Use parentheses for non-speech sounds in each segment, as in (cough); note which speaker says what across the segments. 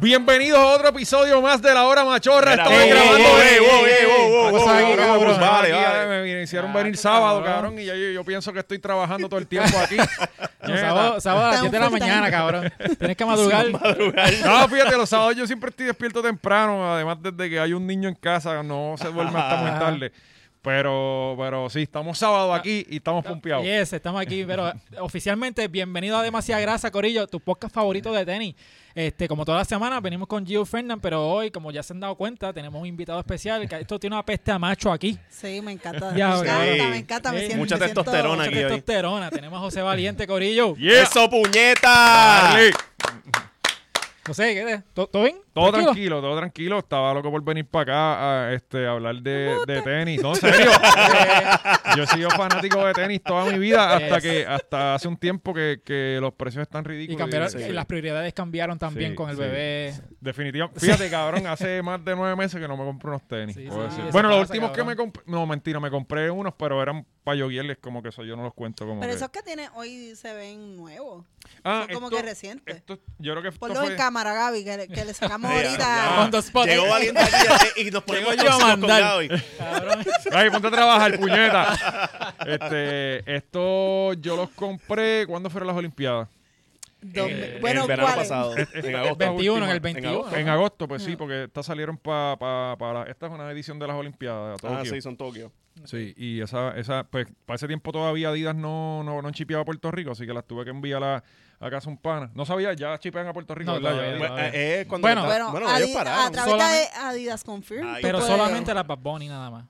Speaker 1: Bienvenidos a otro episodio más de La Hora Machorra.
Speaker 2: Mira, eh,
Speaker 1: Estamos
Speaker 2: ey,
Speaker 1: grabando.
Speaker 2: ey,
Speaker 1: de-
Speaker 2: ey, ey, ey, ey,
Speaker 1: Cosa
Speaker 2: ey,
Speaker 1: aquí,
Speaker 2: ey,
Speaker 1: cabrón.
Speaker 2: ey, eh,
Speaker 1: Aquí,
Speaker 2: vale, vale.
Speaker 1: eh, Me hicieron
Speaker 2: Ah,
Speaker 1: venir
Speaker 2: qué
Speaker 1: sábado,
Speaker 2: cabrón.
Speaker 1: cabrón, y ya yo, yo pienso que estoy trabajando todo el tiempo
Speaker 2: (laughs)
Speaker 1: aquí. Eh, ah,
Speaker 3: No, sábado, sábado a las
Speaker 4: Tan
Speaker 3: 7 de la
Speaker 4: full time.
Speaker 3: mañana, cabrón. Tienes
Speaker 1: (laughs)
Speaker 3: que madrugar.
Speaker 1: No, fíjate, los sábados yo siempre estoy despierto temprano. Además, desde que hay un niño en casa, no se duerme hasta muy
Speaker 3: Ajá.
Speaker 1: tarde. Pero, pero sí, estamos sábado aquí y estamos pumpeados.
Speaker 3: Yes, estamos aquí, pero eh, oficialmente bienvenido a Demasiada Grasa, Corillo, tu podcast favorito de tenis. Este, como todas las semanas venimos con Gio Fernand, pero hoy, como ya se han dado cuenta, tenemos un invitado especial, que esto tiene una peste a macho aquí.
Speaker 4: Sí, me encanta.
Speaker 3: Ya,
Speaker 4: me,
Speaker 3: ok.
Speaker 4: encanta me encanta, me
Speaker 3: Sí.
Speaker 4: siento.
Speaker 2: Mucha
Speaker 4: me siento-
Speaker 2: testosterona
Speaker 3: Mucha
Speaker 2: aquí hoy.
Speaker 3: testosterona, tenemos a José Valiente, Corillo.
Speaker 1: Yeah.
Speaker 2: ¡Eso, puñeta!
Speaker 1: Dale.
Speaker 3: José, ¿qué te- ¿Todo todo bien?
Speaker 2: Ah,
Speaker 1: Todo tranquilo? todo tranquilo. Estaba loco por venir para acá a este, a hablar de, de tenis. No, en serio.
Speaker 3: Eh,
Speaker 1: Yo he sido fanático de tenis toda mi
Speaker 3: (laughs)
Speaker 1: vida hasta
Speaker 3: Yes.
Speaker 1: que hasta hace un tiempo que, que los precios están ridículos.
Speaker 3: Y cambiaron,
Speaker 1: Sí.
Speaker 3: y las prioridades cambiaron también
Speaker 1: Sí,
Speaker 3: con el
Speaker 1: sí.
Speaker 3: bebé.
Speaker 1: Definitivamente. Fíjate, cabrón, hace más de nueve meses que no me compré unos tenis.
Speaker 3: Sí,
Speaker 1: puedo
Speaker 3: sí,
Speaker 1: decir.
Speaker 3: eso
Speaker 1: bueno, los
Speaker 3: pasa,
Speaker 1: últimos que
Speaker 3: cabrón.
Speaker 1: me compré. No, mentira, me compré unos, pero eran para yoguierles, como que eso yo no los cuento. Como
Speaker 4: Pero
Speaker 1: que-
Speaker 4: esos que tienen hoy se ven nuevos.
Speaker 1: Ah,
Speaker 4: son como
Speaker 1: esto-
Speaker 4: que recientes.
Speaker 1: esto- yo creo que esto
Speaker 4: Ponlos en
Speaker 1: fue.
Speaker 4: cámara, Gaby, que, le- que le
Speaker 2: (laughs)
Speaker 4: sacamos
Speaker 2: Mira,
Speaker 4: ahorita.
Speaker 3: On the spot.
Speaker 2: Llegó Valiente aquí y nos ponemos
Speaker 3: (laughs) Llegó yo a
Speaker 2: tóxicos con
Speaker 3: mandar. Eh,
Speaker 2: Gaby.
Speaker 3: Cabrón.
Speaker 1: Ay, ponte a
Speaker 4: (laughs)
Speaker 1: trabajar, puñeta. Este, esto yo los compré cuando fueron las Olimpiadas.
Speaker 4: Dos-
Speaker 3: Eh,
Speaker 2: En
Speaker 4: bueno,
Speaker 2: el verano
Speaker 4: ¿cuáles?
Speaker 2: pasado.
Speaker 3: (laughs)
Speaker 2: En agosto. Ah,
Speaker 3: 21, en el
Speaker 1: En
Speaker 3: 21.
Speaker 2: agosto.
Speaker 1: En agosto, pues sí, porque estas salieron para. Pa, para- esta es una edición de las Olimpiadas. a
Speaker 2: Ah,
Speaker 1: Tokio.
Speaker 2: sí, son Tokio.
Speaker 1: Sí, y esa, esa, pues para ese tiempo todavía Adidas no, no, no chipeaba a Puerto Rico, así que las tuve que enviar a, a casa un pana. No sabía, ya chipean a Puerto Rico,
Speaker 3: No,
Speaker 1: ¿verdad?
Speaker 3: todavía
Speaker 1: Ya- Pues,
Speaker 3: no.
Speaker 2: Bueno, eh, eh, cuando
Speaker 3: Bueno,
Speaker 2: está-
Speaker 4: Bueno,
Speaker 2: bueno,
Speaker 4: Adi-
Speaker 2: ellos
Speaker 4: a
Speaker 2: pararon.
Speaker 4: través
Speaker 3: Solamente-
Speaker 4: de Adidas Confirm.
Speaker 2: Ay,
Speaker 4: tú
Speaker 3: Pero
Speaker 4: puedes-
Speaker 3: solamente las Bad Bunny nada más.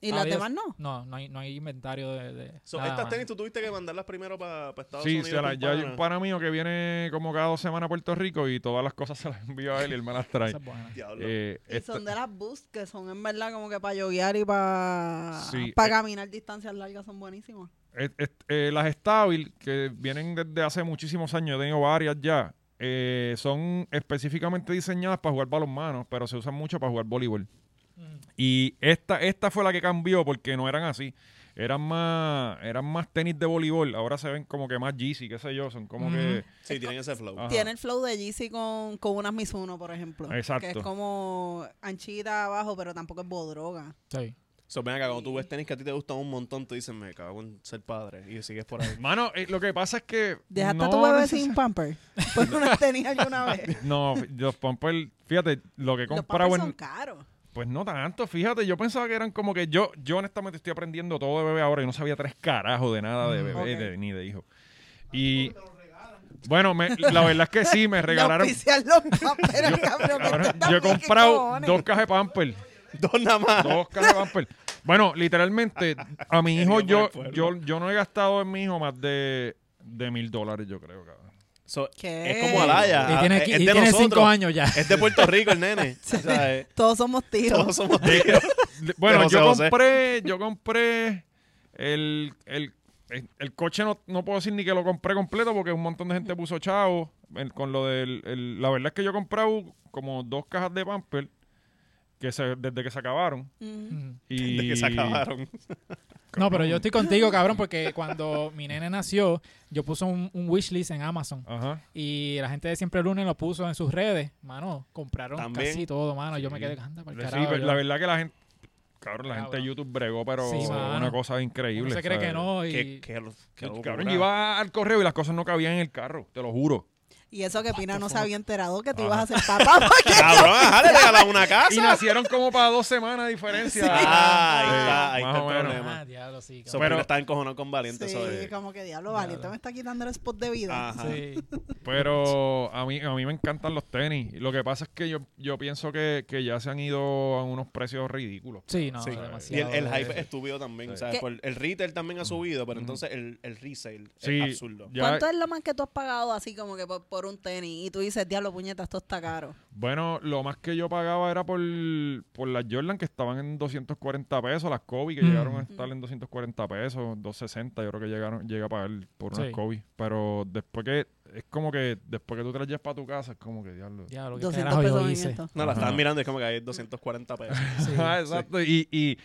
Speaker 4: Y las
Speaker 3: Adidas-
Speaker 4: demás no.
Speaker 3: No, no hay, no hay inventario de. de
Speaker 2: So,
Speaker 3: nada
Speaker 2: estas
Speaker 3: más.
Speaker 2: tenis tú tuviste que mandarlas primero para Estados
Speaker 1: Sí,
Speaker 2: Unidos.
Speaker 1: se las-
Speaker 2: con
Speaker 1: ya hay
Speaker 2: pana.
Speaker 1: un pana mío que viene como cada dos semanas a Puerto Rico y todas las cosas se las envío a él y él me las trae.
Speaker 3: Esa es buena.
Speaker 2: Diablo.
Speaker 1: Eh,
Speaker 4: Y
Speaker 1: esta-
Speaker 4: son de las Boost, que son en verdad como que para yoguear y para
Speaker 1: Sí, eh.
Speaker 4: caminar distancias largas, son buenísimas.
Speaker 1: Et- et- eh, las Stabil, que vienen desde hace muchísimos años, he tenido varias ya, eh, son específicamente diseñadas para jugar balonmano, pero se usan mucho para jugar voleibol. Y esta, esta fue la que cambió porque no eran así. Eran más, eran más tenis de voleibol. Ahora se ven como que más Yeezy, qué sé yo. Son como que.
Speaker 2: Sí, tienen ese flow.
Speaker 1: Ajá.
Speaker 4: Tiene el flow de Yeezy con, con unas Mizuno, por ejemplo.
Speaker 1: Exacto.
Speaker 4: Que es como anchita abajo, pero tampoco es bodroga.
Speaker 3: Sí.
Speaker 2: So, ven acá, cuando tú ves tenis que a ti te gustan un montón, tú dices, me cago en ser padre. Y sigues por
Speaker 3: (laughs)
Speaker 2: ahí.
Speaker 1: Mano, eh, lo que pasa es que.
Speaker 4: ¿Dejaste a
Speaker 1: no
Speaker 4: tu bebé
Speaker 1: neces-
Speaker 4: sin pamper? ¿Por qué no las tenías alguna vez?
Speaker 1: No, los Pampers, fíjate, lo que he
Speaker 4: Los
Speaker 1: comprado
Speaker 4: pampers
Speaker 1: en.
Speaker 4: son caros.
Speaker 1: Pues no tanto, fíjate, yo pensaba que eran como que yo, yo honestamente estoy aprendiendo todo de bebé ahora y no sabía tres carajos de nada de
Speaker 3: Mm,
Speaker 1: bebé
Speaker 4: ok.
Speaker 1: de- ni de hijo. Y bueno, me- la verdad es que sí, me regalaron.
Speaker 4: De auspiciar los pampers, cabrón, que
Speaker 1: cabrón,
Speaker 4: tú también,
Speaker 1: yo he
Speaker 4: ¿qué
Speaker 1: comprado
Speaker 4: cojones?
Speaker 1: dos cajas de Pampers,
Speaker 2: Dos nada más.
Speaker 1: dos cajas de Pampers. Bueno, literalmente, a mi hijo
Speaker 2: Querido
Speaker 1: yo,
Speaker 2: por el
Speaker 1: yo, yo no he gastado en mi hijo más de, de mil dólares, yo creo, cabrón.
Speaker 2: So,
Speaker 4: ¿Qué?
Speaker 2: Es como Alaya.
Speaker 3: Y
Speaker 2: Ah,
Speaker 3: tiene,
Speaker 2: es-
Speaker 3: qui-
Speaker 2: es
Speaker 3: y
Speaker 2: de
Speaker 3: tiene
Speaker 2: nosotros.
Speaker 3: cinco años ya.
Speaker 2: Es de Puerto Rico el
Speaker 3: (laughs)
Speaker 2: nene. O sea, eh,
Speaker 4: Todos somos
Speaker 2: (laughs)
Speaker 4: tíos.
Speaker 2: todos somos tíos.
Speaker 1: De- Bueno,
Speaker 2: José
Speaker 1: yo
Speaker 2: José.
Speaker 1: compré, yo compré el, el, el- el coche, no, no puedo decir ni que lo compré completo porque un montón de gente puso chavo el- con lo del, el- la verdad es que yo compré u- como dos cajas de Pamper que se- desde que se acabaron
Speaker 4: Ujú.
Speaker 3: Mm.
Speaker 2: (laughs)
Speaker 1: y
Speaker 2: De que se acabaron.
Speaker 3: No, pero yo estoy contigo, cabrón, porque cuando mi nene nació, yo puse un, un wishlist en Amazon.
Speaker 1: Ajá.
Speaker 3: Y la gente de Siempre Lunes lo puso en sus redes. Mano, compraron
Speaker 2: También.
Speaker 3: casi todo, mano. Yo me
Speaker 1: Sí.
Speaker 3: quedé cantando
Speaker 1: Sí,
Speaker 3: para el carajo.
Speaker 1: la verdad que la gente, cabrón, la gente de
Speaker 3: Cabrón.
Speaker 1: YouTube bregó, pero
Speaker 3: Sí,
Speaker 1: una
Speaker 3: mano.
Speaker 1: cosa
Speaker 3: yo,
Speaker 1: increíble.
Speaker 3: uno se cree
Speaker 1: ¿sabes?
Speaker 3: que no.
Speaker 2: Qué-
Speaker 3: Y,
Speaker 2: qué lo- qué
Speaker 1: Cabrón,
Speaker 2: locura.
Speaker 1: yo iba al correo y las cosas no cabían en el carro, te lo juro.
Speaker 4: Y eso que Pina
Speaker 3: the
Speaker 4: no se
Speaker 3: fuck?
Speaker 4: había enterado que tú
Speaker 1: Ajá.
Speaker 4: ibas a ser papá. Porque
Speaker 2: Cabrón,
Speaker 1: (laughs)
Speaker 2: ajá, le regalaron una
Speaker 1: Y
Speaker 2: casa.
Speaker 1: nacieron como para dos semanas de diferencia.
Speaker 2: Ah,
Speaker 1: Sí,
Speaker 2: ahí está, ahí
Speaker 1: más
Speaker 2: está el
Speaker 1: o menos.
Speaker 2: problema.
Speaker 3: Ah, diablo, sí,
Speaker 2: So,
Speaker 3: cabrón.
Speaker 2: pero está encojonado con Valiente. so,
Speaker 4: sí,
Speaker 2: eh,
Speaker 4: como que diablo,
Speaker 3: Diablo.
Speaker 4: Valiente me está quitando el spot de vida.
Speaker 2: Ajá.
Speaker 3: Sí.
Speaker 1: Pero a mí, a mí me encantan los tenis. Lo que pasa es que yo, yo pienso que, que ya se han ido a unos precios ridículos.
Speaker 3: Sí, no,
Speaker 2: Sí. Y el,
Speaker 3: demasiado.
Speaker 2: el hype es estúpido también.
Speaker 1: Sí.
Speaker 2: o sea,
Speaker 4: ¿Qué?
Speaker 2: por- el retail también ha subido, pero entonces el, el resale
Speaker 1: Sí,
Speaker 2: es absurdo.
Speaker 1: ya-
Speaker 4: ¿Cuánto es lo más que tú has pagado así como que por, por un tenis? Y tú dices, diablo, puñeta, esto está caro.
Speaker 1: Bueno, lo más que yo pagaba era por, por las Jordan que estaban en 240 pesos, las Kobe que
Speaker 3: Mm.
Speaker 1: llegaron a estar en 240 pesos, 260, yo creo que llegaron llegué a pagar por unas
Speaker 3: Sí.
Speaker 1: Kobe. Pero después que, es como que después que tú te las llevas para tu casa, es como que diablo.
Speaker 3: Diablo, qué
Speaker 4: 200
Speaker 3: carajo yo
Speaker 4: pesos en
Speaker 3: hice.
Speaker 4: esto.
Speaker 2: No, la
Speaker 1: Ajá.
Speaker 2: estaban mirando y es como que hay
Speaker 1: (laughs)
Speaker 2: 240 pesos.
Speaker 3: Sí.
Speaker 1: Ah, exacto. Y, y,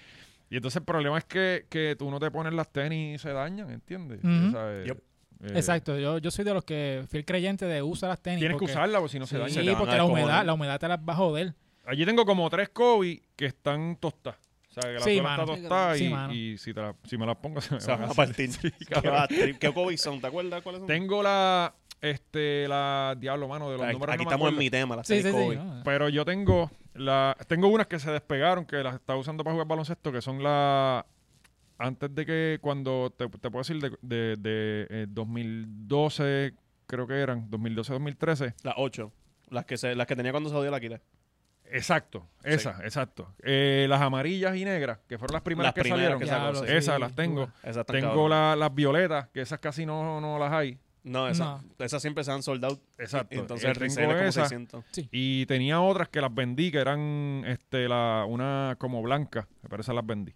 Speaker 1: y entonces el problema es que, que tú no te pones las tenis y se dañan, ¿entiendes?
Speaker 3: Ujú.
Speaker 1: O sea, eh,
Speaker 2: Yep.
Speaker 1: Eh,
Speaker 3: Exacto, yo, yo soy de los que fiel creyente de usa las tenis.
Speaker 1: Tienes que
Speaker 3: porque-
Speaker 1: usarla porque si no se daña.
Speaker 3: Sí,
Speaker 2: te van a
Speaker 3: porque
Speaker 2: dar
Speaker 3: la
Speaker 2: como-
Speaker 3: humedad, la humedad te las va a joder.
Speaker 1: Allí tengo como tres Kobe que están tostadas. O sea, que la
Speaker 3: Sí,
Speaker 1: suela
Speaker 3: mano.
Speaker 1: está tostada
Speaker 3: Sí,
Speaker 1: y-
Speaker 3: mano.
Speaker 1: y, si, te la- si me las pongo se me
Speaker 2: O sea,
Speaker 1: van a
Speaker 2: a
Speaker 1: hacer.
Speaker 2: partir. Qué
Speaker 1: cabrón.
Speaker 2: bad trip. ¿Qué Kobe son? ¿Te acuerdas cuáles son?
Speaker 1: Tengo la, este, la, diablo, mano, de los
Speaker 2: Aquí-
Speaker 1: números
Speaker 2: Aquí
Speaker 1: no me
Speaker 2: estamos en
Speaker 1: acuerdo.
Speaker 2: mi tema, las
Speaker 3: Sí,
Speaker 2: tenis
Speaker 3: sí, sí.
Speaker 2: Kobe.
Speaker 3: no.
Speaker 1: Pero yo tengo la, tengo unas que se despegaron, que las estaba usando para jugar baloncesto, que son las antes de que cuando te, te puedo decir de, de- de, eh, 2012 creo que eran 2012-2013
Speaker 2: Las ocho. Las que, se, las que tenía cuando se odió la quité.
Speaker 1: exacto
Speaker 2: Sí.
Speaker 1: esas exacto Eh, las amarillas y negras que fueron las primeras
Speaker 2: Las
Speaker 1: que
Speaker 2: primeras
Speaker 1: salieron
Speaker 2: que
Speaker 3: Diablo,
Speaker 2: sacaron, sí.
Speaker 1: esas las tengo
Speaker 2: Esas están
Speaker 1: tengo la-
Speaker 2: cabronas.
Speaker 1: las violetas que esas casi no, no las hay
Speaker 2: No, esas, esas siempre se han sold out.
Speaker 1: exacto
Speaker 2: Entonces
Speaker 1: Eh,
Speaker 2: el resale
Speaker 1: tengo
Speaker 2: es como
Speaker 1: esas
Speaker 2: 600.
Speaker 1: y tenía otras que las vendí que eran este la una como blanca pero esas las vendí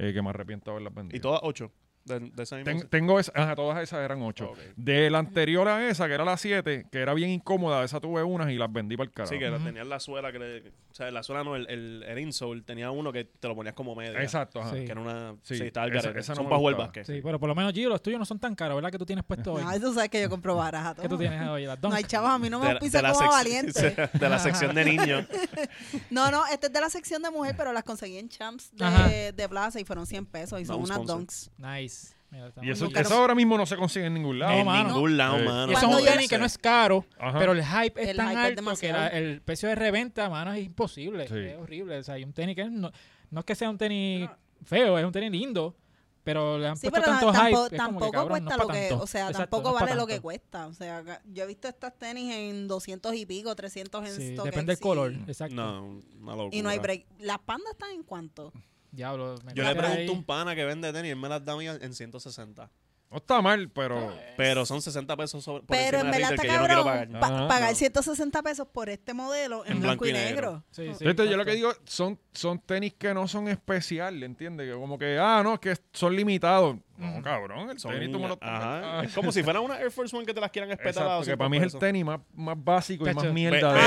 Speaker 1: Eh, que me arrepiento de haberlas vendido
Speaker 2: Y todas ocho. De, de esa misma.
Speaker 1: Ten- tengo esa, ajá, todas esas eran ocho.
Speaker 2: Ok.
Speaker 1: De la anterior a esa, que era la 7, que era bien incómoda, de esa tuve unas y las vendí para el carajo.
Speaker 2: Sí, que
Speaker 3: Ujú.
Speaker 2: tenías la suela. Que le- o sea, la suela no, el, el, el insole. Tenía uno que te lo ponías como media.
Speaker 1: Exacto, ajá.
Speaker 3: Sí.
Speaker 2: Que era una.
Speaker 1: Sí,
Speaker 2: Sí, estaba el
Speaker 1: esa-
Speaker 2: garete.
Speaker 1: esa no
Speaker 2: Son
Speaker 1: me
Speaker 2: para jugar
Speaker 1: gustaba.
Speaker 2: básquet.
Speaker 3: Sí, pero por lo menos, Gio, los tuyos no son tan caros, ¿verdad? Que tú tienes puesto hoy.
Speaker 4: Ah, eso sabes que yo compro barajas.
Speaker 3: Que tú tienes hoy, las
Speaker 4: No
Speaker 3: Dunk.
Speaker 4: hay chavos, a mí no me auspicia
Speaker 2: la
Speaker 4: como
Speaker 2: sec-
Speaker 4: valiente.
Speaker 2: (laughs) de la sección de niños.
Speaker 4: (laughs) No, no, este es de la sección de mujer, pero las conseguí en Champs
Speaker 3: Ajá.
Speaker 4: de, de Plaza y fueron 100 pesos y son
Speaker 2: No,
Speaker 4: unas
Speaker 2: sponsor.
Speaker 4: donks.
Speaker 3: Nice. Mira, está
Speaker 1: Y
Speaker 3: muy
Speaker 1: eso,
Speaker 3: bien.
Speaker 4: Nunca
Speaker 1: eso
Speaker 4: lo-
Speaker 1: ahora mismo no se consigue en ningún lado.
Speaker 3: No,
Speaker 2: en
Speaker 3: mano.
Speaker 2: ningún lado,
Speaker 1: Sí.
Speaker 2: mano.
Speaker 3: Y eso es un
Speaker 4: Cuando yo-
Speaker 3: tenis que no es caro,
Speaker 1: Ajá.
Speaker 3: pero el hype es
Speaker 4: El
Speaker 3: tan
Speaker 4: hype es
Speaker 3: alto que
Speaker 4: demasiado.
Speaker 3: la- el precio de reventa, mano, es imposible.
Speaker 1: Sí.
Speaker 3: Es horrible. O sea, hay un tenis que no, no es que sea un tenis feo, es un tenis lindo, pero le han
Speaker 4: Sí,
Speaker 3: puesto
Speaker 4: pero
Speaker 3: tanto
Speaker 4: tampo-
Speaker 3: hype. que
Speaker 4: tampoco,
Speaker 3: es como que, cabrón, no
Speaker 4: cuesta
Speaker 3: es
Speaker 4: lo
Speaker 3: pa'
Speaker 4: que,
Speaker 3: tanto.
Speaker 4: o sea,
Speaker 3: Exacto,
Speaker 4: tampoco
Speaker 3: no es pa'
Speaker 4: vale lo que
Speaker 3: tanto.
Speaker 4: cuesta. O sea, acá- yo he visto estas tenis en 200 y pico, 300 en
Speaker 3: Sí,
Speaker 4: StockX
Speaker 3: depende del
Speaker 4: y-
Speaker 3: color. Exacto.
Speaker 2: No, una locura.
Speaker 4: Y no hay break. ¿Las pandas están en cuánto?
Speaker 3: Diablo. me
Speaker 2: Yo le
Speaker 3: metí ahí.
Speaker 2: pregunto a un pana que vende tenis, él me las da a mí en 160.
Speaker 1: No está mal, pero.
Speaker 2: Pero son 60 pesos sobre, por
Speaker 4: Pero en
Speaker 2: encima del
Speaker 4: verdad
Speaker 2: retail
Speaker 4: está
Speaker 2: que yo no quiero
Speaker 4: cabrón
Speaker 2: pagar.
Speaker 4: pa-
Speaker 1: Ajá.
Speaker 4: pagar
Speaker 2: No.
Speaker 4: 160 pesos por este modelo en, blanco, y negro.
Speaker 3: Sí, sí,
Speaker 1: Entonces, yo lo
Speaker 3: exacto.
Speaker 1: que digo, son, son tenis que no son especiales, ¿entiendes? Que como que, ah, no, es que son limitados. No,
Speaker 3: Ujú.
Speaker 1: cabrón, el
Speaker 2: Son-
Speaker 1: tenis tú me lo
Speaker 2: ajá.
Speaker 1: Ah,
Speaker 2: Es como si fuera una Air Force One que te las quieran espetar
Speaker 1: Exacto, que para mí es el tenis más, más básico y más
Speaker 3: Chacho.
Speaker 1: mierda.
Speaker 2: Ve-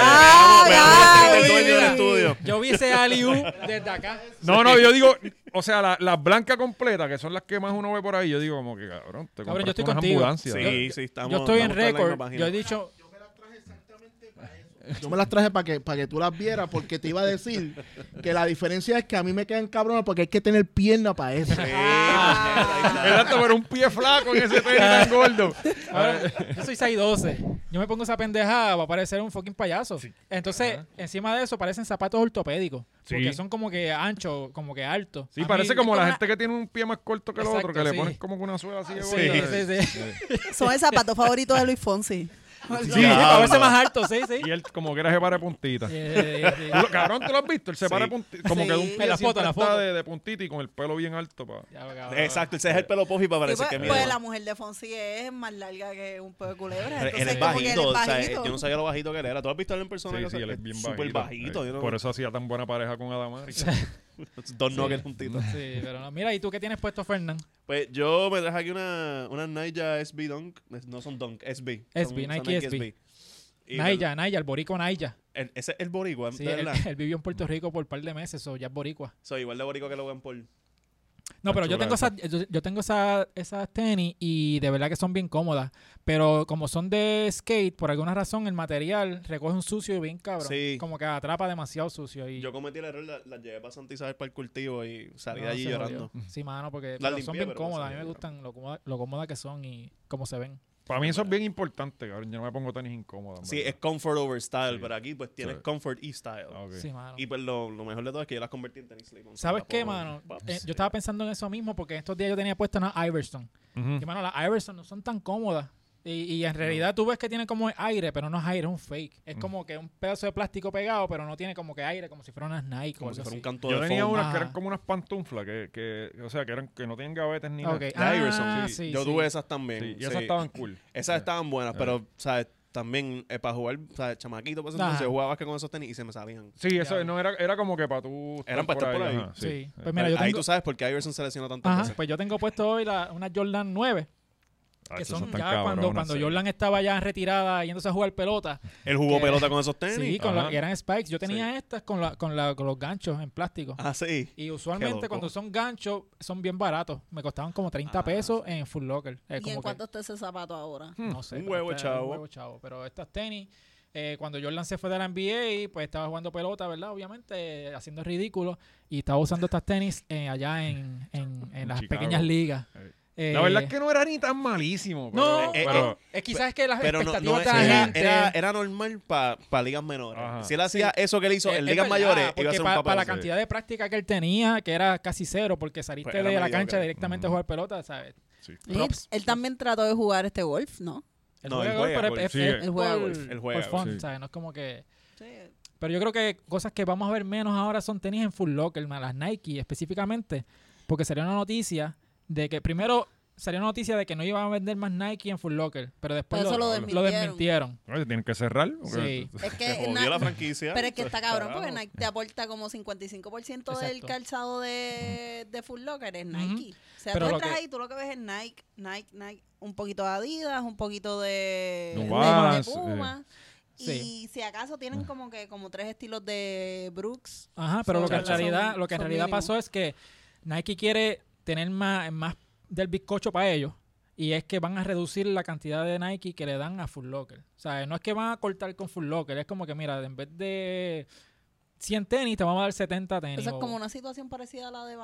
Speaker 1: de-
Speaker 2: (laughs) ve-
Speaker 4: ¡Ay,
Speaker 2: el dueño del
Speaker 4: ay!
Speaker 2: estudio.
Speaker 3: Yo vi ese Aliu desde acá.
Speaker 1: No, no, yo digo, o sea, la- las blancas completas, que son las que más uno ve por ahí, yo digo como que, cabrón, te
Speaker 3: Cabrón, yo
Speaker 1: compraste
Speaker 3: estoy
Speaker 1: unas
Speaker 3: contigo.
Speaker 1: ambulancias, (laughs) ¿verdad?
Speaker 2: Sí, sí, estamos.
Speaker 3: yo estoy en
Speaker 2: estamos todos la misma
Speaker 3: récord.
Speaker 2: página.
Speaker 3: Yo
Speaker 2: (laughs)
Speaker 3: he dicho,
Speaker 5: Yo me las traje para que, para que tú las vieras, porque te iba a decir que la diferencia es que a mí me quedan cabronas porque hay que tener pierna para eso.
Speaker 2: Sí,
Speaker 1: Exacto, pero un pie flaco en ese tenis
Speaker 3: (laughs)
Speaker 1: tan gordo.
Speaker 3: ahora, yo soy 6'12. Yo me pongo esa pendeja, va a parecer un fucking payaso. Entonces, encima de eso, parecen zapatos ortopédicos.
Speaker 1: Sí.
Speaker 3: Porque son como que anchos, como que altos.
Speaker 1: Sí,
Speaker 3: A mí-
Speaker 1: parece como la
Speaker 4: como
Speaker 1: gente que tiene un pie más corto que el
Speaker 3: Exacto,
Speaker 1: otro, que le
Speaker 3: sí.
Speaker 1: pones como que una suela así de
Speaker 3: Sí,
Speaker 1: gorda.
Speaker 3: sí, sí. Sí,
Speaker 4: Son el zapato favorito de Luis Fonsi.
Speaker 3: sí, para verse más alto, sí, sí.
Speaker 1: Y él como que era se para de puntita.
Speaker 3: Eh, eh,
Speaker 1: Tú
Speaker 3: eh,
Speaker 1: lo- Cabrón, ¿tú lo has visto? Él se para de
Speaker 2: Sí.
Speaker 1: puntita. Como que un
Speaker 4: Sí.
Speaker 1: pie
Speaker 3: En la foto,
Speaker 1: siempre
Speaker 3: en la
Speaker 1: está
Speaker 3: foto.
Speaker 1: De, de puntita y con el pelo bien alto. Pa.
Speaker 3: ya, cabrón.
Speaker 2: Exacto, ese es el pelo puffy para
Speaker 4: Sí,
Speaker 2: parecer
Speaker 4: pues,
Speaker 2: que mide.
Speaker 4: pues la mujer de Fonsi es más larga que un peo de culebra.
Speaker 2: Pero
Speaker 4: entonces
Speaker 2: él es
Speaker 4: como que
Speaker 2: bajito,
Speaker 4: él es
Speaker 2: o sea,
Speaker 4: bajito.
Speaker 2: yo no sabía lo bajito que él era. ¿Tú has visto a él en persona?
Speaker 1: Sí,
Speaker 2: que
Speaker 1: sí,
Speaker 2: es-
Speaker 1: él es bien bajito.
Speaker 2: Súper bajito.
Speaker 1: Eh,
Speaker 2: yo no-
Speaker 1: Por eso hacía tan buena pareja con Adamari.
Speaker 2: Dos nuggets juntitos.
Speaker 3: Sí, pero no. Mira, ¿y tú qué tienes puesto, Fernán?
Speaker 2: Pues yo me traje aquí una, una Naya SB Dunk. Es- No son Dunk, SB.
Speaker 3: SB,
Speaker 2: son,
Speaker 3: Nike SB.
Speaker 2: Y
Speaker 3: Naya, Naya, el boricua Naya.
Speaker 2: El, el- ese es el boricua,
Speaker 3: Sí,
Speaker 2: de
Speaker 3: él,
Speaker 2: verdad.
Speaker 3: él vivió en Puerto Rico por un par de meses, o ya es boricua.
Speaker 2: Soy igual de boricua que Logan Paul.
Speaker 3: No,
Speaker 1: Está
Speaker 3: pero yo
Speaker 1: chula
Speaker 3: tengo,
Speaker 1: esa.
Speaker 3: esas, yo, yo tengo esa- esas tenis y de verdad que son bien cómodas. Pero como son de skate, por alguna razón el material recoge un sucio y bien cabrón.
Speaker 2: Sí.
Speaker 3: Como que atrapa demasiado sucio. Y
Speaker 2: Yo cometí el error, la, la llevé para Santa Isabel para el cultivo y salí
Speaker 3: no,
Speaker 2: de allí
Speaker 3: se
Speaker 2: llorando.
Speaker 3: jodió. Sí, mano, porque
Speaker 2: Las
Speaker 3: pero son
Speaker 2: limpié,
Speaker 3: bien
Speaker 2: pero
Speaker 3: cómodas. A
Speaker 2: se
Speaker 3: mí me
Speaker 2: jodió.
Speaker 3: gustan lo cómoda, lo cómoda que son y cómo se ven.
Speaker 1: Para mí eso es bien importante, cabrón. Yo no me pongo tenis incómodos.
Speaker 2: Sí, es comfort over style,
Speaker 1: Oh, Sí.
Speaker 2: pero aquí pues tienes
Speaker 1: Sí. Oh,
Speaker 2: comfort y style.
Speaker 1: Ah,
Speaker 3: Sí, mano.
Speaker 2: Y pues lo, lo mejor de todo es que yo las convertí en tenis slip.
Speaker 3: ¿Sabes qué, mano? Eh, yo estaba pensando en eso mismo porque estos días yo tenía puesta una Iverson. Y, mano, las Iverson no son tan cómodas. Y, y en realidad tú ves que tiene como aire, pero no es aire, es un fake. Es
Speaker 1: Mm.
Speaker 3: como que un pedazo de plástico pegado, pero no tiene como que aire, como si fuera unas Nike o
Speaker 2: Como si
Speaker 3: algo
Speaker 2: fuera un
Speaker 3: así.
Speaker 2: canto
Speaker 1: Yo
Speaker 2: de
Speaker 1: tenía
Speaker 2: foam.
Speaker 1: unas
Speaker 3: Ajá.
Speaker 1: que eran como unas pantuflas, que, que, o sea, que, eran, que no tienen gavetes ni
Speaker 3: Ah,
Speaker 1: nada.
Speaker 3: ok.
Speaker 2: La
Speaker 3: Ah,
Speaker 2: Iverson,
Speaker 3: sí,
Speaker 2: Yo
Speaker 3: sí.
Speaker 2: tuve esas también.
Speaker 1: Sí, y
Speaker 2: sí.
Speaker 1: esas estaban
Speaker 3: (laughs)
Speaker 1: cool.
Speaker 2: Esas estaban buenas,
Speaker 1: Ah.
Speaker 2: pero, ¿sabes? También eh, para jugar, ¿sabes? Chamaquito, pues
Speaker 3: Ajá. Pues
Speaker 2: entonces yo jugaba básquet con esos tenis y se me salían.
Speaker 1: Sí, eso
Speaker 3: Diablo.
Speaker 1: no era, era como que para tú.
Speaker 2: Eran para estar por ahí.
Speaker 1: ajá,
Speaker 3: Sí.
Speaker 1: sí. Ah,
Speaker 3: Pues mira, yo
Speaker 2: Eh, Ahí
Speaker 3: tengo,
Speaker 2: tú
Speaker 3: pues
Speaker 2: sabes por qué Iverson se lesionó tantas
Speaker 3: Ajá,
Speaker 2: veces.
Speaker 3: pues yo tengo puesto hoy la, una Jordan 9.
Speaker 2: Ah,
Speaker 3: que
Speaker 1: ah, esos
Speaker 3: son ya
Speaker 1: están cabrones,
Speaker 3: cuando,
Speaker 1: no
Speaker 3: cuando
Speaker 1: sé.
Speaker 3: Jordan estaba ya retirada yéndose a jugar pelota.
Speaker 2: Él jugó
Speaker 3: que-
Speaker 2: pelota con esos tenis.
Speaker 3: Sí, con la-
Speaker 1: Ajá.
Speaker 3: que eran spikes. Yo tenía estas con, la, con, la, con los ganchos en plástico.
Speaker 2: Ah, sí.
Speaker 3: Y
Speaker 2: loco.
Speaker 3: usualmente cuando son ganchos son bien baratos. Me costaban como 30
Speaker 2: Ah,
Speaker 3: pesos en Full Locker. Es
Speaker 4: ¿Y
Speaker 3: como
Speaker 4: en
Speaker 3: que-
Speaker 4: cuánto está ese zapato ahora?
Speaker 3: no sé.
Speaker 2: Hmm, Un
Speaker 3: pero
Speaker 2: huevo
Speaker 3: este era
Speaker 2: chavo.
Speaker 3: Un huevo chavo. Pero estas tenis, eh, cuando Jordan se fue de la NBA, pues estaba jugando pelota, ¿verdad? Obviamente, eh, haciendo ridículo. Y estaba usando estas tenis eh, allá en, en-
Speaker 2: (laughs)
Speaker 3: en
Speaker 1: En
Speaker 3: las
Speaker 1: Chicago.
Speaker 3: pequeñas ligas.
Speaker 1: Eh,
Speaker 3: Eh,
Speaker 1: La verdad es que no era ni tan malísimo. Pero,
Speaker 3: No,
Speaker 2: eh,
Speaker 1: pero-
Speaker 2: eh,
Speaker 3: es quizás es que las
Speaker 2: Pero no,
Speaker 3: expectativas
Speaker 2: no,
Speaker 3: de la
Speaker 2: era,
Speaker 3: gente...
Speaker 2: era, era normal para ligas menores.
Speaker 1: Ajá.
Speaker 2: Si él hacía eso que él hizo
Speaker 3: Eh, Es-
Speaker 2: en
Speaker 3: es
Speaker 2: ligas
Speaker 3: verdad,
Speaker 2: mayores, iba a
Speaker 3: porque
Speaker 2: ser un
Speaker 3: pa-
Speaker 2: papel.
Speaker 3: para la
Speaker 1: sí.
Speaker 3: cantidad de práctica que él tenía, que era casi cero, porque saliste
Speaker 2: Pues era
Speaker 3: de la
Speaker 2: mediocre.
Speaker 3: cancha directamente a
Speaker 1: Ujú.
Speaker 3: jugar pelota, ¿sabes?
Speaker 1: sí.
Speaker 4: Él-
Speaker 3: Props.
Speaker 4: Él también trató de jugar este golf, ¿no?
Speaker 3: El
Speaker 2: No,
Speaker 3: juega
Speaker 2: él
Speaker 3: golf,
Speaker 2: juega
Speaker 3: pero
Speaker 2: golf,
Speaker 3: es-
Speaker 1: sí,
Speaker 3: es
Speaker 4: él
Speaker 3: por-
Speaker 4: juega golf.
Speaker 2: Él juega
Speaker 3: por fun,
Speaker 1: golf.
Speaker 3: ¿sabes? No es como que...
Speaker 4: Sí.
Speaker 3: Pero yo creo que cosas que vamos a ver menos ahora son tenis en Full Locker, ma, las Nike específicamente, porque salió una noticia de que primero salió una noticia de que no iban a vender más Nike en Full Locker, pero después
Speaker 4: Pero eso
Speaker 3: lo,
Speaker 4: lo
Speaker 1: lo
Speaker 3: lo
Speaker 4: desmintieron.
Speaker 3: desmintieron.
Speaker 2: eh,
Speaker 1: Oye, tienen que cerrar. porque-
Speaker 4: (laughs)
Speaker 1: (laughs)
Speaker 4: Es
Speaker 2: Se
Speaker 4: que
Speaker 2: jodió
Speaker 4: na-
Speaker 2: la franquicia. pues,
Speaker 4: Pero es que está cabrón porque
Speaker 2: Carajo.
Speaker 4: Nike te aporta como 55% del
Speaker 3: Exacto.
Speaker 4: calzado de, de Full Locker es Nike. O sea,
Speaker 3: Pero
Speaker 4: tú
Speaker 3: lo
Speaker 4: entras
Speaker 3: que-
Speaker 4: ahí, tú lo que ves es Nike, Nike, Nike, un poquito de Adidas, un poquito de,
Speaker 1: New
Speaker 4: de-
Speaker 1: Balance,
Speaker 4: de Puma.
Speaker 3: eh. Sí. Ah.
Speaker 4: Y si acaso tienen como que como tres estilos de Brooks.
Speaker 3: Ajá, pero
Speaker 4: Sí,
Speaker 3: lo que en
Speaker 4: son-
Speaker 3: realidad, lo que en
Speaker 4: son
Speaker 3: realidad
Speaker 4: mínimos.
Speaker 3: pasó es que Nike quiere tener más, más del bizcocho para ellos. Y es que van a reducir la cantidad de Nike que le dan a Full Locker. O sea, no es que van a cortar con Full Locker. Es como que, mira, en vez de 100 tenis, te vamos a dar 70 tenis.
Speaker 4: Eso es
Speaker 3: o-
Speaker 4: como una situación parecida a la de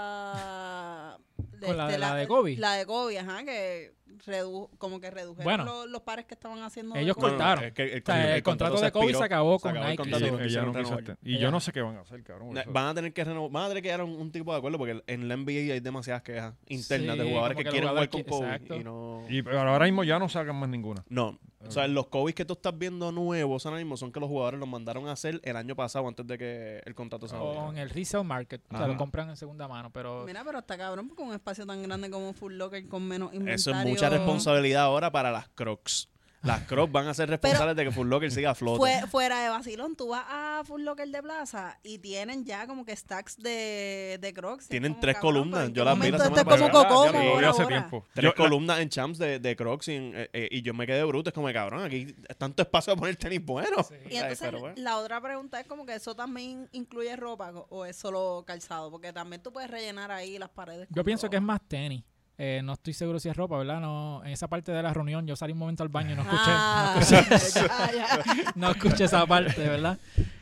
Speaker 3: (laughs)
Speaker 4: Vanessa. de
Speaker 3: Con la
Speaker 4: este,
Speaker 3: de- la de Kobe.
Speaker 4: La de Kobe, ajá, que redu- como que redujeron
Speaker 3: Bueno.
Speaker 4: los, los pares que estaban haciendo.
Speaker 3: Ellos
Speaker 4: de-
Speaker 2: No, no,
Speaker 3: cortaron.
Speaker 2: es que el,
Speaker 3: O sea, el contrato de Kobe
Speaker 2: expiró.
Speaker 3: se acabó
Speaker 2: Se
Speaker 3: con
Speaker 2: acabó el
Speaker 3: Nike.
Speaker 1: Sí,
Speaker 2: contrato, no
Speaker 1: ella
Speaker 2: quisieron
Speaker 1: no quiso
Speaker 2: renovar.
Speaker 1: este- y
Speaker 3: Ella
Speaker 1: yo
Speaker 3: no.
Speaker 1: no sé qué van a hacer, cabrón.
Speaker 2: Na-
Speaker 1: eso-
Speaker 2: Van a tener que renovar. Van a tener que llegar a un, un tipo de acuerdo porque en la NBA hay demasiadas quejas internas
Speaker 3: Sí,
Speaker 2: de jugadores que,
Speaker 3: como que los
Speaker 2: quieren jugar
Speaker 3: jugadores
Speaker 2: con
Speaker 3: qui-
Speaker 2: Kobe
Speaker 3: exacto.
Speaker 2: y no.
Speaker 1: Y pero ahora mismo ya no sacan más ninguna.
Speaker 2: No. O sea, los Kobe que tú estás viendo nuevos ahora mismo son que los jugadores los mandaron a hacer el año pasado antes de que el contrato se
Speaker 3: o en
Speaker 2: abriera.
Speaker 3: el resale market. O sea,
Speaker 2: Ajá.
Speaker 3: lo compran en segunda mano, pero...
Speaker 4: Mira, pero está cabrón porque un espacio tan grande como Full Locker con menos inventario.
Speaker 2: Eso es mucha responsabilidad ahora para las Crocs. Las Crocs van a ser responsables de que Full Locker siga a flote.
Speaker 4: Fue- fuera de vacilón, tú vas a Full Locker de Plaza y tienen ya como que stacks de, de Crocs. y es
Speaker 2: Tienen
Speaker 4: como,
Speaker 2: tres
Speaker 4: cabrón,
Speaker 2: columnas,
Speaker 4: pero ¿en
Speaker 2: yo
Speaker 4: qué
Speaker 2: las vi la
Speaker 4: momento esto
Speaker 2: semana
Speaker 4: es como
Speaker 2: pasada, ya
Speaker 4: Cocomo,
Speaker 1: Yo lo vi
Speaker 4: ahora,
Speaker 1: hace
Speaker 4: ahora?
Speaker 1: tiempo.
Speaker 2: Tres
Speaker 1: Yo- la-
Speaker 2: columnas en champs de, de Crocs y, en- eh, eh, y yo me quedé bruto. Es como, cabrón, aquí es tanto espacio para poner tenis bueno.
Speaker 4: Y
Speaker 2: Ay,
Speaker 4: entonces
Speaker 2: pero bueno.
Speaker 4: la otra pregunta es como que eso también incluye ropa co- o es solo calzado, porque también tú puedes rellenar ahí las paredes.
Speaker 3: Yo pienso que es más tenis. Eh, no estoy seguro si es ropa, ¿verdad? No, en esa parte de la reunión yo salí un momento al baño y no escuché,
Speaker 4: Ah. (laughs)
Speaker 3: (laughs) no escuché esa parte, ¿verdad?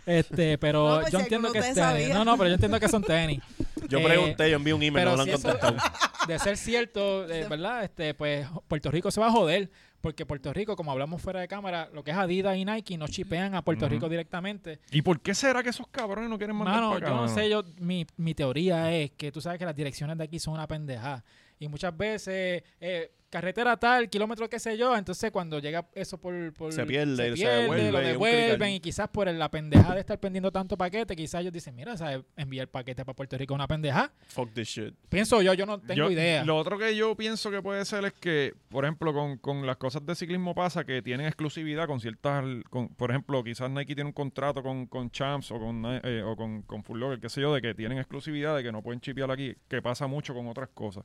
Speaker 3: Este, pero
Speaker 4: No, pues, si
Speaker 3: yo entiendo
Speaker 4: alguno
Speaker 3: que es
Speaker 4: de
Speaker 3: tenis.
Speaker 4: ustedes sabía.
Speaker 3: No, no, pero yo entiendo que son
Speaker 2: (laughs)
Speaker 3: tenis.
Speaker 2: Yo
Speaker 3: Eh,
Speaker 2: pregunté, yo envié un email,
Speaker 3: pero
Speaker 2: no lo han
Speaker 3: si eso-
Speaker 2: contestado.
Speaker 3: (laughs) De ser cierto, eh, ¿verdad? Este, pues Puerto Rico se va a joder, porque Puerto Rico, como hablamos fuera de cámara, lo que es Adidas y Nike no chipean a Puerto
Speaker 1: Ujú.
Speaker 3: Rico directamente.
Speaker 1: ¿Y por qué será que esos cabrones no quieren mandar
Speaker 3: Mano,
Speaker 1: para acá,
Speaker 3: yo no
Speaker 1: mano?
Speaker 3: sé, yo, mi, mi teoría es que tú sabes que las direcciones de aquí son una pendejada. Y muchas veces, eh, carretera tal, kilómetro qué sé yo, entonces cuando llega eso por... por-
Speaker 2: Se pierde, se devuelve,
Speaker 3: lo
Speaker 2: y un
Speaker 3: devuelven
Speaker 2: crical.
Speaker 3: y quizás por la pendejada de estar pendiendo tanto paquete, quizás ellos dicen, mira, ¿sabes? enviar paquete para Puerto Rico es una pendejada.
Speaker 2: Fuck this shit.
Speaker 3: Pienso yo, yo no tengo
Speaker 1: Yo-
Speaker 3: idea.
Speaker 1: Lo otro que yo pienso que puede ser es que, por ejemplo, con, con las cosas de ciclismo pasa que tienen exclusividad con ciertas. con- por ejemplo, quizás Nike tiene un contrato con, con Champs o con, Ni- eh, o con, con Full Locker, qué sé yo, de que tienen exclusividad, de que no pueden chipear aquí, que pasa mucho con otras cosas.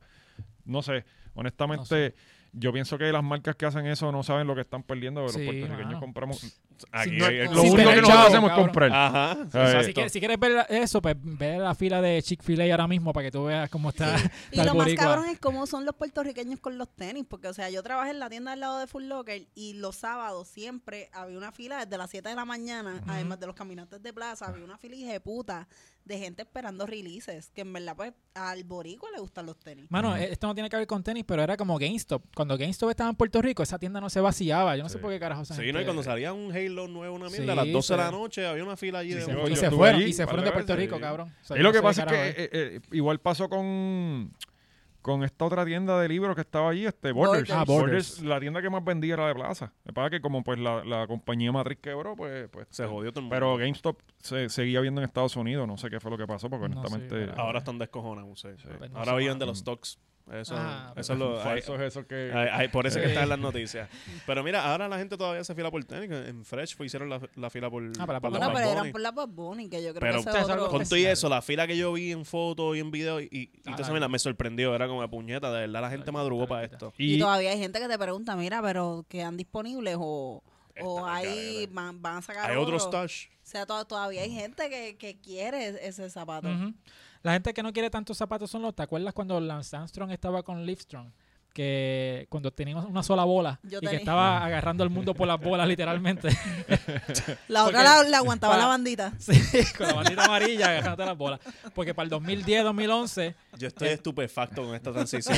Speaker 1: No sé, honestamente. Yo pienso que las marcas que hacen eso no saben lo que están perdiendo, pero
Speaker 3: Sí,
Speaker 1: los puertorriqueños
Speaker 3: mano.
Speaker 1: compramos.
Speaker 3: Si
Speaker 1: Aquí,
Speaker 3: no-
Speaker 1: eh,
Speaker 4: si
Speaker 1: lo único
Speaker 3: tener
Speaker 1: que nosotros
Speaker 3: chavo,
Speaker 1: hacemos es
Speaker 3: cabrón.
Speaker 1: comprar.
Speaker 2: Ajá.
Speaker 1: sea,
Speaker 3: O sea,
Speaker 2: exacto.
Speaker 3: si, quieres, si quieres ver eso, pues ve la fila de Chick-fil-A ahora mismo para que tú veas cómo está. (laughs)
Speaker 4: Y
Speaker 3: está el
Speaker 4: lo más
Speaker 3: boricua.
Speaker 4: cabrón es cómo son los puertorriqueños con los tenis, porque, o sea, yo trabajé en la tienda al lado de Full Locker y los sábados siempre había una fila desde las 7 de la mañana,
Speaker 3: Ujú.
Speaker 4: además de los caminantes de plaza, había una fila de puta de gente esperando releases, que en verdad, pues, al boricua le gustan los tenis.
Speaker 3: Mano,
Speaker 1: Ujú.
Speaker 3: eh, esto no tiene que ver con tenis, pero era como GameStop. Cuando GameStop estaba en Puerto Rico, esa tienda no se vaciaba. Yo no sé
Speaker 1: Sí.
Speaker 3: por qué carajo esa
Speaker 2: Sí,
Speaker 3: gente-
Speaker 2: ¿no? Y cuando salía un Halo nuevo, una mierda, a
Speaker 3: Sí,
Speaker 2: las 12 de la
Speaker 3: sí.
Speaker 2: noche había una fila allí
Speaker 3: Y
Speaker 2: de...
Speaker 3: se,
Speaker 1: Yo-
Speaker 3: y
Speaker 1: yo
Speaker 3: se
Speaker 1: estuve
Speaker 3: fueron,
Speaker 1: allí
Speaker 3: y se
Speaker 1: par
Speaker 3: fueron
Speaker 1: de
Speaker 3: de Puerto
Speaker 1: veces,
Speaker 3: Rico,
Speaker 1: sí.
Speaker 3: cabrón. O sea,
Speaker 1: Y
Speaker 3: yo
Speaker 1: lo
Speaker 3: no
Speaker 1: que
Speaker 3: sé qué
Speaker 1: pasa es que
Speaker 3: carajo
Speaker 1: eh, eh, igual pasó con, con esta otra tienda de libros que estaba allí, este Borders.
Speaker 4: Borders. Ah,
Speaker 3: Borders.
Speaker 1: Borders, la tienda que más vendía era de Plaza. Lo que pasa es que como pues la, la compañía matriz quebró, pues, pues
Speaker 2: Se jodió todo el mundo.
Speaker 1: Pero GameStop se, seguía viendo en Estados Unidos, no sé qué fue lo que pasó, porque
Speaker 3: No sé,
Speaker 1: honestamente
Speaker 3: pero-
Speaker 2: Ahora están descojonados, sí.
Speaker 1: Sí.
Speaker 3: Pues no Ah,
Speaker 2: Ahora
Speaker 3: sé,
Speaker 2: viven de
Speaker 1: mano.
Speaker 2: los stocks. Eso,
Speaker 1: eh,
Speaker 3: Ajá,
Speaker 2: eso es lo. ahí-
Speaker 1: Falsos esos que...
Speaker 2: ahí- ahí- por eso es que
Speaker 3: Sí.
Speaker 2: están las noticias. Pero mira, ahora la gente todavía se fila por tenis. En Fresh fue- hicieron la, la fila por.
Speaker 3: Ah, para la
Speaker 2: por
Speaker 3: Bad
Speaker 4: Bueno,
Speaker 2: Bad
Speaker 4: pero
Speaker 2: Bunny.
Speaker 4: eran por la Bad Bunny, que yo creo
Speaker 2: Pero-
Speaker 4: que
Speaker 3: O sea, eso
Speaker 4: es
Speaker 3: es
Speaker 4: otro...
Speaker 3: algo
Speaker 2: Con todo y
Speaker 3: especial.
Speaker 2: eso, la fila que yo vi en fotos y en video y, y, toda esa
Speaker 3: Ay.
Speaker 2: mierda me sorprendió. Era como de puñeta, de verdad la gente
Speaker 3: Ah, Ay,
Speaker 2: madrugó
Speaker 3: puñeta,
Speaker 2: para
Speaker 3: puñeta.
Speaker 2: esto.
Speaker 4: Y,
Speaker 1: y-
Speaker 4: todavía hay gente que te pregunta, mira, pero quedan disponibles o, o
Speaker 2: Está del
Speaker 4: hay,
Speaker 2: garete.
Speaker 4: van, van a sacar
Speaker 2: Hay otro
Speaker 4: otro.
Speaker 2: stash.
Speaker 4: O sea, to- todavía hay gente que, que quiere ese zapato.
Speaker 3: Ujú. La gente que no quiere tantos zapatos son los. ¿Te acuerdas cuando Lance Armstrong estaba con Livestrong? Que cuando teníamos una sola bola
Speaker 4: Yo
Speaker 3: y que
Speaker 4: tenía-
Speaker 1: Ah.
Speaker 3: estaba agarrando al mundo por las
Speaker 1: (laughs)
Speaker 3: bolas, literalmente. (laughs)
Speaker 4: La otra
Speaker 3: Porque-
Speaker 4: la, la aguantaba
Speaker 3: para-
Speaker 4: la (laughs) bandita.
Speaker 3: Sí, con la bandita amarilla agarrándote las bolas. Porque para el 2010, 2011,
Speaker 2: Yo
Speaker 3: (laughs)
Speaker 2: estoy estupefacto con esta transición.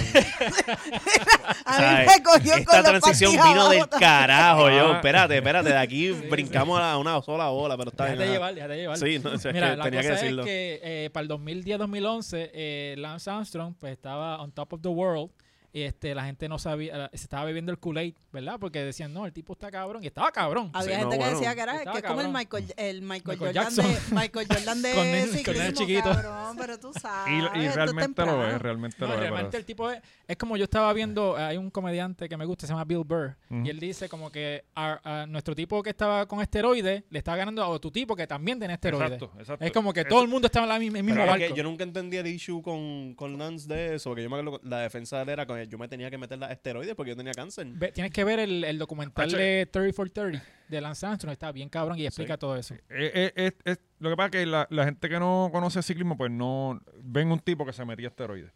Speaker 4: A
Speaker 2: ¿Sabes?
Speaker 4: mí me cogió
Speaker 2: Esta
Speaker 4: con los
Speaker 2: transición
Speaker 4: patines
Speaker 2: vino del
Speaker 4: abajo.
Speaker 2: carajo, yo.
Speaker 1: Ah.
Speaker 2: Espérate, espérate. De
Speaker 3: (laughs)
Speaker 2: aquí brincamos a una sola bola, pero está bien.
Speaker 3: déjate
Speaker 2: ajá.
Speaker 3: llevar, déjate llevar.
Speaker 2: Sí, no, (laughs) o sea, es
Speaker 3: Mira,
Speaker 2: que
Speaker 3: la
Speaker 2: tenía que
Speaker 3: cosa
Speaker 2: decirlo.
Speaker 3: es que eh, para el 2010-2011, eh, Lance Armstrong pues, estaba on top of the world. Y este, la gente no sabía, se estaba bebiendo el Kool-Aid, ¿verdad? Porque decían, no, el tipo está cabrón. Y estaba cabrón.
Speaker 4: Había
Speaker 2: Sí, no,
Speaker 4: gente que
Speaker 2: bueno.
Speaker 4: decía que era
Speaker 3: Estaba
Speaker 4: que es como el
Speaker 3: cabrón.
Speaker 4: Michael, el Michael,
Speaker 3: Michael
Speaker 4: Jordan
Speaker 3: Jackson.
Speaker 4: de Michael (laughs) Jordan de
Speaker 3: Con el- con el
Speaker 4: ciclismo,
Speaker 3: chiquito.
Speaker 4: cabrón, pero (laughs) tú sabes.
Speaker 1: y-
Speaker 4: Ah, esto
Speaker 1: y
Speaker 4: es
Speaker 1: realmente lo
Speaker 4: temprano.
Speaker 1: es, realmente
Speaker 3: No,
Speaker 1: lo es.
Speaker 3: realmente
Speaker 1: parece.
Speaker 3: el tipo es, es como yo estaba viendo, eh, hay un comediante que me gusta, se llama Bill Burr,
Speaker 1: Ujú.
Speaker 3: y él dice como que a, a nuestro tipo que estaba con esteroides le está ganando a tu tipo que también tiene esteroides.
Speaker 1: Exacto, exacto.
Speaker 3: Es como que
Speaker 1: Eso-
Speaker 3: todo el mundo estaba en la misma- el mismo
Speaker 2: Pero es
Speaker 3: barco.
Speaker 2: que yo nunca entendí el issue con, con Lance de eso, porque yo me acuerdo que la defensa de él era que yo me tenía que meter las esteroides porque yo tenía cáncer.
Speaker 3: Ve- tienes que ver el, el documental
Speaker 1: Hacho-
Speaker 2: eh,
Speaker 3: de 30 for 30 de Lance Armstrong, está bien cabrón y explica todo eso.
Speaker 1: Eh, eh, es- es- lo que pasa es que la, la gente que no conoce ciclismo, pues no ven un tipo que se metía esteroides.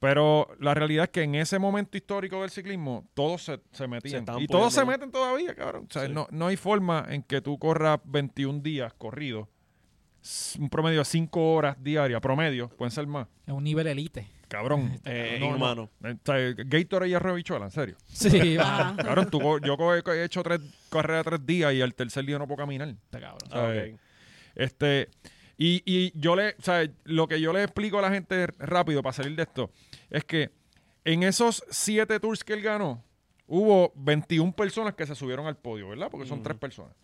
Speaker 1: Pero la realidad es que en ese momento histórico del ciclismo, todos se, se metían.
Speaker 2: estaban
Speaker 1: y todos se
Speaker 2: poniendo-
Speaker 1: meten todavía, cabrón. O sea,
Speaker 2: Sí.
Speaker 1: no, no hay forma en que tú corras 21 días corridos, s- un promedio de 5 horas diarias, promedio, pueden ser más.
Speaker 3: Es un nivel
Speaker 4: (laughs)
Speaker 3: elite.
Speaker 1: Cabrón.
Speaker 2: (laughs) Eh,
Speaker 1: No, no.
Speaker 2: inhumano.
Speaker 1: Eh, O sea, Gatorade y arroz de bichuela, en serio.
Speaker 3: Sí, va.
Speaker 4: Ajá.
Speaker 1: Cabrón, tú, co- yo co- he hecho tres carreras tres días y al tercer día no puedo caminar.
Speaker 3: Está cabrón.
Speaker 2: Ah,
Speaker 1: Eh,
Speaker 2: ok.
Speaker 1: Este, y, y yo le, o sea, lo que yo le explico a la gente rápido para salir de esto es que en esos siete tours que él ganó, hubo 21 personas que se subieron al podio, ¿verdad? Porque son tres personas.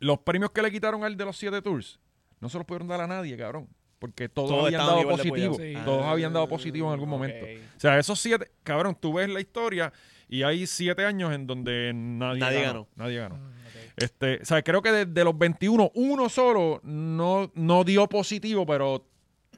Speaker 1: Los premios que le quitaron al de los siete tours no se los pudieron dar a nadie, cabrón. Porque todos,
Speaker 2: Todos
Speaker 1: habían dado
Speaker 2: estaban igual de
Speaker 1: positivo.
Speaker 3: apoyados. Sí.
Speaker 1: Todos
Speaker 2: Ah,
Speaker 1: habían dado positivo en algún
Speaker 2: ok.
Speaker 1: momento. O sea, esos siete, cabrón, tú ves la historia y hay siete años en donde nadie,
Speaker 2: Nadie ganó.
Speaker 1: Nadie ganó.
Speaker 3: Mm, ok.
Speaker 1: Este, o sea, creo que de, de los 21, uno solo no, no dio positivo, pero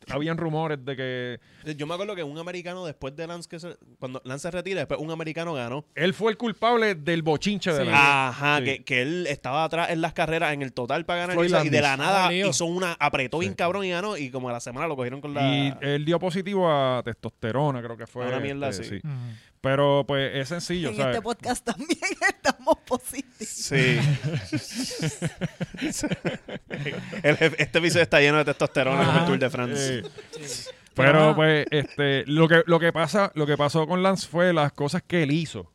Speaker 1: habían rumores de que
Speaker 2: Yo me acuerdo que un americano después de Lance, que se- cuando Lance se retira, después un americano ganó.
Speaker 1: él fue el culpable del bochinche de
Speaker 3: Sí.
Speaker 1: la
Speaker 2: Ajá,
Speaker 1: Sí.
Speaker 2: que, que él estaba atrás en las carreras en el total para ganar
Speaker 1: Floyd
Speaker 2: y, esa- y de la
Speaker 1: Landis.
Speaker 2: nada
Speaker 3: Ah, lío.
Speaker 2: hizo una apretó bien cabrón y ganó y como a la semana lo cogieron con la
Speaker 1: Y él dio positivo a testosterona, creo que fue.
Speaker 2: A una mierda
Speaker 1: este,
Speaker 2: así.
Speaker 1: sí.
Speaker 3: Mm.
Speaker 1: Pero pues es sencillo,
Speaker 4: En
Speaker 1: ¿sabes?
Speaker 4: este podcast también (laughs) estamos positivos.
Speaker 2: Sí. (laughs) El jef- este episodio está lleno de testosterona
Speaker 3: Ajá.
Speaker 2: con el Tour de France.
Speaker 1: Eh, Pero
Speaker 3: Ajá.
Speaker 1: pues este lo que lo que pasa lo que pasó con Lance fue las cosas que él hizo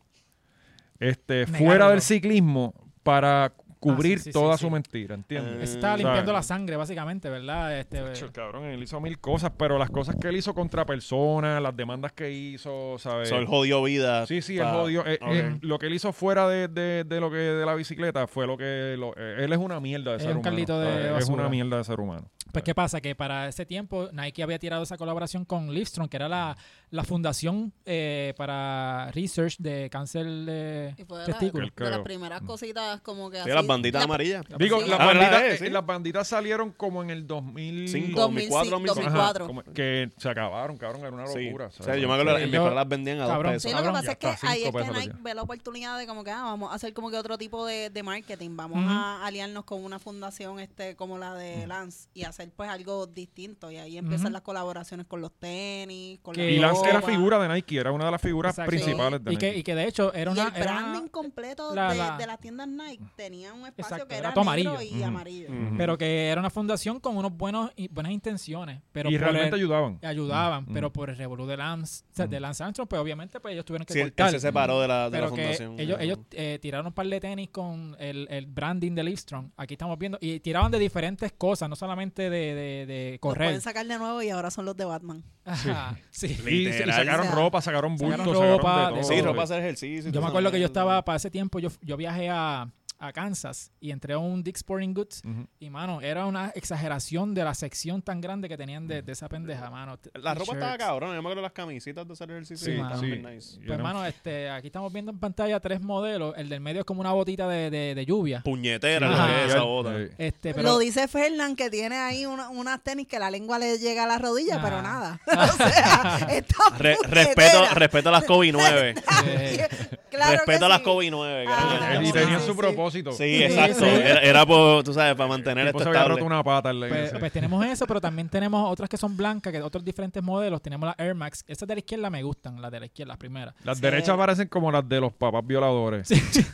Speaker 1: este
Speaker 3: Negarlo.
Speaker 1: fuera del ciclismo para cubrir
Speaker 3: sí, sí,
Speaker 1: toda
Speaker 3: sí.
Speaker 1: su mentira, ¿entiendes? Este,
Speaker 2: Ah.
Speaker 3: Ese estaba
Speaker 1: O sea,
Speaker 3: limpiando la sangre, básicamente, ¿verdad? Este,
Speaker 1: Chacho, Eh, el cabrón, él hizo mil cosas, pero las cosas que él hizo contra personas, las demandas que hizo, ¿sabes?
Speaker 2: So, él jodió vida.
Speaker 1: Pues, sí, sí,
Speaker 2: pa-
Speaker 1: él jodió. Eh,
Speaker 2: Ok.
Speaker 1: eh, lo que él hizo fuera de, de- de lo que de la bicicleta fue lo que lo- eh, él es una mierda de
Speaker 3: Es
Speaker 1: ser
Speaker 3: un
Speaker 1: humano.
Speaker 3: caldito de
Speaker 1: ¿sabes? es
Speaker 3: basura.
Speaker 1: una mierda de ser humano.
Speaker 3: Pues, ¿qué pasa? Que para ese tiempo Nike había tirado esa colaboración con Livestrong, que era la, la fundación eh, para research de cáncer de
Speaker 4: Y fue de, la-
Speaker 3: testículo.
Speaker 1: El-
Speaker 4: de las
Speaker 1: creo.
Speaker 4: primeras cositas como que
Speaker 2: Sí,
Speaker 4: así.
Speaker 2: las banditas
Speaker 4: la-
Speaker 2: amarillas.
Speaker 1: Digo,
Speaker 4: Sí.
Speaker 1: las,
Speaker 2: Ah, ¿verdad?
Speaker 1: banditas,
Speaker 2: Eh,
Speaker 1: eh,
Speaker 2: sí.
Speaker 1: las banditas salieron como en el 2000
Speaker 2: Cinco.
Speaker 4: 2004,
Speaker 2: 2004.
Speaker 4: 2004.
Speaker 1: Ajá, como que se acabaron, cabrón, era una
Speaker 2: Sí.
Speaker 1: locura.
Speaker 2: O sea,
Speaker 1: ¿sabes?
Speaker 2: yo me acuerdo
Speaker 3: Sí,
Speaker 2: en mi
Speaker 3: yo-
Speaker 2: escuela las vendían a dos
Speaker 3: cabrón,
Speaker 2: pesos.
Speaker 4: Sí, lo que
Speaker 3: Cabrón,
Speaker 4: pasa
Speaker 1: ya
Speaker 4: es que
Speaker 1: está,
Speaker 4: ahí es
Speaker 1: cinco
Speaker 4: que
Speaker 1: pesos
Speaker 4: Nike
Speaker 1: ya.
Speaker 4: ve la oportunidad de como que ah, vamos a hacer como que otro tipo de, de marketing, vamos
Speaker 3: Ujú. Mm.
Speaker 4: a aliarnos con una fundación este como la de Lance y hacer pues algo distinto y ahí empiezan
Speaker 3: Ujú.
Speaker 4: las colaboraciones con los tenis, con
Speaker 3: Que-
Speaker 1: Y Lance era
Speaker 4: ropa.
Speaker 1: figura de Nike, era una de las figuras
Speaker 3: Exacto.
Speaker 1: principales de
Speaker 3: Y
Speaker 1: Nike.
Speaker 3: que, y que de hecho era
Speaker 4: Y
Speaker 3: una...
Speaker 4: el
Speaker 3: era una-
Speaker 4: branding completo
Speaker 3: la-
Speaker 4: de,
Speaker 3: la-
Speaker 4: de las tiendas Nike tenía un espacio
Speaker 3: Exacto,
Speaker 4: que
Speaker 3: era
Speaker 4: era,
Speaker 3: todo
Speaker 4: negro
Speaker 3: amarillo. Mm.
Speaker 4: y
Speaker 1: Ujú.
Speaker 4: amarillo.
Speaker 2: Ujú.
Speaker 3: pero que era una fundación con unos buenos y buenas intenciones. Pero
Speaker 1: Y
Speaker 3: por
Speaker 1: realmente
Speaker 3: el-
Speaker 1: ayudaban.
Speaker 3: ayudaban,
Speaker 1: Mm,
Speaker 3: pero
Speaker 1: mm.
Speaker 3: por el revolú de Lance, o sea, de
Speaker 1: Mm.
Speaker 3: Lance Armstrong, pues obviamente pues ellos tuvieron que
Speaker 2: Sí, él- él
Speaker 3: cortar.
Speaker 2: se separó de la, de la
Speaker 3: pero que
Speaker 2: fundación.
Speaker 3: ellos, ellos eh, tiraron un par de tenis con el, el branding de Livestrong. Aquí estamos viendo. Y tiraban de diferentes cosas, no solamente de, de, de
Speaker 4: Los
Speaker 3: correr.
Speaker 4: pueden sacar de nuevo y ahora son los de Batman.
Speaker 3: Ajá, sí.
Speaker 1: Y, y
Speaker 2: Literal.
Speaker 1: sacaron
Speaker 4: O sea,
Speaker 1: ropa, sacaron bultos,
Speaker 3: sacaron
Speaker 1: sacaron,
Speaker 3: ropa,
Speaker 1: de
Speaker 3: de
Speaker 1: todo.
Speaker 2: Sí,
Speaker 3: todo.
Speaker 2: ropa hacer ejercicio. y
Speaker 3: Yo
Speaker 2: toda
Speaker 3: me
Speaker 2: esa
Speaker 3: acuerdo que yo
Speaker 2: mierda.
Speaker 3: estaba, para ese tiempo, yo, yo viajé a, a Kansas y entré a un Dick Sporting Goods
Speaker 1: Ujú.
Speaker 3: y, mano, era una exageración de la sección tan grande que tenían de, de esa pendeja, mano. T-
Speaker 2: La ropa estaba
Speaker 3: t-shirts.
Speaker 2: cabrón. Yo me acuerdo las camisitas de hacer ejercicio.
Speaker 3: Sí,
Speaker 2: Sí,
Speaker 3: mano.
Speaker 2: estaban bien
Speaker 1: Sí.
Speaker 2: nice.
Speaker 1: You
Speaker 3: Pues,
Speaker 1: know.
Speaker 3: mano, este, aquí estamos viendo en pantalla tres modelos. El del medio es como una botita de, de- de lluvia.
Speaker 2: Puñetera lo
Speaker 3: Ajá.
Speaker 2: que es esa
Speaker 1: Sí.
Speaker 2: bota.
Speaker 3: Este, pero,
Speaker 4: Lo dice Fernan que tiene ahí una- unas tenis que la lengua le llega a la rodilla,
Speaker 3: Ah.
Speaker 4: pero nada. (laughs) o sea, está
Speaker 2: Re- respeto,
Speaker 4: puñetera.
Speaker 2: respeto a las COVID-9.
Speaker 3: eh,
Speaker 4: (laughs) Claro que
Speaker 2: respeto a las
Speaker 4: sí.
Speaker 2: COVID-9.
Speaker 4: Ah,
Speaker 2: carajo.
Speaker 4: claro,
Speaker 1: Y
Speaker 4: sí,
Speaker 1: tenía
Speaker 4: sí,
Speaker 1: su
Speaker 4: sí.
Speaker 1: propósito.
Speaker 2: Sí, exacto.
Speaker 3: sí.
Speaker 2: Era, era por, tú sabes, para mantener
Speaker 1: El tipo
Speaker 2: esto
Speaker 1: se había
Speaker 2: estable.
Speaker 1: roto una pata. el-
Speaker 3: pues,
Speaker 1: ese.
Speaker 3: pues tenemos eso, pero también tenemos otras que son blancas, que otros diferentes modelos. Tenemos las Air Max. Esas de la izquierda me gustan, las de la izquierda, las primeras.
Speaker 1: Las
Speaker 4: Sí.
Speaker 1: derechas parecen como las de los papás violadores.
Speaker 3: Sí, (laughs)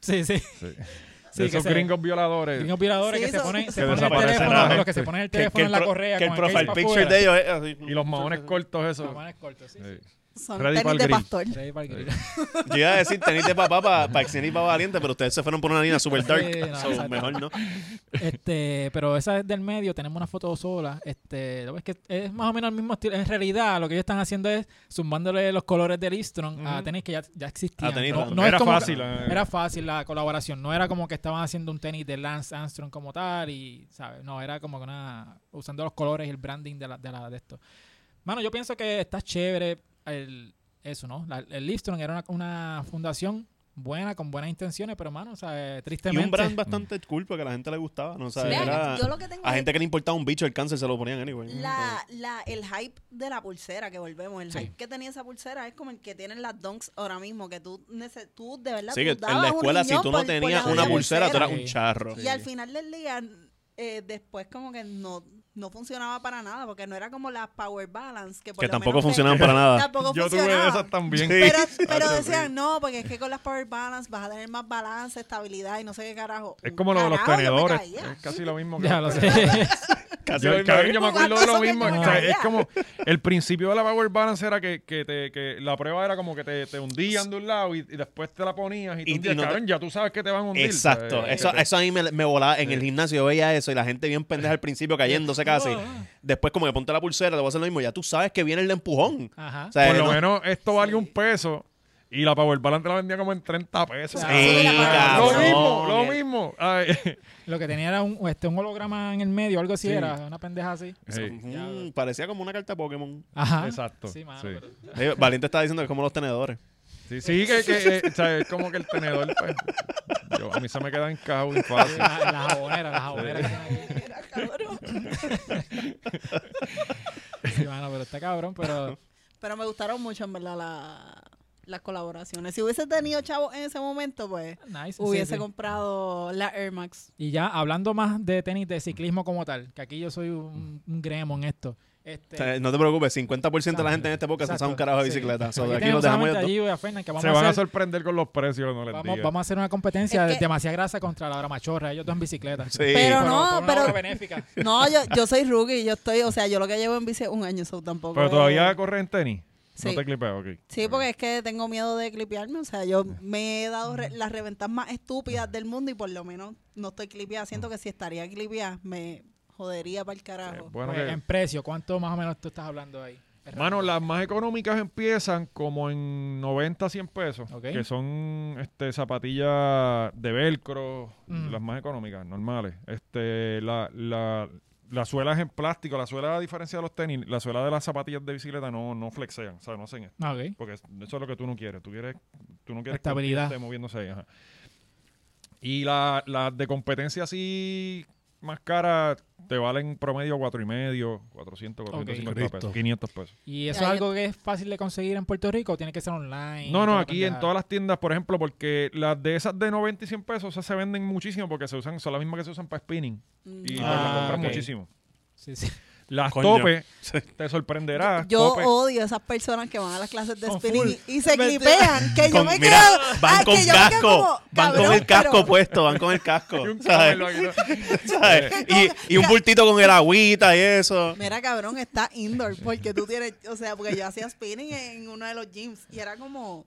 Speaker 3: sí,
Speaker 1: Sí.
Speaker 3: sí. Sí,
Speaker 1: De
Speaker 3: que
Speaker 1: esos
Speaker 3: se-
Speaker 1: gringos violadores.
Speaker 3: Gringos violadores
Speaker 4: Sí,
Speaker 3: que se
Speaker 4: son-
Speaker 3: ponen, se
Speaker 1: Que
Speaker 3: ponen el
Speaker 1: desaparecen la
Speaker 3: teléfono, los que
Speaker 1: gente.
Speaker 3: se ponen
Speaker 2: Que-
Speaker 3: el
Speaker 2: que el
Speaker 3: teléfono en la
Speaker 2: pro-
Speaker 3: correa.
Speaker 2: Que el
Speaker 3: con case
Speaker 2: profile
Speaker 3: pa'
Speaker 2: picture
Speaker 3: fuera.
Speaker 2: de ellos es así.
Speaker 1: Y los maones cortos,
Speaker 3: Los
Speaker 1: esos.
Speaker 3: maones cortos, sí, sí,
Speaker 1: Sí.
Speaker 3: sí.
Speaker 4: Son
Speaker 1: Ready
Speaker 4: tenis
Speaker 1: pa'l
Speaker 4: de
Speaker 1: grill.
Speaker 4: pastor.
Speaker 3: Sí, para el grill.
Speaker 2: Yo iba a decir tenis de papá para pa accionar y para valiente, pero ustedes se fueron por una línea super dark.
Speaker 3: Sí, no,
Speaker 2: So,
Speaker 3: exacto.
Speaker 2: mejor no.
Speaker 3: Este, pero esa es del medio, tenemos una foto sola. Este, lo que es que es más o menos el mismo estilo. En realidad, lo que ellos están haciendo es zumbándole los colores del Eastron a
Speaker 1: Ujú.
Speaker 3: tenis que ya, ya existían.
Speaker 2: A Ah, tenis
Speaker 3: no,
Speaker 2: random.
Speaker 3: no es
Speaker 1: Era
Speaker 3: como que-
Speaker 1: fácil, eh.
Speaker 3: era fácil la colaboración. No era como que estaban haciendo un tenis de Lance Armstrong como tal y, ¿sabes? No, era como que una... Usando los colores y el branding de, la, de, la, de esto. Mano, yo pienso que está chévere el, eso, ¿no? La- el Eastron era una, una fundación buena, con buenas intenciones, pero, mano, o sea, eh,
Speaker 2: Y
Speaker 3: tristemente...
Speaker 2: un brand
Speaker 3: (laughs)
Speaker 2: bastante cool porque a la gente le gustaba. No, O sea,
Speaker 3: Sí.
Speaker 4: Vean,
Speaker 2: era-
Speaker 4: yo lo que tengo
Speaker 2: a
Speaker 4: es
Speaker 2: gente que le importaba un bicho el cáncer se lo ponían anyway.
Speaker 4: la, la, el hype de la pulsera, que volvemos. El
Speaker 3: Sí.
Speaker 4: hype que tenía esa pulsera es como el que tienen las donks ahora mismo, que tú, nece- tú de verdad
Speaker 2: Sí,
Speaker 4: tú
Speaker 2: que en
Speaker 4: dabas
Speaker 2: la
Speaker 4: un
Speaker 2: escuela si
Speaker 4: riñón
Speaker 2: tú no
Speaker 4: por- por
Speaker 2: tenías
Speaker 4: la
Speaker 2: una
Speaker 4: jodida
Speaker 2: pulsera, tú eras
Speaker 3: Sí.
Speaker 2: un charro.
Speaker 4: Y al final del día, eh, después como que no, no funcionaba para nada, porque no era como las power balance, que, por
Speaker 2: Que
Speaker 4: lo
Speaker 2: tampoco
Speaker 4: menos eh, te-
Speaker 2: funcionaban para nada.
Speaker 4: Tampoco
Speaker 1: Yo tuve de
Speaker 4: funcionaban.
Speaker 1: esas también.
Speaker 2: Sí.
Speaker 1: (laughs)
Speaker 4: Pero, pero
Speaker 1: Ah, sí,
Speaker 4: decían,
Speaker 1: sí.
Speaker 4: no, porque es que con las power balance vas a tener más balance, estabilidad y no sé qué carajo.
Speaker 1: Es
Speaker 4: Un
Speaker 1: como lo de los
Speaker 4: carajo, yo me
Speaker 1: tenedores.
Speaker 4: caía.
Speaker 1: Es casi lo mismo que
Speaker 3: Ya
Speaker 1: los
Speaker 3: lo sé.
Speaker 1: tenedores.
Speaker 2: Casi
Speaker 1: Yo,
Speaker 2: lo mismo.
Speaker 1: cabrón, yo me acuerdo de
Speaker 4: Jugando
Speaker 1: lo
Speaker 4: eso que
Speaker 1: mismo.
Speaker 4: yo me
Speaker 1: o sea,
Speaker 4: caía.
Speaker 1: es como el principio de la Power Balance era que, que, te, que la prueba era como que te, te hundían de un lado y, y después te la ponías y, tú
Speaker 2: Y-
Speaker 1: hundías.
Speaker 2: y no te-
Speaker 1: Cabrón, ya tú sabes que te van a hundir.
Speaker 2: Exacto,
Speaker 1: ¿sabes?
Speaker 2: eso,
Speaker 1: pues, Que te-
Speaker 2: eso a mí me, me volaba en el gimnasio, yo veía eso y la gente bien pendeja al principio cayéndose casi. Después como que ponte la pulsera, te voy a hacer lo mismo, ya tú sabes que viene el empujón.
Speaker 3: Ajá.
Speaker 2: O sea,
Speaker 1: Por lo
Speaker 2: no-
Speaker 1: menos esto vale un peso y la Power Balance la vendía como en 30 pesos.
Speaker 3: Sí,
Speaker 1: lo
Speaker 3: cabrón.
Speaker 1: mismo, lo
Speaker 2: Eh.
Speaker 1: mismo. Ay,
Speaker 3: Lo que tenía era un, este, un holograma en el medio, algo así
Speaker 1: Sí.
Speaker 3: era, una pendeja así.
Speaker 1: sí,
Speaker 2: Mm, parecía como una carta de Pokémon.
Speaker 3: Ajá.
Speaker 1: Exacto.
Speaker 3: Sí, mano,
Speaker 1: sí.
Speaker 3: pero-
Speaker 2: Eh, Valiente estaba diciendo que es como los tenedores.
Speaker 1: Sí, sí, que, que, eh, o sea, es como que el tenedor, pues, yo- a mí se me queda en caja muy
Speaker 3: Sí,
Speaker 1: fácil.
Speaker 3: La, la jabonera, la jabonera. que tiene aquí.
Speaker 4: Era cabrón. (laughs)
Speaker 3: Sí, mano, pero está cabrón,
Speaker 1: (laughs)
Speaker 3: pero...
Speaker 4: Pero me gustaron mucho, en verdad, la- las colaboraciones. Si hubiese tenido chavos en ese momento, pues
Speaker 3: Nice. sí,
Speaker 4: hubiese
Speaker 3: sí.
Speaker 4: comprado la Air Max.
Speaker 3: Y ya, hablando más de tenis, de ciclismo como tal, que aquí yo soy un, un gremo en esto. Este,
Speaker 2: O sea, no te preocupes, 50% de
Speaker 3: Exacto.
Speaker 2: la gente en este podcast no sabe un
Speaker 3: Exacto,
Speaker 2: carajo de
Speaker 3: sí.
Speaker 2: bicicleta. So,
Speaker 3: aquí
Speaker 2: de aquí
Speaker 3: tenemos
Speaker 2: los dejamos
Speaker 3: solamente
Speaker 2: ellos dos.
Speaker 3: a Gio y a Fernan, que vamos
Speaker 1: Se
Speaker 3: a
Speaker 1: van a
Speaker 3: hacer-
Speaker 1: sorprender con los precios, no les
Speaker 3: Vamos,
Speaker 1: diga.
Speaker 3: vamos a hacer una competencia
Speaker 4: Es
Speaker 3: de
Speaker 4: que-
Speaker 3: demasiada grasa contra la hora machorra. Ellos dos en bicicleta.
Speaker 2: Sí.
Speaker 4: Pero no,
Speaker 3: por una
Speaker 4: pero-
Speaker 3: obra benéfica.
Speaker 4: No, yo, yo soy rookie, yo estoy, o sea, yo lo que llevo en bici es un año, eso tampoco.
Speaker 1: Pero
Speaker 4: es-
Speaker 1: todavía corres en tenis.
Speaker 4: Sí.
Speaker 1: No te clipeo, ok. Eh,
Speaker 4: Sí, porque es que tengo miedo de clipearme, o sea, yo me he dado re- las reventas más estúpidas del mundo y por lo menos no estoy clipeada. Siento que si estaría clipeada me jodería para el
Speaker 1: Eh,
Speaker 4: carajo.
Speaker 1: Bueno,
Speaker 3: Pues,
Speaker 1: que-
Speaker 3: En precio, ¿cuánto más o menos tú estás hablando ahí?
Speaker 1: Mano, las más económicas empiezan como en 90, 100 pesos.
Speaker 3: Ok.
Speaker 1: Que son este, zapatillas de velcro,
Speaker 3: Mm.
Speaker 1: las más económicas, normales. Este, la, la, la suela es en plástico. La suela, a diferencia de los tenis, la suela de las zapatillas de bicicleta no, no flexean, o sea, no hacen esto.
Speaker 3: Ah, ok.
Speaker 1: Porque es- eso es lo que tú no quieres. Tú, quieres, tú no quieres que el pie
Speaker 3: Estabilidad.
Speaker 1: esté moviéndose ahí, ajá. Y las la de competencia así más cara te valen promedio cuatro y medio, 400, 450
Speaker 6: Cristo.
Speaker 1: pesos, 500 pesos.
Speaker 3: ¿Y eso
Speaker 4: Ya,
Speaker 3: es
Speaker 4: ya-
Speaker 3: algo que es fácil de conseguir en Puerto Rico o tiene que ser online?
Speaker 1: No, no,
Speaker 3: Otra
Speaker 1: aquí en
Speaker 3: pendeja?
Speaker 1: todas las tiendas, por ejemplo, porque las de esas de 90 y 100 pesos esas se venden muchísimo porque se usan, son las mismas que se usan para spinning
Speaker 4: Mm.
Speaker 1: y
Speaker 2: Ah,
Speaker 1: pues, las compran
Speaker 3: ok.
Speaker 1: muchísimo.
Speaker 3: Sí,
Speaker 4: (laughs)
Speaker 3: sí.
Speaker 1: Las
Speaker 2: Coño. (laughs)
Speaker 1: tope, te sorprenderás.
Speaker 4: Yo
Speaker 1: tope.
Speaker 4: odio esas personas que van a las clases de
Speaker 3: Son
Speaker 4: spinning
Speaker 3: full.
Speaker 4: y, y se
Speaker 3: Mentira.
Speaker 4: clipean. Que eh, yo
Speaker 2: Con-
Speaker 4: me quedo.
Speaker 2: mira,
Speaker 4: ay,
Speaker 2: van
Speaker 4: que
Speaker 2: con
Speaker 4: yo me quedo
Speaker 2: casco,
Speaker 4: como,
Speaker 2: van con
Speaker 4: cabrón,
Speaker 2: el casco pues.
Speaker 4: pero-
Speaker 2: puesto, van con el casco.
Speaker 1: Y un
Speaker 2: ¿sabes?
Speaker 1: cabrón aquí, ¿no?
Speaker 2: ¿sabes? Y, y un bultito con el agüita y eso.
Speaker 4: Mira, cabrón, está indoor. Porque tú tienes. O sea, porque yo hacía spinning en uno de los gyms
Speaker 3: Mm.
Speaker 4: y era como.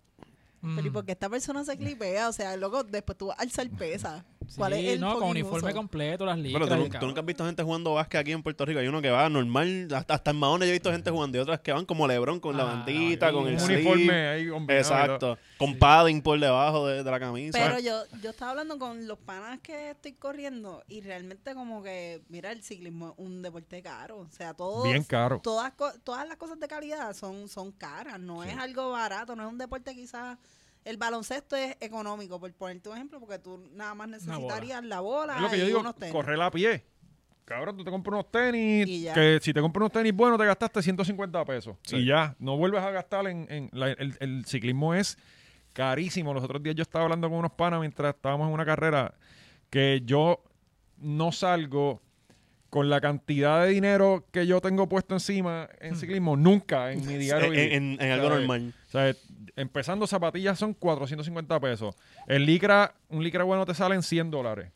Speaker 4: Pero ¿y por qué esta persona se clipea? O sea, loco, después tú vas a alzar pesa. ¿Cuál
Speaker 3: Sí,
Speaker 4: es el
Speaker 3: no, con
Speaker 4: fucking
Speaker 3: uniforme
Speaker 4: uso?
Speaker 3: completo, las ligas.
Speaker 2: Bueno, tú, nu- tú nunca has visto gente jugando básquet aquí en Puerto Rico. Hay uno que va normal, hasta, hasta en Mahone yo he visto gente jugando y otras que van como Lebron con la
Speaker 3: Ah, no,
Speaker 2: bandita,
Speaker 3: yo-
Speaker 2: con el
Speaker 1: Un
Speaker 2: sleeve.
Speaker 1: uniforme ahí, hombre.
Speaker 2: Exacto. Con padding por debajo de, de la camisa.
Speaker 1: Ah,
Speaker 4: Pero yo, yo estaba hablando con los panas que estoy corriendo y realmente como que, mira, el ciclismo es un deporte caro. O sea, todo...
Speaker 1: Bien caro.
Speaker 4: Todas, co- todas las cosas de calidad son, son caras, no es algo barato, no es un deporte quizás... El baloncesto es económico, por ponerte un ejemplo, porque tú nada más necesitarías la bola
Speaker 1: Es lo que
Speaker 4: y
Speaker 1: yo digo,
Speaker 4: unos tenis.
Speaker 1: correr a pie. Cabrón, tú te compras unos
Speaker 4: Y
Speaker 1: tenis,
Speaker 4: ya.
Speaker 1: que si te compras unos tenis buenos te gastaste 150 pesos.
Speaker 2: Sí.
Speaker 1: Y ya, no vuelves a gastar en... en la- el, el ciclismo es carísimo. Los otros días yo estaba hablando con unos panas mientras estábamos en una carrera que yo no salgo con la cantidad de dinero que yo tengo puesto encima en ciclismo nunca en mi diario
Speaker 2: Hmm. Eh, en,
Speaker 1: vivir.
Speaker 2: en- en algo
Speaker 1: ¿Sabes?
Speaker 2: normal.
Speaker 1: O sea, empezando zapatillas son 450 pesos. El licra, un licra bueno te sale en 100 dólares.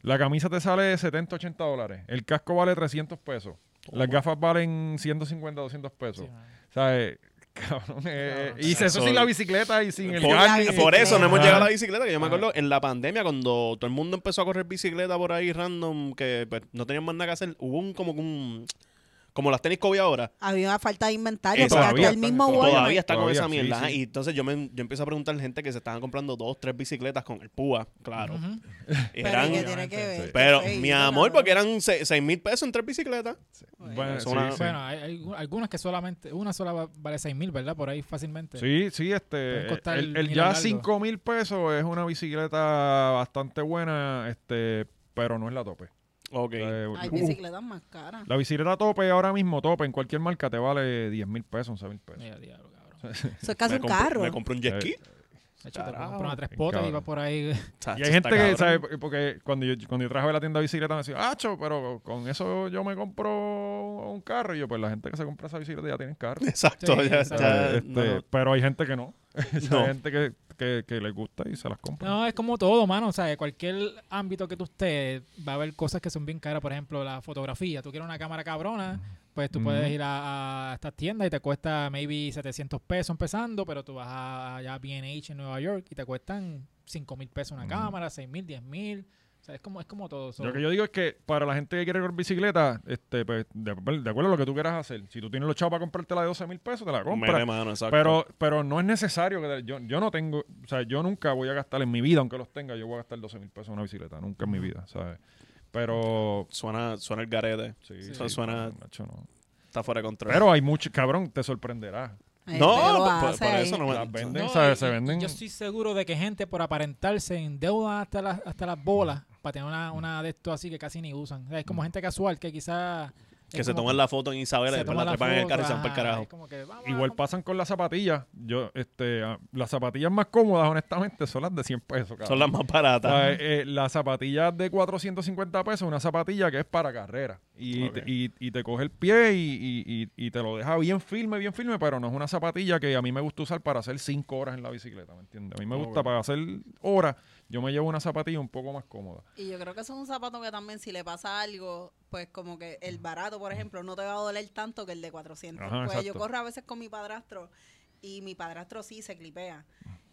Speaker 1: La camisa te sale de 70, 80 dólares. El casco vale 300 pesos. Las gafas valen 150, 200 pesos. o sea, eh, (laughs) cabrón. eh,
Speaker 3: Cabrón.
Speaker 1: y eso
Speaker 2: Eso-
Speaker 1: sin la bicicleta y sin el
Speaker 2: Por,
Speaker 1: gas.
Speaker 4: ni-
Speaker 2: por eso no hemos
Speaker 1: Ajá.
Speaker 2: llegado a la bicicleta, que yo me
Speaker 1: Ajá.
Speaker 2: acuerdo en la pandemia cuando todo el mundo empezó a correr bicicleta por ahí random, que pues, no tenían más nada que hacer, hubo un como que un como las tenis Kobe ahora.
Speaker 4: Había una falta de inventario,
Speaker 2: Exacto.
Speaker 4: porque hasta
Speaker 1: Eh, Todavía
Speaker 4: el mismo
Speaker 1: están-
Speaker 4: Walmart-
Speaker 2: Todavía está con
Speaker 1: Todavía,
Speaker 2: esa
Speaker 1: sí,
Speaker 2: mierda. ajá,
Speaker 1: sí.
Speaker 2: Y entonces yo, me, yo empiezo a preguntar a gente que se estaban comprando dos, tres bicicletas con el púa, claro.
Speaker 3: Ujú.
Speaker 4: Pero,
Speaker 2: Eran,
Speaker 4: ¿qué
Speaker 2: pero,
Speaker 4: tiene que ver? Sí,
Speaker 2: mi
Speaker 4: no,
Speaker 2: amor,
Speaker 4: cabrón.
Speaker 2: porque eran se- seis mil pesos en tres bicicletas.
Speaker 1: Bueno,
Speaker 2: Eso una-
Speaker 1: sí, sí.
Speaker 3: Bueno, este, hay, hay algunas que solamente, una sola va- vale 6 mil, ¿verdad? Por ahí fácilmente.
Speaker 1: Sí, sí, este.
Speaker 3: Pueden costar
Speaker 1: El, el
Speaker 3: mil
Speaker 1: ya
Speaker 3: largo.
Speaker 1: 5 mil pesos es una bicicleta bastante buena, este, pero no es la tope.
Speaker 2: Ok.
Speaker 1: O sea,
Speaker 4: Hay
Speaker 1: uh,
Speaker 4: bicicletas más caras.
Speaker 1: la bicicleta tope ahora mismo, tope, en cualquier marca te vale 10 mil pesos, 11 mil pesos.
Speaker 3: Mira, diablo,
Speaker 2: (laughs)
Speaker 3: cabrón.
Speaker 4: Eso es casi
Speaker 2: me
Speaker 4: un
Speaker 2: compré-
Speaker 4: carro.
Speaker 2: Me compré un jet ski.
Speaker 1: Eh,
Speaker 3: De hecho, te
Speaker 2: Carajo.
Speaker 3: compras una tres
Speaker 1: Qué
Speaker 3: potes y
Speaker 1: cabrón.
Speaker 3: vas por ahí.
Speaker 2: Chacho,
Speaker 1: Y hay gente
Speaker 2: está
Speaker 1: que,
Speaker 2: cabrón.
Speaker 1: ¿sabe? Porque cuando yo, cuando yo trabajaba en la tienda de bicicletas me decía, acho, pero con eso yo me compro un carro. Y yo, pues la gente que se compra esa bicicleta ya tienen
Speaker 3: (laughs)
Speaker 1: carro.
Speaker 2: (laughs) Exacto.
Speaker 3: Sí,
Speaker 2: ya-
Speaker 3: exacto.
Speaker 2: ya-
Speaker 1: Eh, este,
Speaker 2: no, no.
Speaker 1: Pero hay gente que no. (laughs) Hay
Speaker 2: No.
Speaker 1: gente que, que, que le gusta y se las compra.
Speaker 3: No, es como todo, mano. O sea, cualquier ámbito que tú estés, va a haber cosas que son bien caras. Por ejemplo, la fotografía. Tú quieres una cámara cabrona, pues tú
Speaker 1: Ujú.
Speaker 3: puedes ir a, a estas tiendas y te cuesta maybe 700 pesos empezando, pero tú vas a, allá a B&H en Nueva York y te cuestan 5 mil pesos una
Speaker 1: Ujú.
Speaker 3: cámara, 6 mil, 10 mil. O sea, es como, es como todo. So,
Speaker 1: Lo que yo digo es que para la gente que quiere correr bicicleta, este, pues, de, de acuerdo a lo que tú quieras hacer, si tú tienes los chavos para comprarte la de 12 mil pesos, te la compras.
Speaker 2: Mira, mano, exacto.
Speaker 1: Pero, pero no es necesario que te- yo, yo no tengo, o sea, yo nunca voy a gastar en mi vida, aunque los tenga, yo voy a gastar 12 mil pesos en una bicicleta, nunca en mi vida, ¿sabes? Pero
Speaker 2: Suena, suena el garete.
Speaker 1: sí,
Speaker 3: Sí.
Speaker 1: sí,
Speaker 2: Suena-
Speaker 1: no, macho, no.
Speaker 2: Está fuera de control.
Speaker 1: Pero hay mucho, cabrón, te sorprenderá.
Speaker 4: Ay,
Speaker 2: no,
Speaker 4: Eh, pero
Speaker 2: por- por,
Speaker 4: hace
Speaker 2: por
Speaker 4: ahí.
Speaker 2: eso no
Speaker 1: Las
Speaker 2: me.
Speaker 1: venden.
Speaker 3: No,
Speaker 1: ¿sabes?
Speaker 3: y-
Speaker 1: Se
Speaker 3: y- y
Speaker 1: venden-
Speaker 3: Yo estoy seguro de que gente por aparentarse endeuda hasta las, hasta las bolas para tener una, una de esto así que casi ni usan. O sea, es como gente casual que quizás...
Speaker 2: Que se toman la foto en Isabela y después la trepan en el carro y se van para el carajo.
Speaker 1: Igual pasan con las zapatillas. Yo, este, ah, las zapatillas más cómodas, honestamente, son las de 100 pesos, cabrón.
Speaker 2: Son las más baratas.
Speaker 1: ¿Sabes? Eh, las zapatillas de 450 pesos, una zapatilla que es para carrera. Y,
Speaker 2: Ok.
Speaker 1: te, y- y te coge el pie y, y- y- y te lo deja bien firme, bien firme, pero no es una zapatilla que a mí me gusta usar para hacer 5 horas en la bicicleta, ¿me entiendes? A mí me gusta para hacer horas, yo me llevo una zapatilla un poco más cómoda.
Speaker 4: Y yo creo que eso es un zapato que también si le pasa algo, pues como que el barato, por ejemplo, no te va a doler tanto que el de 400.
Speaker 1: Ajá,
Speaker 4: pues yo
Speaker 1: exacto.
Speaker 4: corro a veces con mi padrastro y mi padrastro sí se clipea.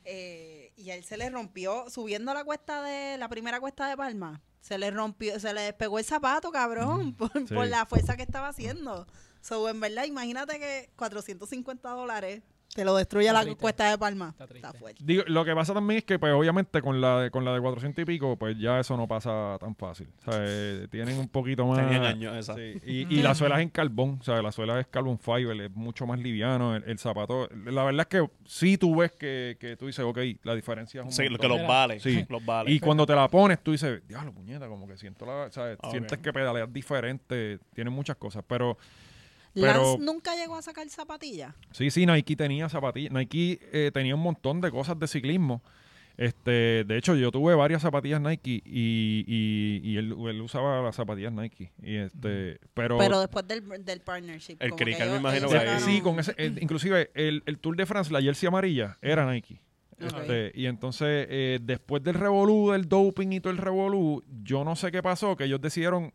Speaker 4: Eh, y a él se le rompió, subiendo la cuesta de, la primera cuesta de Palma, se le rompió, se le despegó el zapato, cabrón, por,
Speaker 1: sí.
Speaker 4: por la fuerza que estaba haciendo. So, en verdad, imagínate que 450 dólares te lo destruye
Speaker 3: Está
Speaker 4: la
Speaker 3: triste.
Speaker 4: cuesta de Palma.
Speaker 3: Está triste.
Speaker 4: fuerte.
Speaker 1: Digo, lo que pasa también es que, pues, obviamente, con la de, con la de 400 y pico, pues ya eso no pasa tan fácil. O sea, eh, tienen un poquito más.
Speaker 2: Tenían años, exacto.
Speaker 1: Sí, Y, y la suela es en carbón, o sea, la suela es carbon fiber, es mucho más liviano, el, el zapato. La verdad es que sí tú ves que, que tú dices, ok, la diferencia es un
Speaker 2: Sí, lo
Speaker 1: montón.
Speaker 2: que los
Speaker 3: Mira.
Speaker 2: vale.
Speaker 1: Sí.
Speaker 2: Los vale.
Speaker 1: Y cuando te la pones, tú dices, diablo, puñeta, como que siento la. o sea,
Speaker 2: Ah, Ok.
Speaker 1: Sientes que pedaleas diferente, tiene muchas cosas. Pero Pero-
Speaker 4: Lance nunca llegó a sacar zapatillas.
Speaker 1: sí, sí, Nike tenía zapatillas. Nike eh, tenía un montón de cosas de ciclismo. Este, de hecho, yo tuve varias zapatillas Nike y, y- y él, él usaba las zapatillas Nike. Y este,
Speaker 4: Pero después del, del partnership.
Speaker 2: El
Speaker 4: como que
Speaker 2: crical me
Speaker 4: ellos-
Speaker 2: imagino
Speaker 4: ellos
Speaker 2: que
Speaker 1: Eh,
Speaker 2: ahí.
Speaker 4: llegaron-
Speaker 1: sí, con ese, el- inclusive el, el Tour de France, la jersey amarilla, era Nike.
Speaker 4: Ok.
Speaker 1: Este, y entonces, eh, después del revolú, del doping y todo el revolú, yo no sé qué pasó, que ellos decidieron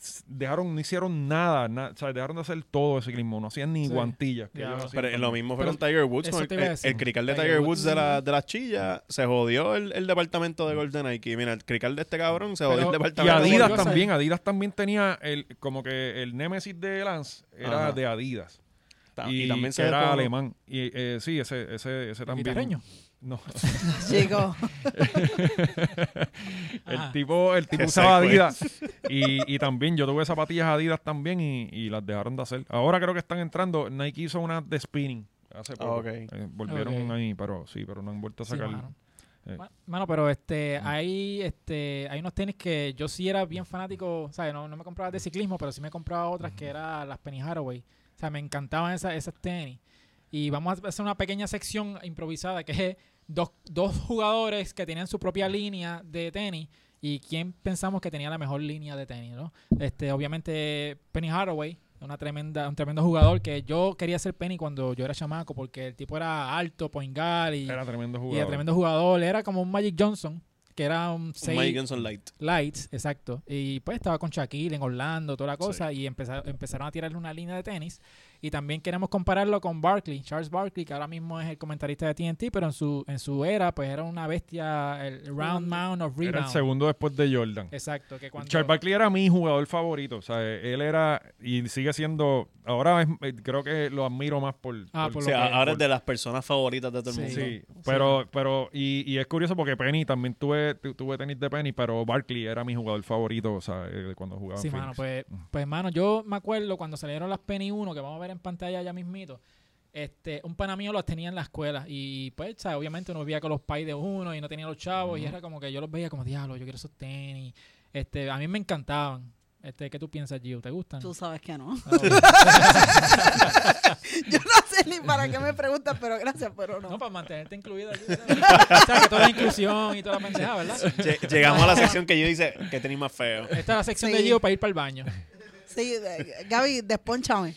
Speaker 1: s- dejaron, no hicieron nada, na- o sea, dejaron de hacer todo ese ciclismo, no hacían ni
Speaker 3: Sí.
Speaker 1: guantillas. que
Speaker 3: Ya.
Speaker 1: ellos hacían
Speaker 2: Pero
Speaker 1: también.
Speaker 2: lo mismo fue
Speaker 3: Pero
Speaker 2: con Tiger Woods.
Speaker 3: eso
Speaker 2: con el,
Speaker 3: te iba a
Speaker 2: el-
Speaker 3: decir.
Speaker 2: el crical de
Speaker 3: Tiger
Speaker 2: Tiger Woods de
Speaker 3: Woods.
Speaker 2: la, de las chillas se jodió el, el departamento de GoldenEye. Que mira, el crical de este cabrón se jodió
Speaker 3: Pero-
Speaker 2: el
Speaker 1: Y
Speaker 2: departamento de
Speaker 3: volvió
Speaker 1: Adidas
Speaker 3: a
Speaker 2: GoldenEye.
Speaker 1: también, Adidas también tenía el, como que el némesis de Lance era
Speaker 2: Ajá.
Speaker 1: de Adidas.
Speaker 2: Ta-
Speaker 1: Y, también
Speaker 2: se
Speaker 1: era
Speaker 2: descojonó.
Speaker 1: alemán. Y eh, sí, ese, ese, ese también.
Speaker 3: guitarreño? (laughs)
Speaker 1: No.
Speaker 2: (laughs)
Speaker 4: Chicos,
Speaker 1: El
Speaker 3: Ajá.
Speaker 1: tipo, (laughs) el tipo
Speaker 2: Ese
Speaker 1: usaba
Speaker 2: fue.
Speaker 1: Adidas. Y, y también yo tuve zapatillas Adidas también y, y las dejaron de hacer. Ahora creo que están entrando. Nike hizo unas de spinning hace
Speaker 5: Ah,
Speaker 1: poco.
Speaker 2: ok.
Speaker 1: Eh, volvieron
Speaker 3: Ok.
Speaker 1: ahí, pero sí, pero no han vuelto a
Speaker 3: Sí,
Speaker 1: sacar.
Speaker 3: mano.
Speaker 1: eh.
Speaker 3: Ma- Mano, pero este, hay, este, hay unos tenis que yo sí era bien fanático, ¿sabes? No, no me compraba de ciclismo, pero sí me compraba otras que eran las Penny Haraway. O sea, me encantaban esas, esas tenis. Y vamos a hacer una pequeña sección improvisada que es dos, dos jugadores que tenían su propia línea de tenis y quién pensamos que tenía la mejor línea de tenis, ¿no? Este, obviamente Penny Haraway, una tremenda, un tremendo jugador que yo quería ser Penny cuando yo era chamaco porque el tipo era alto, point guard y
Speaker 1: Era tremendo
Speaker 3: y era
Speaker 1: jugador.
Speaker 3: tremendo jugador. Era como un Magic Johnson, que era un
Speaker 2: Un Magic
Speaker 3: 6
Speaker 2: Johnson Light.
Speaker 3: lights, exacto. Y pues estaba con Shaquille en Orlando, toda la cosa. Y empeza- empezaron a tirarle una línea de tenis. Y también queremos compararlo con Barkley, Charles Barkley, que ahora mismo es el comentarista de TNT, pero en su, en su era, pues era una bestia, el round mound of
Speaker 1: Era el
Speaker 3: rebound.
Speaker 1: segundo después de Jordan.
Speaker 3: Exacto, que cuando...
Speaker 1: Charles Barkley era mi jugador favorito. O sea, eh, él era y sigue siendo. Ahora es- eh, creo que lo admiro más por.
Speaker 3: Ah,
Speaker 2: O
Speaker 3: por lo
Speaker 2: sea,
Speaker 3: que-
Speaker 2: ahora es de las personas favoritas de todo el
Speaker 3: Sí.
Speaker 2: mundo.
Speaker 1: Sí,
Speaker 3: ¿no?
Speaker 1: pero, pero, y, y es curioso porque Penny también tuve, tu- tuve tenis de Penny, pero Barkley era mi jugador favorito, o sea, eh, de cuando jugaba. en
Speaker 3: Sí,
Speaker 1: Phoenix.
Speaker 3: mano, pues, pues, mano, yo me acuerdo cuando salieron las Penny 1, que vamos a ver en pantalla ya mismito, este, un pana mío los tenía en la escuela y, pues, ¿sabes? obviamente uno vivía con los pais de uno y no tenía los chavos y era como que yo los veía como, diablo, yo quiero esos tenis. Este, a mí me encantaban. Este, ¿Qué tú piensas, Gio? ¿Te gustan?
Speaker 4: tú sabes que
Speaker 2: (laughs)
Speaker 4: no.
Speaker 3: Ah, bueno.
Speaker 4: Yo no sé ni para qué me preguntas, pero gracias, pero
Speaker 3: pues, no.
Speaker 4: no.
Speaker 3: para mantenerte incluida. Gio, ¿sabes? (laughs) o sea, que toda la inclusión y toda la pendejada, ¿verdad?
Speaker 2: Lle- Llegamos a la sección que yo dice que tenéis más feo.
Speaker 3: Esta es la sección
Speaker 4: Sí.
Speaker 3: de Gio para ir para el baño.
Speaker 4: Sí, eh, Gaby, despónchame.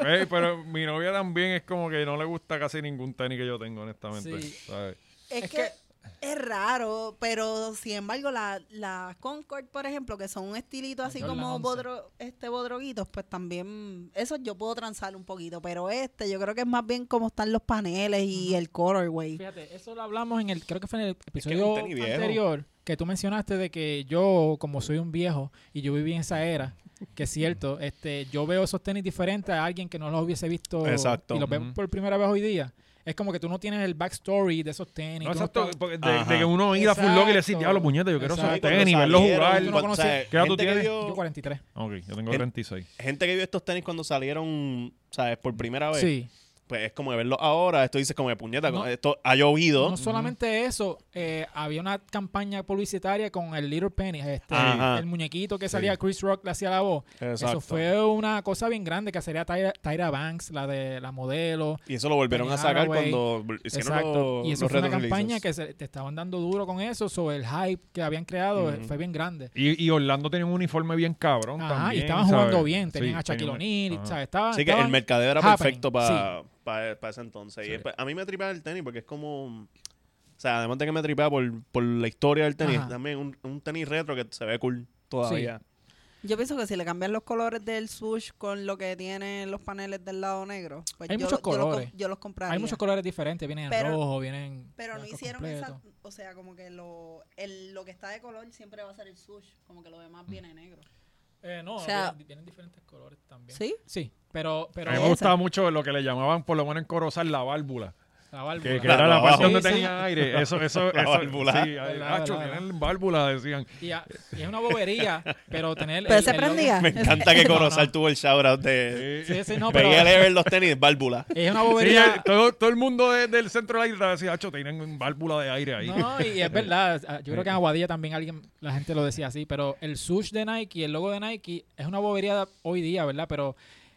Speaker 1: Ey, pero mi novia también es como que no le gusta casi ningún tenis que yo tengo, honestamente.
Speaker 3: Sí.
Speaker 1: ¿sabes?
Speaker 4: Es,
Speaker 3: Es
Speaker 4: que,
Speaker 3: que-
Speaker 4: es raro, pero sin embargo, la- las Concord, por ejemplo, que son un estilito
Speaker 3: Las
Speaker 4: así
Speaker 3: Jordan
Speaker 4: como
Speaker 3: 11.
Speaker 4: bodro, este bodroguitos, pues también, eso yo puedo transar un poquito, pero este yo creo que es más bien como están los paneles y el colorway.
Speaker 3: Fíjate, eso lo hablamos en el, creo que fue en el
Speaker 2: que es
Speaker 3: episodio
Speaker 2: un tenis viejo.
Speaker 3: anterior que tú mencionaste de que yo, como soy un viejo y yo viví en esa era, que es cierto, este, yo veo esos tenis diferentes a alguien que no los hubiese visto
Speaker 2: Exacto.
Speaker 3: y los veo
Speaker 1: Ujú.
Speaker 3: por primera vez hoy día. Es como que tú no tienes el backstory de esos tenis.
Speaker 1: No,
Speaker 3: tú no
Speaker 1: exacto,
Speaker 3: estás-
Speaker 1: porque de,
Speaker 2: Ajá.
Speaker 1: de que uno ir a Full Lock y le decir,
Speaker 3: Exacto.
Speaker 1: diablo, puñete, yo quiero esos
Speaker 3: Exacto.
Speaker 1: tenis,
Speaker 2: Cuando
Speaker 1: verlos jugar.
Speaker 2: salieron,
Speaker 3: Tú no
Speaker 2: cuando-
Speaker 3: conoces-
Speaker 2: o sea,
Speaker 1: ¿Qué edad tú
Speaker 2: gente que
Speaker 1: tienes?
Speaker 2: vio-
Speaker 3: Yo 43.
Speaker 1: Ok, yo tengo
Speaker 2: En-
Speaker 1: 36.
Speaker 2: gente que vio estos tenis cuando salieron, ¿sabes? Por primera vez.
Speaker 3: Sí.
Speaker 2: Pues es como de verlos ahora. Esto dices como de puñeta.
Speaker 3: No.
Speaker 2: Esto ha llovido.
Speaker 3: No solamente eso, eh, había una campaña publicitaria con el Little Penny, este,
Speaker 2: Ajá.
Speaker 3: el muñequito que salía Chris Rock, le hacía la voz.
Speaker 2: Exacto.
Speaker 3: Eso fue una cosa bien grande que sería Tyra, Tyra Banks, la de la modelo.
Speaker 2: Y eso lo volvieron
Speaker 3: Penny
Speaker 2: a sacar
Speaker 3: Hardaway.
Speaker 2: cuando hicieron
Speaker 3: Exacto.
Speaker 2: los
Speaker 3: y eso
Speaker 2: los
Speaker 3: fue una
Speaker 2: retro releases.
Speaker 3: campaña que se, te estaban dando duro con eso. sobre el hype que habían creado eh,
Speaker 2: Ujú.
Speaker 3: fue bien grande.
Speaker 1: Y, y Orlando tenía un uniforme bien cabrón
Speaker 3: Ajá,
Speaker 1: también.
Speaker 3: y estaban jugando
Speaker 1: ¿sabes?
Speaker 3: bien. Tenían
Speaker 1: Sí,
Speaker 3: a Shaquille
Speaker 1: tenían-
Speaker 3: O'Neal. y,
Speaker 1: ajá.
Speaker 3: ¿sabes? Estaban-
Speaker 2: Así que el
Speaker 3: estaban-
Speaker 2: mercadeo era
Speaker 3: happening,
Speaker 2: perfecto para
Speaker 3: sí.
Speaker 2: ese entonces. Y
Speaker 1: Sí.
Speaker 2: es- a mí me tripea el tenis porque es como... O sea, además de que me tripea por, por la historia del tenis,
Speaker 3: Ajá.
Speaker 2: también un, un tenis retro que se ve cool todavía.
Speaker 4: Yo pienso que si le cambian los colores del swoosh con lo que tienen los paneles del lado negro, pues
Speaker 3: Hay
Speaker 4: yo,
Speaker 3: muchos
Speaker 4: lo- yo lo com-
Speaker 3: colores.
Speaker 4: yo los compraría.
Speaker 3: Hay muchos colores diferentes. Vienen en
Speaker 4: Pero-
Speaker 3: rojo, vienen.
Speaker 4: pero no
Speaker 3: blancos
Speaker 4: hicieron esa,
Speaker 3: completos.
Speaker 4: o sea, como que lo, el- lo que está de color siempre va a ser el swoosh, como que lo
Speaker 3: Mm.
Speaker 4: demás viene negro.
Speaker 3: Eh, no,
Speaker 4: O sea-
Speaker 3: vienen, vienen diferentes colores también.
Speaker 4: ¿Sí?
Speaker 3: Sí, pero,
Speaker 1: A
Speaker 3: pero
Speaker 1: mí me
Speaker 4: Esa.
Speaker 1: gustaba mucho lo que le llamaban, por lo menos en Corozal, la válvula.
Speaker 3: la válvula.
Speaker 1: Que, que
Speaker 2: La
Speaker 1: era la parte
Speaker 2: abajo.
Speaker 1: donde
Speaker 3: Sí, sí.
Speaker 1: tenía aire. Eso, eso,
Speaker 2: La
Speaker 1: eso-
Speaker 2: válvula.
Speaker 1: Sí, ahí,
Speaker 3: Verdad,
Speaker 1: "Acho,
Speaker 3: verdad.
Speaker 1: tienen válvula, decían.
Speaker 3: Y, a- y es una bobería, pero tener.
Speaker 4: Pero
Speaker 3: el-
Speaker 4: se
Speaker 3: el logo-
Speaker 1: (laughs)
Speaker 4: prendía.
Speaker 2: Me encanta que
Speaker 3: No, no.
Speaker 2: Corozal tuvo el shoutout de...
Speaker 1: Sí,
Speaker 3: Sí, sí, no, pero.
Speaker 2: Pegué a leer los tenis, válvula.
Speaker 3: Es una
Speaker 1: sí,
Speaker 3: bobería.
Speaker 1: eh, todo, todo el mundo de- del centro de la isla decía, Acho, tienen válvula de aire ahí. Eh,
Speaker 3: No, y
Speaker 1: (laughs)
Speaker 3: es verdad. ah, Yo creo que en Aguadilla también alguien, la gente lo decía así, pero el sush de Nike, el logo de Nike, es una bobería hoy día, ¿verdad? Pero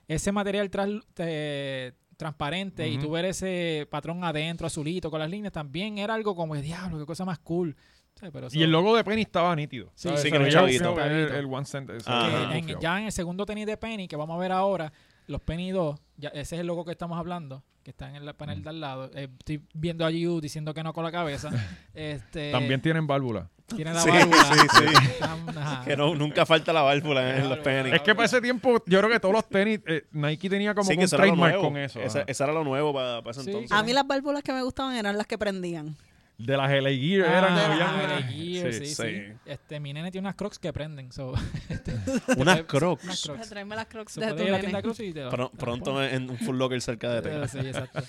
Speaker 3: ese material tras- te- transparente y
Speaker 1: Ujú.
Speaker 3: tú ver ese patrón adentro, azulito, con las líneas, también era algo como, diablo, qué cosa más cool. Sí, pero eso-
Speaker 1: Y el logo de Penny estaba nítido.
Speaker 3: Sí,
Speaker 1: ¿sabes?
Speaker 2: sí,
Speaker 1: Se
Speaker 2: que era
Speaker 1: veía
Speaker 2: chavito. Ah.
Speaker 1: bufiado, El,
Speaker 3: Chavito.
Speaker 1: el one cent. se
Speaker 3: que
Speaker 2: Ajá.
Speaker 1: veía
Speaker 3: eh, en-
Speaker 1: bufiado.
Speaker 3: ya en el segundo tenis de Penny, que vamos a ver ahora, los Penny 2, ya, ese es el logo que estamos hablando, que está en el
Speaker 1: Mm. (laughs)
Speaker 3: panel de al lado. Eh, estoy viendo a Giu diciendo que no con la cabeza. este,
Speaker 1: También tienen válvula.
Speaker 3: Tiene la
Speaker 2: Sí,
Speaker 3: válvula.
Speaker 2: sí, sí.
Speaker 3: Ajá. Ah,
Speaker 2: Que no, nunca falta la válvula en los tenis.
Speaker 1: Ah. Es que para ese tiempo, yo creo que todos los tenis, eh, Nike tenía como
Speaker 2: Sí,
Speaker 1: que
Speaker 2: que
Speaker 1: un
Speaker 2: eso era lo
Speaker 1: trademark
Speaker 2: nuevo.
Speaker 1: con eso. ah,
Speaker 2: Esa,
Speaker 1: ajá. ah,
Speaker 2: esa era lo nuevo para, para ese
Speaker 3: Sí.
Speaker 2: entonces.
Speaker 4: A mí las válvulas que me gustaban eran las que prendían.
Speaker 1: De las LA Gear
Speaker 3: Ah,
Speaker 1: eran.
Speaker 4: de las
Speaker 1: habían- eh,
Speaker 3: Gear,
Speaker 1: sí.
Speaker 4: eh,
Speaker 3: sí, sí.
Speaker 2: sí.
Speaker 3: Este, mi nene tiene unas crocs que prenden. So, (laughs)
Speaker 2: Unas crocs.
Speaker 3: unas
Speaker 4: O sea,
Speaker 3: (laughs) crocs.
Speaker 4: Tráeme las crocs
Speaker 3: So,
Speaker 4: de
Speaker 3: puedes
Speaker 4: tu
Speaker 3: ir a la
Speaker 4: nene.
Speaker 3: tienda Crocs y te las-
Speaker 2: Pro-
Speaker 3: te las
Speaker 2: pronto
Speaker 3: pones.
Speaker 2: en un full locker cerca de
Speaker 3: Eh,
Speaker 2: ti.
Speaker 3: sí, exacto.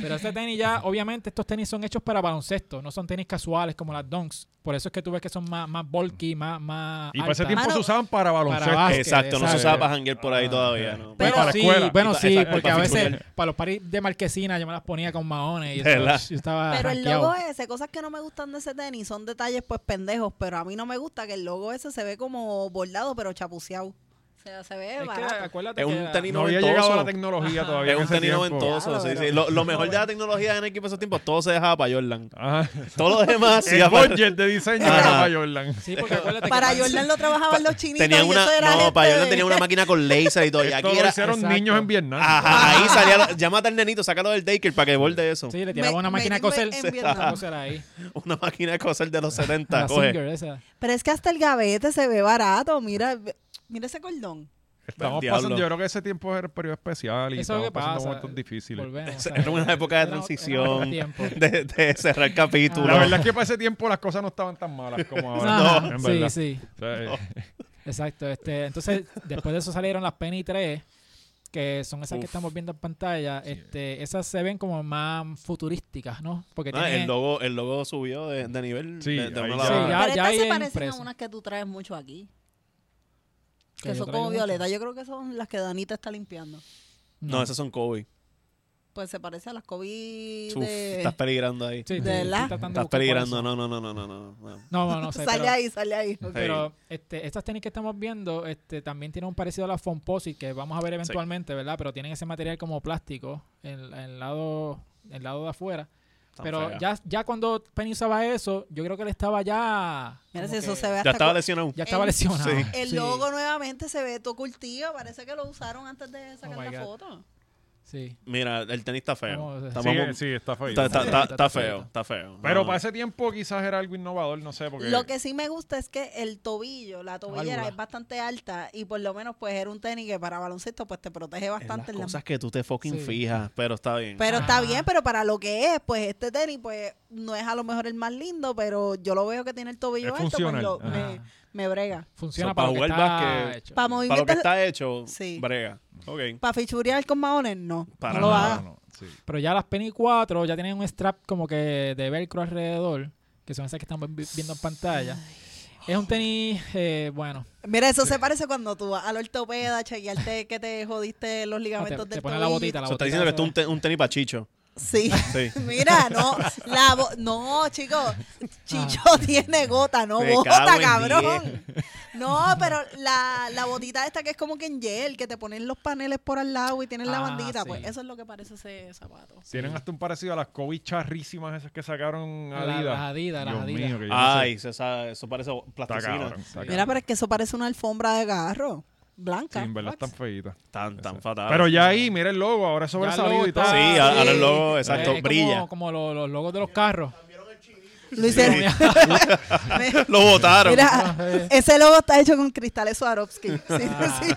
Speaker 3: Pero este
Speaker 2: (laughs)
Speaker 3: tenis ya, obviamente, estos tenis son hechos para baloncesto, no son tenis casuales como las Dunks. Por eso es que tú ves que son más, más
Speaker 2: Mm.
Speaker 3: bulky, más. más
Speaker 1: Y para ese
Speaker 3: altas.
Speaker 1: tiempo
Speaker 4: Mano,
Speaker 1: se usaban para baloncesto.
Speaker 3: básquet.
Speaker 2: Exacto,
Speaker 1: Ah,
Speaker 2: no se
Speaker 1: exacto. Ah,
Speaker 2: usaba para janguear por ahí todavía. ¿no?
Speaker 1: Pero- para
Speaker 3: Bueno,
Speaker 1: la
Speaker 3: sí,
Speaker 1: escuela.
Speaker 3: bueno,
Speaker 2: Y pa-
Speaker 3: sí,
Speaker 2: exacto,
Speaker 3: porque
Speaker 2: para
Speaker 3: a veces
Speaker 2: figurar.
Speaker 3: para los paris de marquesina yo me las ponía con maones y yo
Speaker 2: ¿Verdad?
Speaker 3: estaba, yo estaba
Speaker 4: Pero el
Speaker 3: rankeado.
Speaker 4: logo ese, cosas que no me gustan de ese tenis, son detalles pues pendejos, pero a mí no me gusta que el logo ese se ve como bordado, pero chapuceado. O sea, se ve
Speaker 3: Es que
Speaker 4: barato.
Speaker 3: acuérdate
Speaker 2: Es un
Speaker 3: que la-
Speaker 2: tenis
Speaker 1: No había
Speaker 2: noventoso.
Speaker 1: llegado a la tecnología
Speaker 3: Ajá.
Speaker 1: todavía.
Speaker 2: Es
Speaker 1: en
Speaker 2: un
Speaker 1: ese
Speaker 2: tenis
Speaker 1: tiempo.
Speaker 2: noventoso.
Speaker 4: Claro,
Speaker 2: sí, sí.
Speaker 4: pero-
Speaker 2: Lo, lo mejor de la tecnología en equipo esos tiempos, todo se dejaba para Jordan.
Speaker 1: Ajá.
Speaker 2: Todo lo
Speaker 1: (laughs)
Speaker 2: demás
Speaker 1: El
Speaker 2: hacía para-
Speaker 1: budget de diseño
Speaker 2: Ajá.
Speaker 1: era para Jordan.
Speaker 3: Sí, porque acuérdate que
Speaker 4: Para
Speaker 3: Mar-
Speaker 4: Jordan lo trabajaban los chinitos.
Speaker 2: Tenían
Speaker 4: y
Speaker 2: una,
Speaker 4: eso era
Speaker 2: no,
Speaker 4: gente
Speaker 2: para Jordan
Speaker 4: de-
Speaker 2: tenía una máquina con laser y todo.
Speaker 1: (laughs)
Speaker 2: Y
Speaker 1: Esto
Speaker 2: aquí
Speaker 1: lo
Speaker 2: era.
Speaker 1: hicieron
Speaker 3: Exacto.
Speaker 1: niños en Vietnam. (laughs)
Speaker 2: Ajá, ahí salía. lo- Llámate al nenito, sácalo del Daker para que borde eso.
Speaker 3: Sí, le tiraba
Speaker 4: Me-
Speaker 3: una máquina a
Speaker 4: me-
Speaker 3: coser.
Speaker 4: en Vietnam.
Speaker 2: (laughs)
Speaker 3: coser ahí.
Speaker 2: Una máquina de coser de los
Speaker 3: La
Speaker 2: 70.
Speaker 3: Singer
Speaker 2: Coge.
Speaker 3: esa.
Speaker 4: Pero es que hasta el gavete se ve barato. Mira, ve- mira ese cordón.
Speaker 1: Estamos
Speaker 2: Diablo.
Speaker 1: pasando, yo creo que ese tiempo era el periodo especial y
Speaker 3: Eso es
Speaker 1: estamos
Speaker 3: lo que
Speaker 1: pasando
Speaker 3: pasa. eh,
Speaker 1: momentos difíciles.
Speaker 3: Volvemos, o sea,
Speaker 2: Era una época de
Speaker 3: era- era otro
Speaker 2: transición. (laughs)
Speaker 3: tiempo.
Speaker 2: De, de cerrar capítulo.
Speaker 1: La verdad es que para ese tiempo las cosas no estaban tan malas
Speaker 3: (laughs)
Speaker 1: como ahora.
Speaker 3: Ajá,
Speaker 1: en
Speaker 3: sí,
Speaker 1: verdad.
Speaker 3: sí.
Speaker 1: O sea, eh,
Speaker 3: Exacto, este, entonces después de eso salieron las Penny 3, que son esas que
Speaker 2: Uf.
Speaker 3: estamos viendo en pantalla, este, esas se ven como más futurísticas, ¿no? Porque
Speaker 2: Ah,
Speaker 3: tiene
Speaker 2: el, logo, el logo subió de, de nivel.
Speaker 1: Sí,
Speaker 2: de, de
Speaker 1: ahí
Speaker 2: una a la
Speaker 1: ya.
Speaker 2: otra.
Speaker 3: Sí, ya.
Speaker 4: pero estas
Speaker 3: hay
Speaker 4: se parecen
Speaker 3: impreso.
Speaker 4: a unas que tú traes mucho aquí.
Speaker 3: Que
Speaker 4: Que,
Speaker 3: yo
Speaker 4: son
Speaker 3: traigo
Speaker 4: como
Speaker 3: mucho.
Speaker 4: violetas. Yo creo que son las que Danita está limpiando.
Speaker 2: No, esas son Kobe.
Speaker 4: Pues se parece a las COVID
Speaker 2: Uf,
Speaker 3: (laughs)
Speaker 2: estás peligrando ahí.
Speaker 3: Sí, sí,
Speaker 4: ¿Verdad?
Speaker 3: estoy tratando de
Speaker 2: Estás
Speaker 3: buscar
Speaker 2: peligrando.
Speaker 3: cuáles
Speaker 2: No, no, no, no, no, no. (laughs) no.
Speaker 3: son. No, no, no sé.
Speaker 4: sale
Speaker 3: pero,
Speaker 4: ahí, sale ahí. ok.
Speaker 3: pero, este, estas tenis que estamos viendo este, también tienen un parecido a las Fomposite, que vamos a ver eventualmente, ¿verdad? Pero tienen ese material como plástico en en el lado, en el lado de afuera.
Speaker 2: Están
Speaker 3: Pero
Speaker 2: feas.
Speaker 3: ya, ya cuando Penny usaba eso, yo creo que él estaba ya.
Speaker 4: Mira,
Speaker 3: como
Speaker 4: si eso
Speaker 3: que
Speaker 4: se ve
Speaker 2: Ya
Speaker 4: hasta
Speaker 2: estaba
Speaker 4: co-
Speaker 2: lesionado.
Speaker 3: Ya estaba
Speaker 4: El-
Speaker 3: lesionado.
Speaker 2: Sí.
Speaker 4: El
Speaker 3: Sí.
Speaker 4: logo nuevamente se ve todo curtido. Parece que lo usaron antes de sacar
Speaker 3: Oh my
Speaker 4: la
Speaker 3: God.
Speaker 4: foto.
Speaker 3: Sí.
Speaker 2: Mira, el tenis está
Speaker 3: Vamos,
Speaker 2: feo.
Speaker 3: sí.
Speaker 2: Estamos-
Speaker 1: sí, sí, está feo.
Speaker 2: Está, está-
Speaker 3: Sí,
Speaker 2: está-
Speaker 3: está
Speaker 2: está
Speaker 3: feo.
Speaker 2: feo, está feo.
Speaker 1: Pero
Speaker 2: No.
Speaker 1: para ese tiempo quizás era algo innovador, no sé, porque
Speaker 4: Lo que sí me gusta es que el tobillo, la tobillera
Speaker 3: válvula.
Speaker 4: es bastante alta y por lo menos pues era un tenis que para baloncesto pues te protege
Speaker 2: Es
Speaker 4: bastante. en
Speaker 2: las
Speaker 4: la-
Speaker 2: cosas que tú te fucking
Speaker 3: Sí.
Speaker 2: fijas, pero está bien.
Speaker 4: Pero está
Speaker 3: Ah.
Speaker 4: bien, pero para lo que es, pues este tenis pues no es a lo mejor el más lindo, pero yo lo veo que tiene el tobillo
Speaker 1: Es
Speaker 4: alto, pues
Speaker 1: funcional.
Speaker 4: lo-
Speaker 3: Ajá.
Speaker 4: me, me brega.
Speaker 3: Funciona
Speaker 2: So, para
Speaker 3: para, lo que
Speaker 2: jugar
Speaker 3: está
Speaker 2: básquet-
Speaker 3: hecho.
Speaker 4: Para
Speaker 2: para lo que
Speaker 4: movimientos, para
Speaker 2: está hecho,
Speaker 4: Sí.
Speaker 2: brega. Ok.
Speaker 4: fichurear con maones, no.
Speaker 2: Para
Speaker 4: no lo
Speaker 2: nada.
Speaker 4: hagas.
Speaker 1: no, sí.
Speaker 3: Pero ya las Penny 4 ya tienen un strap como que de velcro alrededor, que son esas que estamos vi- viendo en pantalla. Es un tenis, eh, bueno,
Speaker 4: Mira, eso se parece cuando tú vas al ortopeda a chequearte que te jodiste los
Speaker 3: te,
Speaker 4: ligamentos
Speaker 3: te
Speaker 4: del
Speaker 3: ponen
Speaker 4: tobillo.
Speaker 3: la botita. La
Speaker 2: Se está
Speaker 3: botita
Speaker 2: diciendo que esto es un,
Speaker 3: esa.
Speaker 2: te- un tenis pachicho.
Speaker 4: Sí.
Speaker 2: (laughs)
Speaker 4: (laughs)
Speaker 2: Sí.
Speaker 4: Mira, no, la bo- no, chicos, Chicho tiene gota, no
Speaker 2: Me cago
Speaker 4: bota,
Speaker 2: en
Speaker 4: cabrón. No, pero la, la botita esta que es como que en gel, que te ponen los paneles por al lado y tienen la
Speaker 3: Ah,
Speaker 4: bandita,
Speaker 3: sí.
Speaker 4: pues eso es lo que parece ese zapato.
Speaker 1: Tienen hasta un parecido a las Kobe charrísimas esas que sacaron
Speaker 3: La-
Speaker 1: Adidas.
Speaker 3: las Adidas, las
Speaker 1: Dios
Speaker 3: Adidas.
Speaker 1: mío, que yo no sé.
Speaker 2: Ay, se sabe, eso parece
Speaker 1: Está
Speaker 2: plasticina.
Speaker 1: cabrón, está
Speaker 4: Mira,
Speaker 1: cabrón.
Speaker 4: pero es que eso parece una alfombra de garro,
Speaker 1: Sí,
Speaker 4: blanca.
Speaker 1: en verdad están feitas.
Speaker 2: Tan, tan fatal.
Speaker 1: Pero ya ahí, mira el logo, ahora es
Speaker 3: Ya el
Speaker 1: sobresalido
Speaker 3: logo
Speaker 1: y todo.
Speaker 3: está-
Speaker 2: Sí, ahora el logo,
Speaker 3: Eh,
Speaker 2: exacto,
Speaker 3: es como-
Speaker 2: brilla.
Speaker 3: Como, los, los logos de
Speaker 1: (laughs)
Speaker 3: los carros.
Speaker 4: Lo hicieron. (laughs) Me-
Speaker 2: (laughs) Lo votaron.
Speaker 4: Mira,
Speaker 3: eh.
Speaker 4: ese logo está hecho con cristales Swarovski. Sí,
Speaker 3: Ah.
Speaker 4: sí.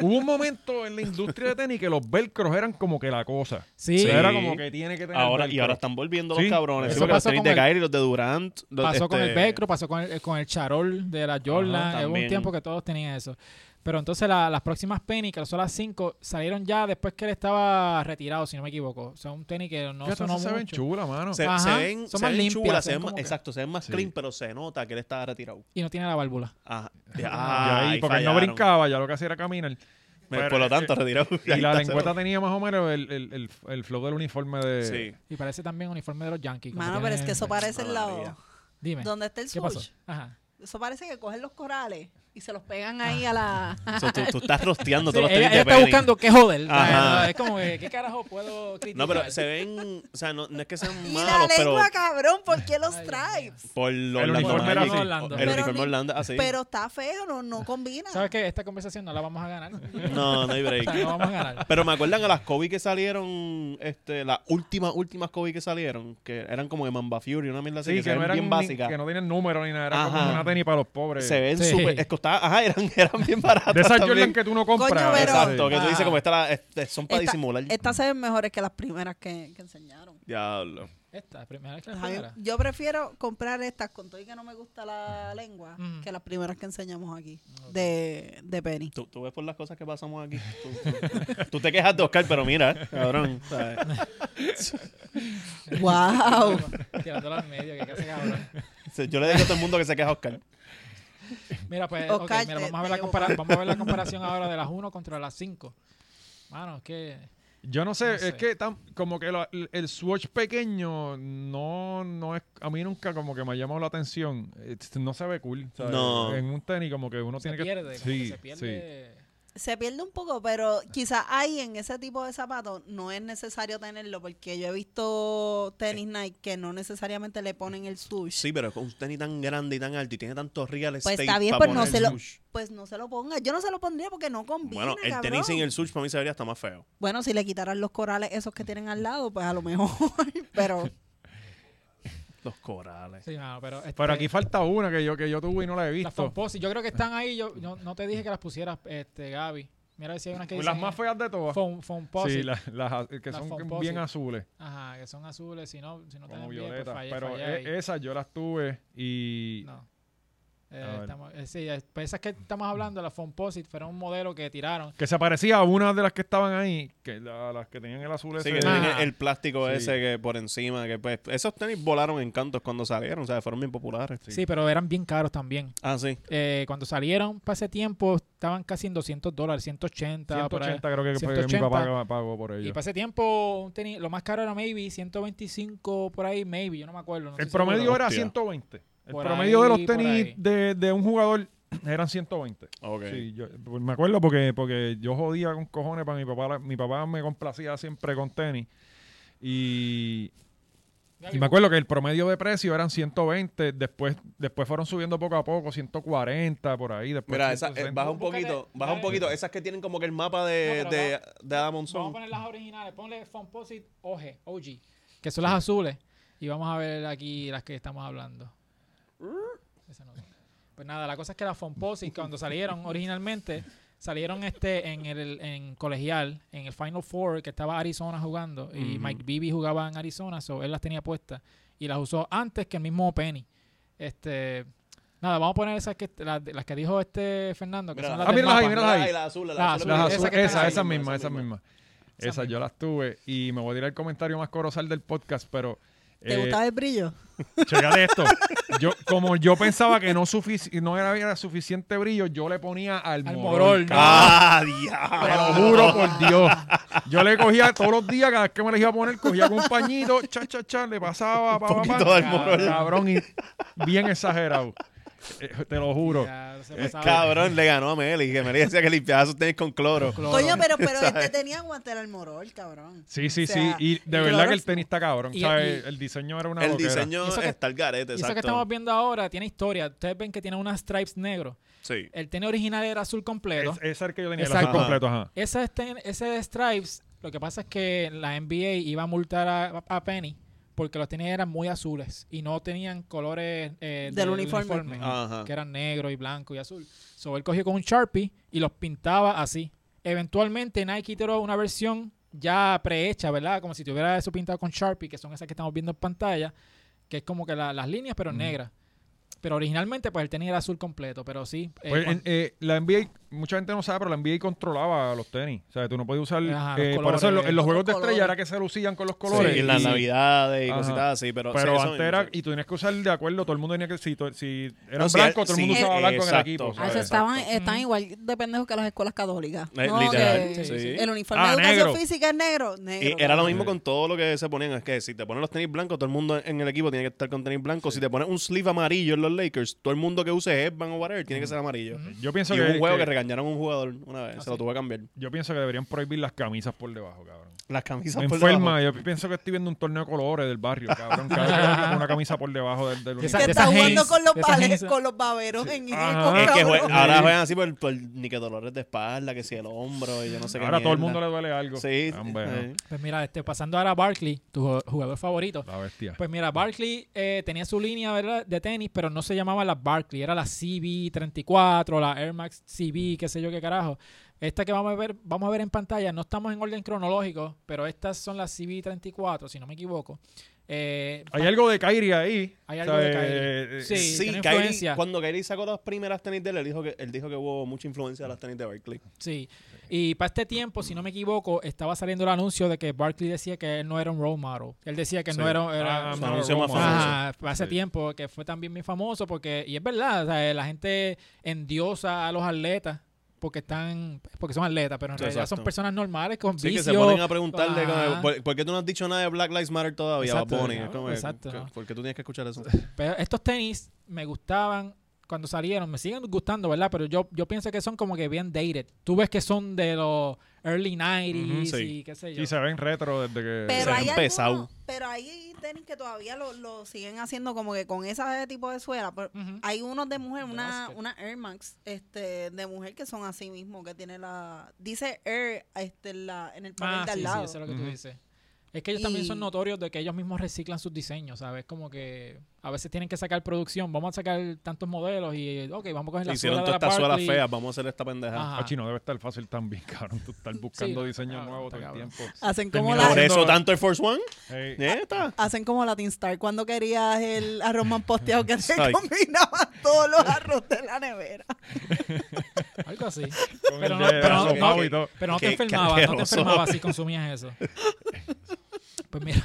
Speaker 1: Hubo un momento en la industria de tenis que los velcros eran como que la cosa.
Speaker 3: Sí,
Speaker 1: O sea, Era como que tiene que tener
Speaker 2: Ahora,
Speaker 1: velcro.
Speaker 2: y ahora están volviendo
Speaker 1: Sí.
Speaker 2: los cabrones. Sí,
Speaker 3: Eso
Speaker 2: porque los
Speaker 3: pasó
Speaker 2: tenis
Speaker 3: con
Speaker 2: de
Speaker 3: el-
Speaker 2: Kyrie, los de Durant. los-
Speaker 3: pasó con el
Speaker 2: este,
Speaker 3: velcro, pasó con el, eh, con el charol de la
Speaker 2: Ajá,
Speaker 3: Jordan. Hubo un
Speaker 2: también.
Speaker 3: tiempo que todos tenían eso. Pero entonces la- las próximas Penny, que son las 5, salieron ya después que él estaba retirado, si no me equivoco. O sea, un tenis que no
Speaker 1: Fíjate,
Speaker 3: sonó
Speaker 1: esas se ven
Speaker 3: mucho.
Speaker 1: chulas, mano.
Speaker 2: Se,
Speaker 3: Ajá,
Speaker 2: se ven,
Speaker 3: son
Speaker 2: se
Speaker 3: más
Speaker 2: ven
Speaker 3: limpias,
Speaker 2: chulas,
Speaker 3: se
Speaker 2: se
Speaker 3: ven
Speaker 2: ven más-
Speaker 3: como que-
Speaker 2: exacto, se ven más
Speaker 1: Sí.
Speaker 2: clean, pero se nota que él estaba retirado.
Speaker 3: Y no tiene la válvula.
Speaker 2: Ajá.
Speaker 1: Y ahí, porque él no
Speaker 2: fallaron.
Speaker 1: brincaba, ya lo que hacía era
Speaker 2: (laughs)
Speaker 1: caminar.
Speaker 2: Me-
Speaker 1: Pero,
Speaker 2: por lo tanto,
Speaker 1: eh,
Speaker 2: retirado.
Speaker 1: Y la lengüeta tenía más o menos el, el, el, el flow del uniforme de...
Speaker 2: Sí.
Speaker 3: Y parece también uniforme de los Yankees. como
Speaker 4: Mano, pero es
Speaker 3: tienen-
Speaker 4: que eso parece el
Speaker 2: Ave María.
Speaker 4: lado.
Speaker 3: Dime.
Speaker 4: ¿Dónde está el
Speaker 3: ¿Qué pasó?
Speaker 4: swoosh?
Speaker 3: Ajá.
Speaker 4: Eso parece que cogen los corales y se los pegan ahí a la...
Speaker 2: So, tú, tú estás rosteando
Speaker 3: Sí,
Speaker 2: todos los tenis
Speaker 3: ella, ella
Speaker 2: de
Speaker 3: está
Speaker 2: Penny.
Speaker 3: buscando qué joder.
Speaker 2: Ajá.
Speaker 3: Es como que, ¿qué carajo puedo criticar?
Speaker 2: No, pero se ven, o sea, no, no es que sean
Speaker 4: Y la
Speaker 2: malos, pero
Speaker 4: lengua, cabrón,
Speaker 2: (laughs)
Speaker 4: ¿por qué
Speaker 3: Ay,
Speaker 4: los
Speaker 3: Dios
Speaker 4: traes?
Speaker 3: mío.
Speaker 2: por los
Speaker 1: El
Speaker 2: Orlando
Speaker 1: uniforme era
Speaker 2: Magic,
Speaker 1: así.
Speaker 3: Orlando.
Speaker 2: El
Speaker 4: Pero
Speaker 2: uniforme
Speaker 4: ni-
Speaker 2: Orlando, así.
Speaker 4: Pero está feo, no, no combina.
Speaker 3: ¿Sabes qué? Esta conversación no la vamos a ganar. O
Speaker 2: No, no hay
Speaker 4: (laughs)
Speaker 3: sea,
Speaker 2: break.
Speaker 3: no vamos a ganar.
Speaker 2: Pero me acuerdan a las Kobe que salieron, este, las últimas, últimas Kobe que salieron, que eran como de Mamba Fury, una mierda así,
Speaker 1: Sí,
Speaker 2: que, se
Speaker 1: que no
Speaker 2: ven
Speaker 1: eran
Speaker 2: bien
Speaker 1: ni-
Speaker 2: básicas.
Speaker 1: que no tenían número ni nada, era
Speaker 2: Ajá.
Speaker 1: como una tenis para los pobres.
Speaker 2: Se ven
Speaker 3: Sí.
Speaker 2: súper, es costaba- ajá, eran, (laughs) eran bien baratas
Speaker 1: De esas
Speaker 2: también.
Speaker 1: Jordan que tú no compras.
Speaker 4: Coño, pero-
Speaker 2: Exacto, que tú
Speaker 4: Ah.
Speaker 2: dices como esta la- este, son para
Speaker 4: Esta-
Speaker 2: disimular.
Speaker 4: Estas se ven mejores que las primeras que, que enseñaron.
Speaker 2: Diablo.
Speaker 3: Esta, primera vez que la
Speaker 4: Ajá, Yo,
Speaker 3: primera.
Speaker 4: yo prefiero comprar estas con todo y que no me gusta la lengua
Speaker 3: Mm.
Speaker 4: que las primeras que enseñamos aquí de, de Penny.
Speaker 2: (laughs) Tú, tú ves por las cosas que pasamos aquí. Tú, tú- (laughs) tú te quejas de Oscar, pero mira, eh, cabrón. ¿sabes?
Speaker 4: ¡Wow!
Speaker 3: Tirándola al medio, que casi cabrón.
Speaker 2: Yo le digo a todo el mundo que se queja a Oscar.
Speaker 3: Mira, pues,
Speaker 4: Oscar,
Speaker 3: ok, mira,
Speaker 4: te-
Speaker 3: vamos a, ver
Speaker 4: te
Speaker 3: la
Speaker 4: llevo
Speaker 3: compara- vamos a ver la comparación ahora de las 1 contra las 5. Mano, es que...
Speaker 1: Yo no sé,
Speaker 3: No sé.
Speaker 1: es que tam- como que la- el swatch pequeño no, no es, a mí nunca como que me ha llamado la atención. It's- no se ve cool. ¿sabes?
Speaker 2: No.
Speaker 1: En un tenis como que uno
Speaker 3: Se
Speaker 1: tiene
Speaker 3: pierde, como
Speaker 1: que...
Speaker 3: que
Speaker 1: Sí,
Speaker 3: se pierde...
Speaker 4: Se pierde un poco, pero quizás ahí en ese tipo de zapatos no es necesario tenerlo porque yo he visto tenis Nike que no necesariamente le ponen el swoosh.
Speaker 2: Sí, pero con un tenis tan grande y tan alto y tiene tantos real
Speaker 4: Pues está
Speaker 2: estate
Speaker 4: bien,
Speaker 2: pa'
Speaker 4: pues no
Speaker 2: poner
Speaker 4: se lo-
Speaker 2: swoosh.
Speaker 4: Pues no se lo ponga. Yo no se lo pondría porque no combina,
Speaker 2: Bueno, el
Speaker 4: cabrón.
Speaker 2: tenis sin el switch para mí se vería hasta más feo.
Speaker 4: Bueno, si le quitaran los corales esos que tienen al lado, pues a lo mejor. (laughs) pero
Speaker 2: Los corales.
Speaker 3: Sí, mano, pero...
Speaker 1: Sí. Pero
Speaker 3: este,
Speaker 1: aquí falta una que yo, que yo tuve y no la he
Speaker 3: Las
Speaker 1: visto.
Speaker 3: Fonposi, yo creo que están ahí. Yo no, no te dije que las pusieras, este, Gaby. Mira a ver si hay unas que
Speaker 1: Pues Las
Speaker 3: dicen...
Speaker 1: más feas de todas.
Speaker 3: Fon- Fonposi.
Speaker 1: Sí, las, las- que
Speaker 3: Las
Speaker 1: son
Speaker 3: Fonposi.
Speaker 1: bien azules,
Speaker 3: Ajá, que son azules. Si no, si no te
Speaker 1: como
Speaker 3: ven bien, pues
Speaker 1: violetas.
Speaker 3: fallé,
Speaker 1: pero
Speaker 3: fallé
Speaker 1: e-
Speaker 3: ahí.
Speaker 1: esas yo las tuve y...
Speaker 3: No. Eh,
Speaker 1: A ver.
Speaker 3: estamos- eh, sí, eh, pues esas que estamos hablando, las Fomposite, fueron un modelo que tiraron.
Speaker 1: Que se parecía a una de las que estaban ahí, que la- las que tenían el azul
Speaker 2: Sí,
Speaker 1: ese.
Speaker 2: que
Speaker 3: Ah.
Speaker 2: tiene el plástico
Speaker 1: Sí.
Speaker 2: ese que por encima. que pues, Esos tenis volaron en cantos cuando salieron, o sea, fueron bien populares.
Speaker 3: Sí. pero eran bien caros también.
Speaker 2: Ah, sí.
Speaker 3: Eh, cuando salieron para ese tiempo, estaban casi en 200 dólares, 180, por ahí.
Speaker 1: 180 creo que fue que mi
Speaker 3: 180.
Speaker 1: papá pagó por
Speaker 3: Y
Speaker 1: ello.
Speaker 3: para ese tiempo, un tenis- lo más caro era maybe 125 por ahí, maybe, yo no me acuerdo. no
Speaker 1: El
Speaker 3: estoy
Speaker 1: promedio
Speaker 3: seguro.
Speaker 1: era
Speaker 2: Hostia.
Speaker 1: 120. El
Speaker 3: Por
Speaker 1: promedio de
Speaker 3: ahí,
Speaker 1: los
Speaker 3: por
Speaker 1: tenis
Speaker 3: ahí.
Speaker 1: de, de un jugador (clears throat) eran 120.
Speaker 2: Ok.
Speaker 1: Sí, yo, pues, me acuerdo porque, porque yo jodía con cojones para mi papá. Mi papá me complacía siempre con tenis. Y, y me acuerdo que el promedio de precio eran 120. Después, después fueron subiendo poco a poco, 140 por ahí. Después
Speaker 2: Mira, esa, eh,
Speaker 1: 160.
Speaker 2: baja un
Speaker 3: Búscate-
Speaker 2: poquito, baja un
Speaker 3: dale.
Speaker 2: poquito. Esas que tienen como que el mapa de,
Speaker 3: No, pero
Speaker 2: de, de Adam
Speaker 3: Vamos
Speaker 2: Monzón.
Speaker 3: a poner las originales. Ponle Fomposite OG, OG, que son las azules. Y vamos a ver aquí las que estamos hablando. Esas no son. Pues nada, la cosa es que las Fomposite, cuando salieron originalmente, salieron este en el en colegial, en el Final Four, que estaba Arizona jugando. Y
Speaker 2: Ujú.
Speaker 3: Mike Bibby jugaba en Arizona, so él las tenía puestas. Y las usó antes que el mismo Penny. Este. Nada, vamos a poner esas que las, las que dijo este Fernando, que
Speaker 2: Mira,
Speaker 3: son las
Speaker 2: ah,
Speaker 3: del
Speaker 1: míralas ahí,
Speaker 3: mapa.
Speaker 1: míralas ahí.
Speaker 2: Las azules,
Speaker 3: Las
Speaker 2: las azules.
Speaker 1: Las
Speaker 3: Esa
Speaker 1: azules,
Speaker 3: que está
Speaker 1: esa,
Speaker 3: ahí,
Speaker 1: esa misma, esa misma.
Speaker 3: Esa
Speaker 1: Esa
Speaker 3: misma.
Speaker 1: yo las tuve y me voy a tirar el comentario más corosal del podcast, pero...
Speaker 4: ¿te
Speaker 1: eh,
Speaker 4: gustaba el brillo?
Speaker 1: Chécate esto. Yo, como yo pensaba que no, sufici- no era, era suficiente brillo, yo le ponía al,
Speaker 3: Al morol,
Speaker 1: morol.
Speaker 3: ¿no?
Speaker 1: cabrón. (laughs)
Speaker 2: ¡Ah,
Speaker 1: Te
Speaker 2: diablo!
Speaker 1: lo juro por Dios. Yo le cogía todos los días, cada vez que me les iba a poner, cogía con un pañito, cha, cha, cha, le pasaba, pa, pa, pa.
Speaker 2: poquito del morol.
Speaker 1: Cabrón, y bien exagerado. Eh, te lo juro.
Speaker 3: Ya, se
Speaker 2: Eh,
Speaker 3: pasaba.
Speaker 2: Cabrón, le ganó a Meli. Que Meli decía que limpiaba sus tenis con cloro.
Speaker 3: Cloro.
Speaker 4: Coño, pero, pero este tenía guantel al morol, cabrón.
Speaker 1: Sí, sí,
Speaker 4: O sea,
Speaker 1: sí. Y de
Speaker 4: claro,
Speaker 1: verdad que el tenis está cabrón.
Speaker 3: y-
Speaker 1: ¿sabes?
Speaker 3: y-
Speaker 1: el diseño era una
Speaker 2: El
Speaker 1: loquera.
Speaker 2: diseño
Speaker 3: Y eso que-
Speaker 2: está al garete,
Speaker 3: Y eso que estamos
Speaker 2: exacto.
Speaker 3: viendo ahora tiene historia. Ustedes ven que tiene unas stripes negro.
Speaker 2: Sí.
Speaker 3: El tenis original era azul completo.
Speaker 1: Es, ese es el que yo tenía, el
Speaker 3: Exacto.
Speaker 1: azul completo, ajá.
Speaker 3: Ese, ten- este, ese stripes, lo que pasa es que la NBA iba a multar a, a Penny porque los tenis eran muy azules y no tenían colores eh,
Speaker 4: Del uniforme.
Speaker 2: Ajá.
Speaker 3: que eran negro y blanco y azul. So él cogió con un Sharpie y los pintaba así. Eventualmente Nike tiró una versión ya prehecha, ¿verdad? Como si tuviera eso pintado con Sharpie, que son esas que estamos viendo en pantalla, que es como que la- las líneas, pero negras. Pero originalmente, pues él tenía el azul completo, pero sí. eh,
Speaker 1: Pues, en-
Speaker 3: cuan-
Speaker 1: eh, la NBA mucha gente no sabe, pero la NBA controlaba los tenis. O sea, tú no podías usar.
Speaker 3: Ajá, los
Speaker 1: eh, por
Speaker 3: colores.
Speaker 1: eso en, lo- en los juegos de
Speaker 4: Colores.
Speaker 1: estrella era que se lucían con los colores.
Speaker 2: Sí, en las
Speaker 1: Y-
Speaker 2: navidades y
Speaker 1: Ajá.
Speaker 2: cositas así, pero...
Speaker 1: Pero
Speaker 2: sí, eso
Speaker 1: antes
Speaker 2: mismo,
Speaker 1: era,
Speaker 2: sí.
Speaker 1: y tú tenías que usar de acuerdo, todo el mundo tenía que, si, to- si eran
Speaker 2: No, si
Speaker 1: blancos,
Speaker 2: al-
Speaker 1: todo el mundo
Speaker 2: sí,
Speaker 1: usaba blanco en el
Speaker 2: exacto.
Speaker 1: equipo.
Speaker 2: Ah,
Speaker 1: ¿sabes?
Speaker 4: eso
Speaker 2: Exacto.
Speaker 4: estaban, están igual de pendejos que las escuelas católicas.
Speaker 2: Eh,
Speaker 4: No,
Speaker 2: literal,
Speaker 4: que
Speaker 2: sí.
Speaker 4: El uniforme
Speaker 1: Ah,
Speaker 4: de educación
Speaker 1: negro.
Speaker 4: física es negro.
Speaker 2: Y
Speaker 4: negro
Speaker 2: era lo
Speaker 4: cabrón.
Speaker 2: mismo con todo lo que se ponían. Es que si te ponen los tenis blancos, todo el mundo en el equipo tiene que estar con tenis blancos. Si te pones un sleeve amarillo en los Lakers, todo el mundo que use headband o whatever tiene que ser amarillo.
Speaker 1: Yo pienso
Speaker 2: Y
Speaker 1: que,
Speaker 2: hubo un juego que
Speaker 1: que- Ah,
Speaker 2: regañaron a un jugador una vez, se lo tuvo que cambiar.
Speaker 1: yo pienso que deberían prohibir las camisas por debajo, cabrón.
Speaker 2: Las camisas
Speaker 1: Me
Speaker 2: por
Speaker 1: enferma, yo pienso que estoy viendo un torneo de colores del barrio, cabrón. Cada vez que veo con una camisa por debajo del,
Speaker 2: (laughs)
Speaker 1: del
Speaker 3: Que
Speaker 1: uniforme.
Speaker 4: Que
Speaker 3: de
Speaker 4: está
Speaker 3: esas
Speaker 4: jugando
Speaker 3: Hanes,
Speaker 4: con los,
Speaker 3: de esas Hanes.
Speaker 4: pales, con los baberos en Ico,
Speaker 1: Ajá.
Speaker 2: Ah, Es que jue-
Speaker 4: cabrón.
Speaker 2: ahora juegan así por, por ni que dolores de espalda, que si el hombro y yo no sé qué.
Speaker 1: Ahora todo el
Speaker 2: mierda.
Speaker 1: mundo le "Ah, duele algo.
Speaker 2: Sí,
Speaker 1: Hombre, no,
Speaker 2: eh,
Speaker 3: Pues mira, este, pasando ahora a Barkley, tu ju- jugador favorito.
Speaker 1: la bestia.
Speaker 3: Pues mira, Barkley eh, tenía su línea ¿verdad? de tenis, pero no se llamaba la Barkley, era la CB34, la Air Max CB, qué sé yo qué carajo. Esta que vamos a ver, vamos a ver en pantalla, no estamos en orden cronológico, pero estas son las CB34, si no me equivoco. Eh,
Speaker 1: Hay algo de Kyrie ahí.
Speaker 3: Hay algo de
Speaker 1: ¿sabes?
Speaker 3: Kyrie.
Speaker 1: Eh,
Speaker 3: Sí,
Speaker 2: sí,
Speaker 3: tiene
Speaker 2: Kyrie-
Speaker 3: influencia.
Speaker 2: cuando Kyrie sacó las primeras tenis de él, él dijo que, él dijo que hubo mucha influencia de las tenis de Barkley.
Speaker 3: Sí. Y para este tiempo, si no me equivoco, estaba saliendo el anuncio de que Barkley decía que él no era un role model. Él decía que
Speaker 2: Sí.
Speaker 3: no era, era-
Speaker 1: Ah,
Speaker 2: Su
Speaker 1: no,
Speaker 2: anuncio más
Speaker 1: Roma.
Speaker 2: famoso.
Speaker 3: Ajá, fue hace
Speaker 1: Sí.
Speaker 3: tiempo que fue también bien famoso porque y es verdad, o sea, la gente endiosa a los atletas porque están porque son atletas, pero en
Speaker 2: Sí,
Speaker 3: realidad son
Speaker 2: exacto.
Speaker 3: personas normales con
Speaker 2: Sí, que
Speaker 3: vicios.
Speaker 2: se ponen a preguntarle,
Speaker 3: Ajá.
Speaker 2: como, ¿por, por qué tú no has dicho nada de Black Lives Matter todavía,
Speaker 3: Exacto,
Speaker 2: Bad Bunny?
Speaker 3: ¿no?
Speaker 2: Es como que,
Speaker 3: Exacto,
Speaker 2: que-
Speaker 3: ¿no?
Speaker 2: ¿Por qué tú tienes que escuchar eso?
Speaker 3: Pero estos tenis me gustaban cuando salieron, me siguen gustando, ¿verdad? Pero yo yo pienso que son como que bien dated. Tú ves que son de los early 90s
Speaker 2: Ujú, sí.
Speaker 3: y qué sé yo.
Speaker 1: Y se ven retro desde que.
Speaker 2: se
Speaker 4: Pero
Speaker 2: han
Speaker 4: hay,
Speaker 2: pesado.
Speaker 4: algunos, pero hay tenis que todavía lo, lo siguen haciendo como que con ese tipo de suela. pero
Speaker 3: Ujú.
Speaker 4: Hay unos de mujer, una,
Speaker 3: Basket.
Speaker 4: una Air Max este, de mujer que son así mismo, que tiene la... Dice Air este, la, en el panel
Speaker 3: Ah,
Speaker 4: de al
Speaker 3: sí,
Speaker 4: lado.
Speaker 3: sí, eso es lo que tú
Speaker 1: Ujú.
Speaker 3: dices. Es que ellos también son
Speaker 4: Y-
Speaker 3: notorios de que ellos mismos reciclan sus diseños, ¿sabes? Como que a veces tienen que sacar producción, vamos a sacar tantos modelos y, ok, vamos a coger la
Speaker 2: Hicieron
Speaker 3: suela de
Speaker 2: todas
Speaker 3: la
Speaker 2: estas suelas
Speaker 3: Barkley.
Speaker 2: feas, vamos a hacer esta pendeja.
Speaker 3: Ajá.
Speaker 1: Ah, chino, debe estar fácil también, (laughs) cabrón. Tú estás buscando
Speaker 3: no,
Speaker 1: diseño
Speaker 3: cabrón,
Speaker 1: nuevo
Speaker 3: está
Speaker 1: todo el
Speaker 3: cabrón.
Speaker 1: tiempo.
Speaker 4: Hacen como,
Speaker 1: Terminó
Speaker 2: Por
Speaker 4: la,
Speaker 1: haciendo-
Speaker 2: eso tanto Air Force One,
Speaker 1: Ey.
Speaker 2: Eh, neta.
Speaker 4: hacen como Latin Star cuando querías el arroz man posteado que se
Speaker 2: Ay.
Speaker 4: combinaban todos los arroz de la nevera.
Speaker 3: (laughs) Algo así.
Speaker 1: Con
Speaker 3: Pero
Speaker 1: el
Speaker 3: no-
Speaker 1: de
Speaker 3: pero no-
Speaker 1: Aso
Speaker 3: no- ah,
Speaker 1: Mau y todo.
Speaker 3: Pero no te
Speaker 2: Qué
Speaker 3: enfermabas, no te
Speaker 2: asqueroso.
Speaker 1: (laughs)
Speaker 3: enfermabas si consumías eso. (laughs) Pues mira,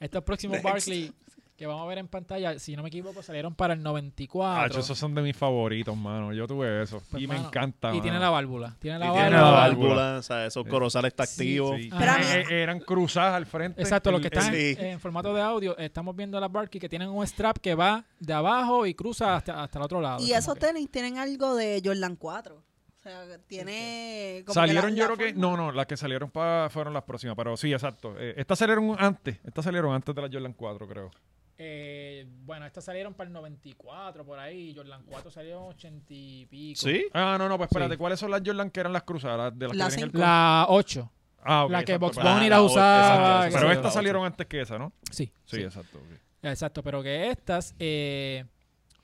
Speaker 3: estos próximos
Speaker 2: Next.
Speaker 3: Barkley que vamos a ver en pantalla, si no me equivoco, salieron para el 94.
Speaker 1: Ah, esos son de mis favoritos, mano. Yo tuve eso.
Speaker 3: Pues,
Speaker 1: y me
Speaker 3: mano,
Speaker 1: encanta.
Speaker 3: y tiene la
Speaker 1: mano.
Speaker 3: válvula. Tiene la
Speaker 2: Y
Speaker 3: válvula.
Speaker 2: tiene la
Speaker 1: válvula.
Speaker 2: válvula, o sea, esos corozales está
Speaker 3: Sí,
Speaker 2: activo.
Speaker 1: Sí.
Speaker 4: Pero a mí-
Speaker 1: Eh, eran cruzadas al frente.
Speaker 3: Exacto, lo
Speaker 1: El-
Speaker 3: que
Speaker 1: Pues, el-
Speaker 3: está en-
Speaker 2: sí.
Speaker 3: en, formato de audio, estamos viendo las Barkey que tienen un strap que va de abajo y cruza hasta, hasta el otro lado.
Speaker 4: Y
Speaker 3: Ah, Como
Speaker 4: esos
Speaker 3: que-
Speaker 4: tenis tienen algo de Jordan 4. O sea, que tiene... como que la-
Speaker 1: salieron yo
Speaker 4: la
Speaker 1: creo que no
Speaker 4: forma.
Speaker 1: no las que salieron pa- fueron las próximas pero sí exacto Eh, estas salieron antes estas salieron antes de las Jordan 4 creo
Speaker 3: Eh, bueno, estas salieron para el 94, por ahí. Jordan 4 salieron 80 y pico.
Speaker 2: Sí.
Speaker 1: ah no no pues espérate
Speaker 3: Sí.
Speaker 1: cuáles son las Jordan que eran las cruzadas de las
Speaker 4: Las
Speaker 1: que vienen el-
Speaker 4: cinco.
Speaker 3: La 8.
Speaker 1: ah, ok,
Speaker 3: la que
Speaker 1: exacto,
Speaker 3: Box
Speaker 1: pero-
Speaker 2: Ah,
Speaker 3: Bunny
Speaker 2: la
Speaker 3: la
Speaker 2: ocho,
Speaker 3: usaba.
Speaker 2: exacto,
Speaker 3: qué
Speaker 1: pero
Speaker 3: sé yo.
Speaker 2: esta-
Speaker 1: estas salieron antes que esa no
Speaker 3: Sí,
Speaker 1: sí,
Speaker 3: sí,
Speaker 1: exacto ok.
Speaker 3: exacto. Pero que estas, eh,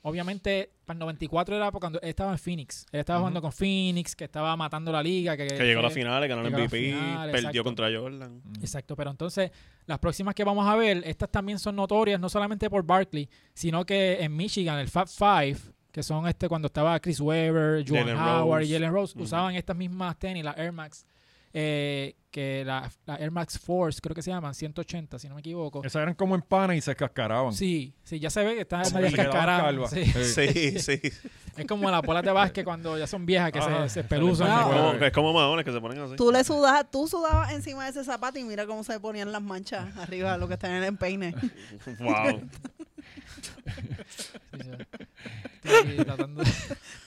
Speaker 3: obviamente, para el 94 era porque cuando él estaba en Phoenix. Él estaba
Speaker 1: Ujú.
Speaker 3: jugando con Phoenix, que estaba matando la liga. Que,
Speaker 2: Que llegó a la final, ganó el
Speaker 3: llegó a la
Speaker 2: MVP,
Speaker 3: final,
Speaker 2: perdió
Speaker 3: exacto.
Speaker 2: contra Jordan.
Speaker 1: Mm.
Speaker 3: Exacto, pero entonces las próximas que vamos a ver, estas también son notorias, no solamente por Barkley, sino que en Michigan, el Fab Five, que son este cuando estaba Chris Webber, John
Speaker 2: Jalen
Speaker 3: Howard,
Speaker 2: Rose.
Speaker 3: Jalen Rose,
Speaker 2: Ujú.
Speaker 3: usaban estas mismas tenis, las Air Max, eh, que la, la Air Max Force, creo que se llaman, 180, si no me equivoco.
Speaker 1: esas eran como en pana y se cascaraban
Speaker 3: Sí, sí, ya se ve que está
Speaker 1: Como
Speaker 3: medio
Speaker 1: que le quedaban
Speaker 3: cascarada.
Speaker 1: calvas.
Speaker 3: Sí.
Speaker 1: Sí.
Speaker 2: Sí, sí.
Speaker 3: Es como las bolas de básquet cuando ya son viejas, que
Speaker 1: Ajá.
Speaker 3: se, se espeluzan.
Speaker 4: No.
Speaker 2: Es
Speaker 1: Bueno,
Speaker 2: como-
Speaker 1: eh.
Speaker 2: Es como maones que se ponen así.
Speaker 4: Tú le sudas, tú sudabas encima de ese zapato y mira cómo se ponían las manchas arriba, lo que está en el empeine.
Speaker 2: Wow.
Speaker 3: Sí, sí. Estoy aquí tratando de-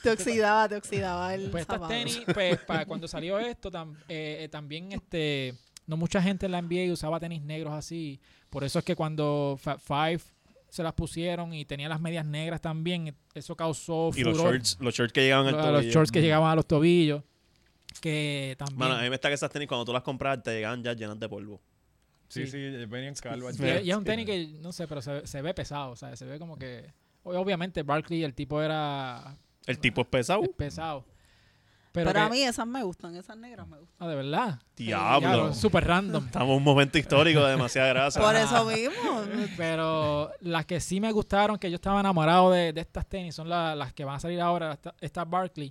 Speaker 4: Te oxidaba, te oxidaba el
Speaker 3: Pues estas
Speaker 4: zapato.
Speaker 3: tenis, pues, para cuando salió esto, tam- eh, eh, también este, no mucha gente en la NBA usaba tenis negros así. Por eso es que cuando Fab Five se las pusieron y tenía las medias negras también, eso causó
Speaker 2: Y los
Speaker 3: furor.
Speaker 2: shorts, los shorts que llegaban al
Speaker 3: Lo-
Speaker 2: tobillo.
Speaker 3: los shorts que llegaban a los tobillos. Que también.
Speaker 2: Mano, eh, a mí me está que esas tenis cuando tú las compras te llegaban ya llenas de polvo.
Speaker 1: sí
Speaker 3: Sí.
Speaker 1: sí eh, venían calvas
Speaker 3: y, y es un
Speaker 2: eh.
Speaker 3: tenis que, no sé, pero se, se ve pesado, o sea, se ve como que. ob- Obviamente, Barkley, el tipo era
Speaker 2: El tipo es pesado.
Speaker 3: es pesado. Pero,
Speaker 4: Pero,
Speaker 3: que-
Speaker 4: a mí esas me gustan, esas negras me gustan.
Speaker 3: Ah, de verdad.
Speaker 2: Diablo.
Speaker 3: Diablo, Súper random.
Speaker 2: Estamos en un momento histórico de demasiada grasa.
Speaker 4: Por eso mismo.
Speaker 3: (laughs) Pero las que sí me gustaron, que yo estaba enamorado de, de estas tenis, son la- las que van a salir ahora, esta- estas Barkley.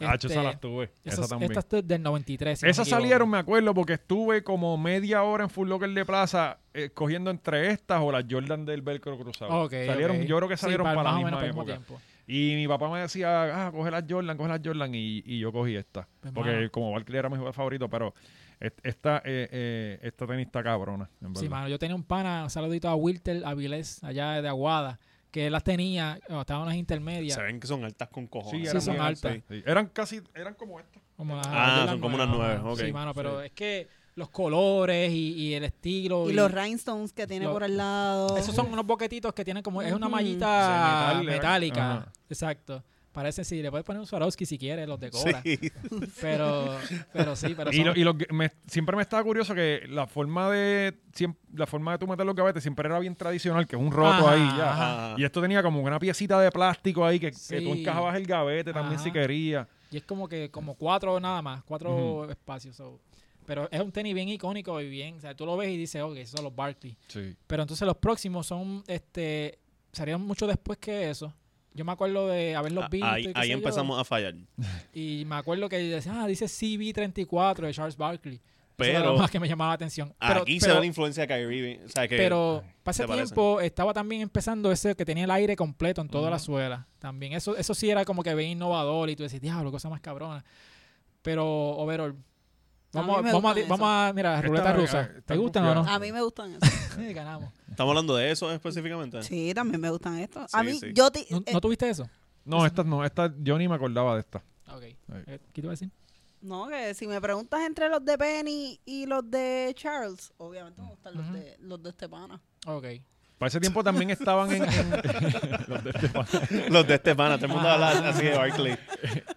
Speaker 1: Ah, yo
Speaker 3: Este,
Speaker 1: esas las tuve.
Speaker 3: esas-
Speaker 1: Esa también.
Speaker 3: Estas del 93. si no me
Speaker 1: Esas
Speaker 3: equivoco.
Speaker 1: salieron, me acuerdo, porque estuve como media hora en Full Locker de Plaza eh, cogiendo entre estas o las Jordan del Velcro cruzado.
Speaker 3: Ok,
Speaker 1: salieron,
Speaker 3: ok.
Speaker 1: Yo creo que
Speaker 3: Sí,
Speaker 1: salieron
Speaker 3: para-
Speaker 1: para,
Speaker 3: más o
Speaker 1: la
Speaker 3: menos pues,
Speaker 1: misma
Speaker 3: para el mismo
Speaker 1: época.
Speaker 3: tiempo.
Speaker 1: Y mi papá me decía, ah, coge las Jordan, coge las Jordan, y, y yo cogí esta.
Speaker 3: Pues,
Speaker 1: porque
Speaker 3: mano.
Speaker 1: como Barkley era mi jugador favorito, pero est- esta, eh, eh, esta tenista cabrona, en
Speaker 3: Sí,
Speaker 1: verdad.
Speaker 3: mano, yo tenía un pana, un saludito a Wilter Avilés, allá de Aguada, que él las tenía, cuando estaba en las intermedias.
Speaker 2: Se ven que son altas con cojones.
Speaker 1: Sí,
Speaker 3: Sí,
Speaker 1: eran
Speaker 3: son
Speaker 1: bien
Speaker 3: altas.
Speaker 1: Sí. Eran casi, eran como estas.
Speaker 3: Como las-
Speaker 2: Ah,
Speaker 3: las
Speaker 2: son como unas
Speaker 3: nuevas,
Speaker 2: nuevas,
Speaker 3: mano. Sí,
Speaker 2: ok.
Speaker 3: mano, pero
Speaker 2: Sí.
Speaker 3: es que los colores y, y el estilo.
Speaker 4: Y los rhinestones que tiene
Speaker 3: Lo-
Speaker 4: por al lado.
Speaker 3: Esos son unos boquetitos que tienen como. Es una
Speaker 4: Ujú.
Speaker 3: mallita
Speaker 1: Sí, metal, eh.
Speaker 3: metálica.
Speaker 1: Ajá.
Speaker 3: Exacto. Parece si le puedes poner un Swarovski si quieres, los de cola.
Speaker 2: Sí.
Speaker 3: Pero, pero sí,
Speaker 2: (laughs)
Speaker 3: pero
Speaker 1: Y,
Speaker 3: son-
Speaker 1: lo- y lo que me- siempre me estaba curioso que la forma de siem- la forma de tú meter los gavetes siempre era bien tradicional, que es un roto
Speaker 3: Ajá,
Speaker 1: ahí ya.
Speaker 3: Ah,
Speaker 2: ajá.
Speaker 1: Y esto tenía como una piecita de plástico ahí que, que
Speaker 3: Sí.
Speaker 1: tú encajabas el gavete también
Speaker 3: Ajá.
Speaker 1: si querías.
Speaker 3: Y es como que como cuatro nada más, cuatro espacios. so. Pero es un tenis bien icónico y bien, o sea, tú lo ves y dices, ok, esos son los Barkley.
Speaker 1: Sí.
Speaker 3: Pero entonces los próximos son, este, salieron mucho después que eso. Yo me acuerdo de haberlos
Speaker 2: Ah,
Speaker 3: visto. y
Speaker 2: ahí
Speaker 3: qué
Speaker 2: ahí
Speaker 3: sé yo.
Speaker 2: empezamos a fallar.
Speaker 3: Y me acuerdo que decían, ah, dice CB34 de Charles Barkley. Eso era lo
Speaker 2: Pero-
Speaker 3: más que me llamaba la atención. Pero,
Speaker 2: Aquí se
Speaker 3: pero,
Speaker 2: ve la influencia de Kyrie Irving. O sea, que
Speaker 3: pero para ese
Speaker 2: se parecen.
Speaker 3: tiempo estaba también empezando ese que tenía el aire completo en toda la
Speaker 2: Ujú.
Speaker 3: suela. También eso, eso sí era como que bien innovador y tú decías, diablo, cosa más cabrona. Pero, overall, vamos,
Speaker 4: A
Speaker 3: a,
Speaker 4: mí me
Speaker 3: vamos, a,
Speaker 4: gustan
Speaker 3: vamos a- mira,
Speaker 1: Está-
Speaker 3: ruleta rusa.
Speaker 1: está
Speaker 3: ¿Te gustan
Speaker 4: (laughs)
Speaker 3: o no?
Speaker 1: confiada.
Speaker 4: A mí me gustan esos.
Speaker 3: Sí, ganamos.
Speaker 2: estamos hablando de eso específicamente.
Speaker 4: Sí, también me gustan estos. a
Speaker 2: Sí,
Speaker 4: mí,
Speaker 2: sí.
Speaker 4: yo ti-
Speaker 3: ¿No,
Speaker 4: eh,
Speaker 3: no tuviste eso? Pues
Speaker 1: No, estas no, estas yo ni me acordaba de estas.
Speaker 3: Ok. Eh, ¿Qué te iba a decir?
Speaker 4: no, que si me preguntas entre los de Penny y los de Charles, obviamente me gustan los
Speaker 3: Ujú.
Speaker 4: de los de Estepana.
Speaker 3: Ok.
Speaker 1: Para ese tiempo también estaban en, (laughs)
Speaker 3: (laughs)
Speaker 1: en- los de este pa-
Speaker 2: (laughs) Los de este pana, todo el mundo habla
Speaker 3: Ah.
Speaker 2: así de Barkley.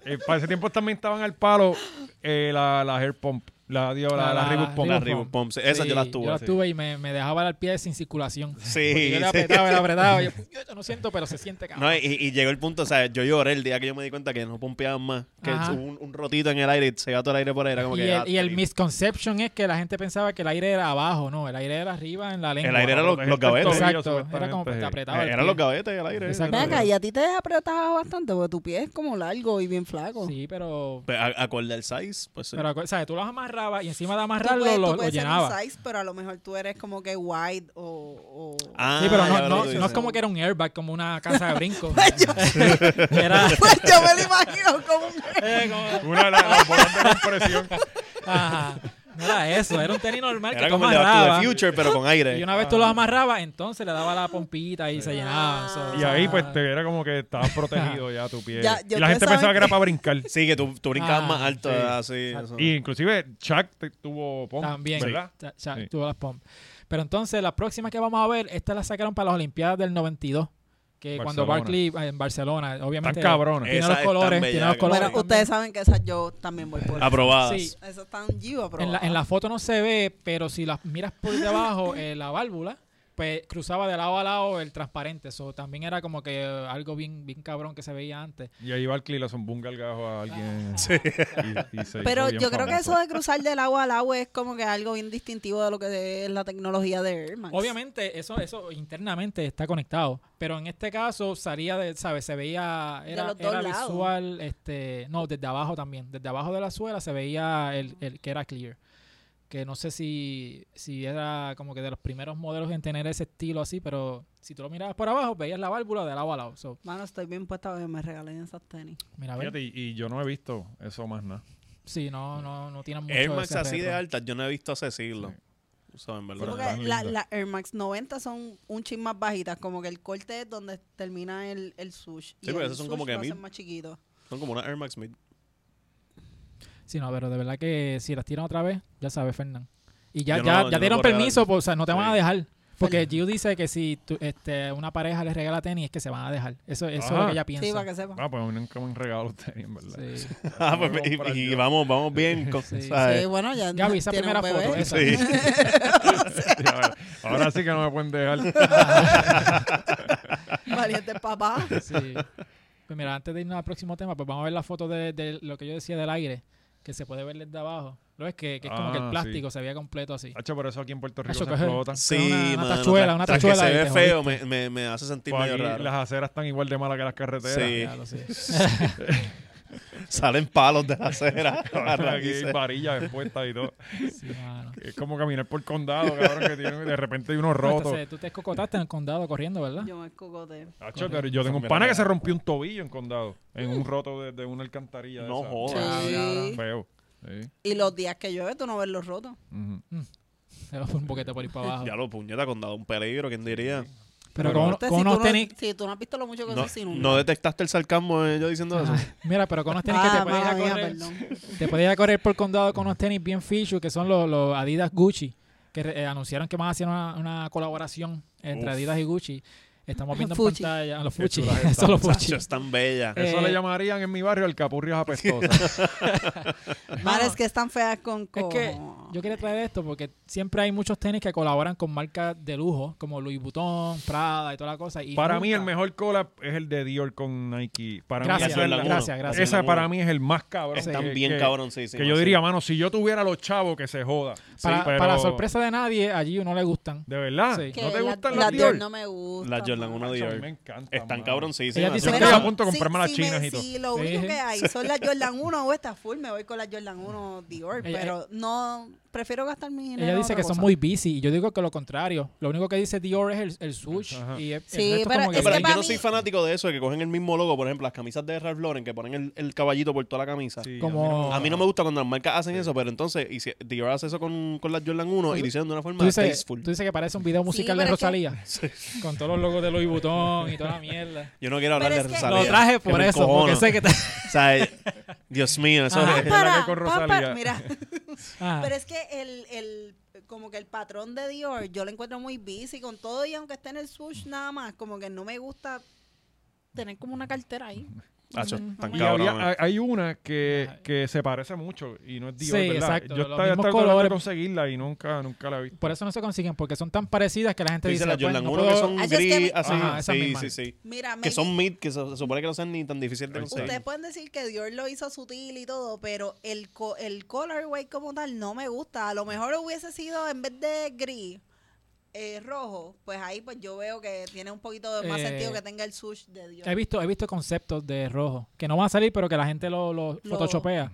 Speaker 1: eh, para ese tiempo también estaban al palo eh, la, la hair pump, la, digo, la, la,
Speaker 3: La- la
Speaker 1: Reebok pump.
Speaker 2: Las
Speaker 3: Reebok.
Speaker 2: Reebok Pumps. Esas
Speaker 3: Sí,
Speaker 2: yo las tuve.
Speaker 3: Yo las
Speaker 2: sí.
Speaker 3: tuve y me, me dejaba el pie sin circulación. Porque
Speaker 2: Sí,
Speaker 3: yo
Speaker 2: sí.
Speaker 3: le apretaba, le apretaba. y
Speaker 2: (laughs)
Speaker 3: Yo, yo no siento, pero se siente cabrón.
Speaker 2: No, y, y llegó el punto, o sea, yo lloré el día que yo me di cuenta que no pompeaban más, que
Speaker 3: Ajá.
Speaker 2: hubo un, un rotito en el aire y se iba todo el aire por ahí. Era como
Speaker 3: y,
Speaker 2: que,
Speaker 3: el,
Speaker 2: ah,
Speaker 3: y el
Speaker 2: tri-
Speaker 3: misconception es que la gente pensaba que el aire era abajo, no, el aire era arriba en la lengua.
Speaker 2: El aire era
Speaker 1: Para
Speaker 2: lo-
Speaker 1: proteger
Speaker 2: los
Speaker 1: el tobillo,
Speaker 2: gavetes.
Speaker 3: Exacto, era
Speaker 1: supuestamente,
Speaker 3: como que te
Speaker 1: sí.
Speaker 3: apretaba. el
Speaker 2: Eh, eran los
Speaker 3: pie.
Speaker 2: gavetes en el aire.
Speaker 3: Exacto.
Speaker 4: Ven
Speaker 3: Ve
Speaker 4: acá, y a ti te apretaba bastante porque tu pie es como largo y bien flaco.
Speaker 3: Sí, pero.
Speaker 2: Pues, a- Acorde al size, pues sí.
Speaker 3: Pero, acu- ¿sabes? Tú los amarrabas y encima de
Speaker 4: Tú
Speaker 3: amarrarlo
Speaker 4: puedes- tú
Speaker 3: lo, lo
Speaker 4: puedes ser un
Speaker 3: llenabas.
Speaker 4: size, pero a lo mejor tú eres como que wide o... o- (laughs)
Speaker 2: Ah,
Speaker 3: Sí, pero
Speaker 2: ya
Speaker 3: no,
Speaker 2: lo
Speaker 3: no,
Speaker 2: que tú
Speaker 3: no es
Speaker 2: dices.
Speaker 3: como que era un airbag, como una casa de
Speaker 4: (laughs)
Speaker 3: brinco.
Speaker 4: Pues
Speaker 3: (laughs)
Speaker 4: yo,
Speaker 3: era.
Speaker 4: pues yo me lo imagino como un...
Speaker 3: eh, como-
Speaker 1: Una de las las bolas de compresión.
Speaker 3: ajá,
Speaker 4: pues.
Speaker 3: no era eso, era un tenis normal que
Speaker 2: Era
Speaker 3: tú
Speaker 2: como el de Back to
Speaker 3: amarrabas.
Speaker 2: the Future, Ah. pero con
Speaker 3: (laughs) Y
Speaker 2: aire.
Speaker 3: una vez tú los amarrabas, entonces le daba la pompita y se llenaba.
Speaker 4: Ah.
Speaker 3: so-
Speaker 1: Y ahí pues te era como que estabas protegido ya tu pie.
Speaker 4: Ya,
Speaker 1: y
Speaker 4: ya
Speaker 1: la gente
Speaker 4: ustedes
Speaker 1: pensaba
Speaker 4: saben
Speaker 1: que era
Speaker 4: que-
Speaker 1: para brincar.
Speaker 4: (laughs)
Speaker 2: Sí, que tú, tú brincabas
Speaker 3: Ah,
Speaker 2: más alto,
Speaker 1: sí.
Speaker 2: así.
Speaker 3: Exacto.
Speaker 2: eso.
Speaker 1: Y inclusive Chuck te- tuvo pump,
Speaker 3: También.
Speaker 1: ¿verdad?
Speaker 3: Cha- cha-
Speaker 1: Sí.
Speaker 3: tuvo las pomp. Pero entonces, las próximas que vamos a ver, estas las sacaron para las Olimpiadas del 92. Que cuando
Speaker 1: Barcelona.
Speaker 3: Barkley eh, en Barcelona,
Speaker 1: Están
Speaker 3: obviamente.
Speaker 1: cabrones.
Speaker 3: Tiene
Speaker 2: Esas
Speaker 3: los
Speaker 2: están
Speaker 3: colores, tiene los
Speaker 2: bellacas.
Speaker 3: colores.
Speaker 4: Bueno, ustedes saben que esas yo también voy
Speaker 2: Ah,
Speaker 4: por...
Speaker 2: Aprobadas.
Speaker 3: Sí.
Speaker 4: Esas están yo
Speaker 3: En la,
Speaker 4: aprobadas.
Speaker 3: en la foto no se ve, pero si las miras por debajo, eh, la válvula, pues cruzaba de lado a lado el transparente. Eso también era como que eh, algo bien, bien cabrón que se veía antes.
Speaker 1: Y ahí Barkley le zumba el gajo a
Speaker 3: Ah.
Speaker 1: alguien. y- y se hizo
Speaker 4: Pero
Speaker 1: bien
Speaker 4: yo creo que
Speaker 1: famoso.
Speaker 4: eso de cruzar del agua al agua es como que algo bien distintivo de lo que es la tecnología de Air Max.
Speaker 3: Obviamente, eso, eso internamente está conectado. Pero en este caso salía de, ¿sabes? Se veía,
Speaker 4: De
Speaker 3: era,
Speaker 4: los dos
Speaker 3: era
Speaker 4: lados.
Speaker 3: visual, este, no, desde abajo también. Desde abajo de la suela se veía el, el que era clear. Que no sé si, si era como que de los primeros modelos en tener ese estilo así, pero si tú lo mirabas por abajo, veías la válvula de lado a lado. So,
Speaker 4: Mano, estoy bien puesta porque me regalen esas tenis.
Speaker 3: mira, a ver.
Speaker 1: Fíjate, y, y yo no he visto eso más nada.
Speaker 3: Sí, no, no, no tienen mucho
Speaker 2: Air
Speaker 3: de
Speaker 2: Max
Speaker 3: ese
Speaker 2: así de
Speaker 3: retro.
Speaker 2: altas yo no he visto hace siglos. Tú sabes, en
Speaker 4: Sí,
Speaker 2: verdad.
Speaker 1: Pero
Speaker 4: porque
Speaker 1: están
Speaker 4: la-
Speaker 1: lindas.
Speaker 4: las Air Max 90 son un chin más bajitas, como que el corte es donde termina el, el sush. y
Speaker 2: pero
Speaker 4: el
Speaker 2: esas son
Speaker 4: sush
Speaker 2: como que
Speaker 4: lo
Speaker 2: mid.
Speaker 4: hacen más chiquito.
Speaker 2: Son como una Air Max Mid.
Speaker 3: Sí, no, pero de verdad que si las tiran otra vez, ya sabes, Fernán. Y ya,
Speaker 2: Yo no-
Speaker 3: ya,
Speaker 2: yo
Speaker 3: ya
Speaker 2: no
Speaker 3: dieron
Speaker 2: puedo
Speaker 3: permiso,
Speaker 2: regalar.
Speaker 3: pues, o sea, no te van a
Speaker 2: Sí.
Speaker 3: dejar. Porque Gio dice que si tú- este, una pareja les regala tenis, es que se van a dejar. Eso, eso es lo
Speaker 1: Ajá.
Speaker 3: que ella piensa.
Speaker 4: Sí, para que sepan.
Speaker 1: Ah, pues nunca me han regalado tenis, en verdad.
Speaker 4: (laughs)
Speaker 3: Sí.
Speaker 2: Ah, pues,
Speaker 1: voy a comprar
Speaker 2: y, y
Speaker 1: yo.
Speaker 2: vamos, vamos (laughs) bien. con-
Speaker 3: Sí.
Speaker 2: ¿sabes?
Speaker 4: Sí, bueno, ya
Speaker 3: Gaby, esa
Speaker 4: tienen
Speaker 3: primera
Speaker 4: un
Speaker 3: foto. (laughs)
Speaker 4: bebé.
Speaker 3: Esa.
Speaker 2: Sí.
Speaker 1: Ya, Ahora sí que no me pueden dejar.
Speaker 4: (laughs) Valiente papá.
Speaker 3: Sí. Pues mira, antes de irnos al próximo tema, pues vamos a ver la foto de, de lo que yo decía del aire, que se puede ver desde abajo. ¿Lo ves? Que, que es como que el
Speaker 1: Ah,
Speaker 3: plástico se veía completo así.
Speaker 1: Hacho, por eso aquí en Puerto Rico
Speaker 3: Hacho,
Speaker 1: se
Speaker 3: coge-
Speaker 1: explota.
Speaker 2: Sí,
Speaker 3: Una- una
Speaker 2: mano,
Speaker 3: tachuela,
Speaker 2: tras-
Speaker 3: una
Speaker 2: tras
Speaker 3: tachuela
Speaker 2: que se
Speaker 3: y
Speaker 2: ve
Speaker 3: te
Speaker 2: feo, me, me, me hace sentir
Speaker 1: Pues
Speaker 2: medio
Speaker 1: aquí (laughs)
Speaker 2: raro.
Speaker 1: las aceras están igual de malas que las carreteras.
Speaker 2: (laughs) Sí.
Speaker 3: Ya lo sé.
Speaker 2: Salen palos de la acera. las
Speaker 1: Aquí hay
Speaker 2: raíces.
Speaker 1: varillas expuestas y todo.
Speaker 3: Sí, mano.
Speaker 1: Es como caminar por condado, cabrón, que tiene, de repente hay unos rotos.
Speaker 3: Entonces, tú te escocotaste en el condado corriendo, ¿verdad?
Speaker 4: Yo me escogoté.
Speaker 1: Acho, pero yo tengo un
Speaker 2: Mira,
Speaker 1: pana
Speaker 2: mira.
Speaker 1: que se rompió un tobillo en condado, en un roto de, de una alcantarilla. de
Speaker 2: No
Speaker 1: esas.
Speaker 2: jodas.
Speaker 4: Sí.
Speaker 1: Cabrón, Feo. Sí.
Speaker 4: Y los días que llueve, tú no ves los rotos.
Speaker 1: Ujú.
Speaker 3: Se va un poquito por ir para abajo.
Speaker 2: Ya lo puñeta con dado un peligro, ¿quién diría?
Speaker 3: Pero
Speaker 1: Pero
Speaker 3: con,
Speaker 4: Usted,
Speaker 3: con
Speaker 4: Este, si,
Speaker 3: unos
Speaker 4: tú
Speaker 3: tenis.
Speaker 4: no, si tú no has visto lo mucho que
Speaker 2: No,
Speaker 4: eso se inunda.
Speaker 2: no detectaste el sarcasmo eh, yo diciendo eso.
Speaker 3: Ah, Mira, pero con unos tenis que
Speaker 4: Ah,
Speaker 3: te puedes ir a
Speaker 4: mala mía,
Speaker 3: correr. (laughs)
Speaker 4: perdón.
Speaker 3: Te podías ir a correr por condado con unos tenis bien fichu, que son los, los Adidas Gucci, que re- eh, anunciaron que van a hacer una, una colaboración entre
Speaker 2: Uf.
Speaker 3: Adidas y Gucci. Estamos viendo en
Speaker 4: Fuchi.
Speaker 3: pantalla los Fuchi,
Speaker 2: Qué
Speaker 3: (laughs)
Speaker 2: chula
Speaker 3: son los
Speaker 2: esta,
Speaker 3: Fuchi.
Speaker 2: chacho, Es tan bella.
Speaker 3: Eh,
Speaker 1: Eso le llamarían en mi barrio el capurrias apestosas.
Speaker 4: Mara, es que están feas con...
Speaker 3: Es
Speaker 4: con-
Speaker 3: que yo quería traer esto porque siempre hay muchos tenis que colaboran con marcas de lujo, como Louis Vuitton, Prada y toda la cosa. (laughs) y
Speaker 1: para
Speaker 3: nunca-
Speaker 1: mí el mejor collab es el de Dior con Nike. Para
Speaker 3: Gracias,
Speaker 1: mí esa es la-
Speaker 3: Laguno. gracias, gracias.
Speaker 1: Esa para mí es el más cabrón.
Speaker 2: Están
Speaker 1: que-
Speaker 2: bien
Speaker 1: que-
Speaker 2: cabroncísimas.
Speaker 1: Que yo
Speaker 2: sí.
Speaker 1: diría, mano, si yo tuviera los chavos, que se joda.
Speaker 3: Para,
Speaker 1: Sí, pero-
Speaker 3: para sorpresa de nadie, allí no le gustan.
Speaker 1: ¿De verdad?
Speaker 3: Sí.
Speaker 4: que
Speaker 1: ¿No te
Speaker 4: las-
Speaker 1: gustan
Speaker 4: las
Speaker 1: los Dior?
Speaker 4: no me gustan.
Speaker 2: Las Jordan
Speaker 4: mano.
Speaker 2: uno
Speaker 1: Chacho, a mí
Speaker 2: Dior.
Speaker 1: me encantan.
Speaker 2: Están
Speaker 1: mano.
Speaker 2: cabroncísimas.
Speaker 3: Ellas dicen
Speaker 1: Yo
Speaker 3: que
Speaker 1: estoy a
Speaker 3: son-
Speaker 1: punto de comprarme las
Speaker 4: si
Speaker 1: chinas
Speaker 4: me-
Speaker 1: y todo.
Speaker 4: Si lo único
Speaker 3: Sí.
Speaker 4: que hay son las Jordan 1 o esta full, me voy con las Jordan 1 Dior,
Speaker 3: Ella-
Speaker 4: pero no, prefiero gastar mi dinero.
Speaker 3: Ella
Speaker 4: en
Speaker 3: dice
Speaker 4: otra
Speaker 3: que son
Speaker 4: cosa.
Speaker 3: muy busy y yo digo que lo contrario. Lo único que dice Dior es el, el sush
Speaker 1: Ajá.
Speaker 3: y el- el
Speaker 4: Sí,
Speaker 3: resto
Speaker 4: pero
Speaker 3: como
Speaker 4: es
Speaker 2: Pero
Speaker 4: que
Speaker 2: yo
Speaker 4: para
Speaker 2: no
Speaker 4: mí-
Speaker 2: soy fanático de eso, de que cogen el mismo logo, por ejemplo, las camisas de Ralph Lauren, que ponen el, el caballito por toda la camisa.
Speaker 1: Sí,
Speaker 3: Como-
Speaker 1: a mí no me-
Speaker 2: A
Speaker 3: Ah.
Speaker 2: mí no me gusta cuando las marcas hacen eso, pero entonces y si Dior hace eso con, con las Jordan 1 y lo hicieron de una forma
Speaker 3: Tú dices,
Speaker 2: tasteful.
Speaker 3: tú dices que parece un video musical
Speaker 4: Sí,
Speaker 3: de
Speaker 4: pero es que-
Speaker 3: Rosalía. Con todos los logos de Louis Vuitton y toda la mierda.
Speaker 2: Yo no quiero hablar
Speaker 4: Pero
Speaker 2: de
Speaker 4: es que-
Speaker 2: Rosalía.
Speaker 3: Lo traje
Speaker 2: que
Speaker 3: por
Speaker 2: me
Speaker 3: eso,
Speaker 2: encojono.
Speaker 3: porque sé que te...
Speaker 4: (laughs)
Speaker 2: O sea, eh, Dios mío, eso
Speaker 3: Ajá.
Speaker 1: es
Speaker 2: es-
Speaker 1: la que hay
Speaker 4: Pámpara,
Speaker 1: con
Speaker 4: pámpara,
Speaker 1: Rosalía.
Speaker 4: mira,
Speaker 3: (laughs) Ah,
Speaker 4: pero es que el, el, como que el patrón de Dior, yo lo encuentro muy busy con todo y aunque esté en el sush nada más, como que no me gusta tener como una cartera ahí.
Speaker 2: Acho, tan
Speaker 1: Y
Speaker 2: cabrón.
Speaker 3: ah,
Speaker 1: había- hay- hay una que,
Speaker 3: Ajá.
Speaker 1: que se parece mucho y no es Dior,
Speaker 3: Sí,
Speaker 1: ¿verdad?
Speaker 3: exacto,
Speaker 1: Yo estaba
Speaker 3: los mismos
Speaker 1: estaba tratando de
Speaker 3: colores.
Speaker 1: conseguirla y nunca, nunca la he visto.
Speaker 3: por eso no se consiguen, porque son tan parecidas que la gente
Speaker 2: Tú dices
Speaker 3: dice...
Speaker 2: las
Speaker 3: pues,
Speaker 2: Jordan
Speaker 3: no
Speaker 2: 1 que
Speaker 3: puedo-
Speaker 2: son
Speaker 4: Así Ah, es
Speaker 2: gris,
Speaker 4: que me-
Speaker 2: así.
Speaker 3: Ajá, esas
Speaker 2: sí,
Speaker 3: mismas.
Speaker 2: sí, sí.
Speaker 4: Mira,
Speaker 2: Que
Speaker 4: maybe-
Speaker 2: son mid, que se, se supone que no sean ni tan difíciles de conseguir.
Speaker 4: Ustedes pueden decir que Dior lo hizo sutil y todo, pero el, co- el colorway como tal no me gusta. A lo mejor hubiese sido en vez de gris, eh, rojo, pues ahí pues yo veo que tiene un poquito de más
Speaker 3: Eh,
Speaker 4: sentido que tenga el sush de Dior.
Speaker 3: He visto, he visto conceptos de rojo, que no van a salir, pero que la gente lo, lo
Speaker 4: Lo-
Speaker 3: photoshopea.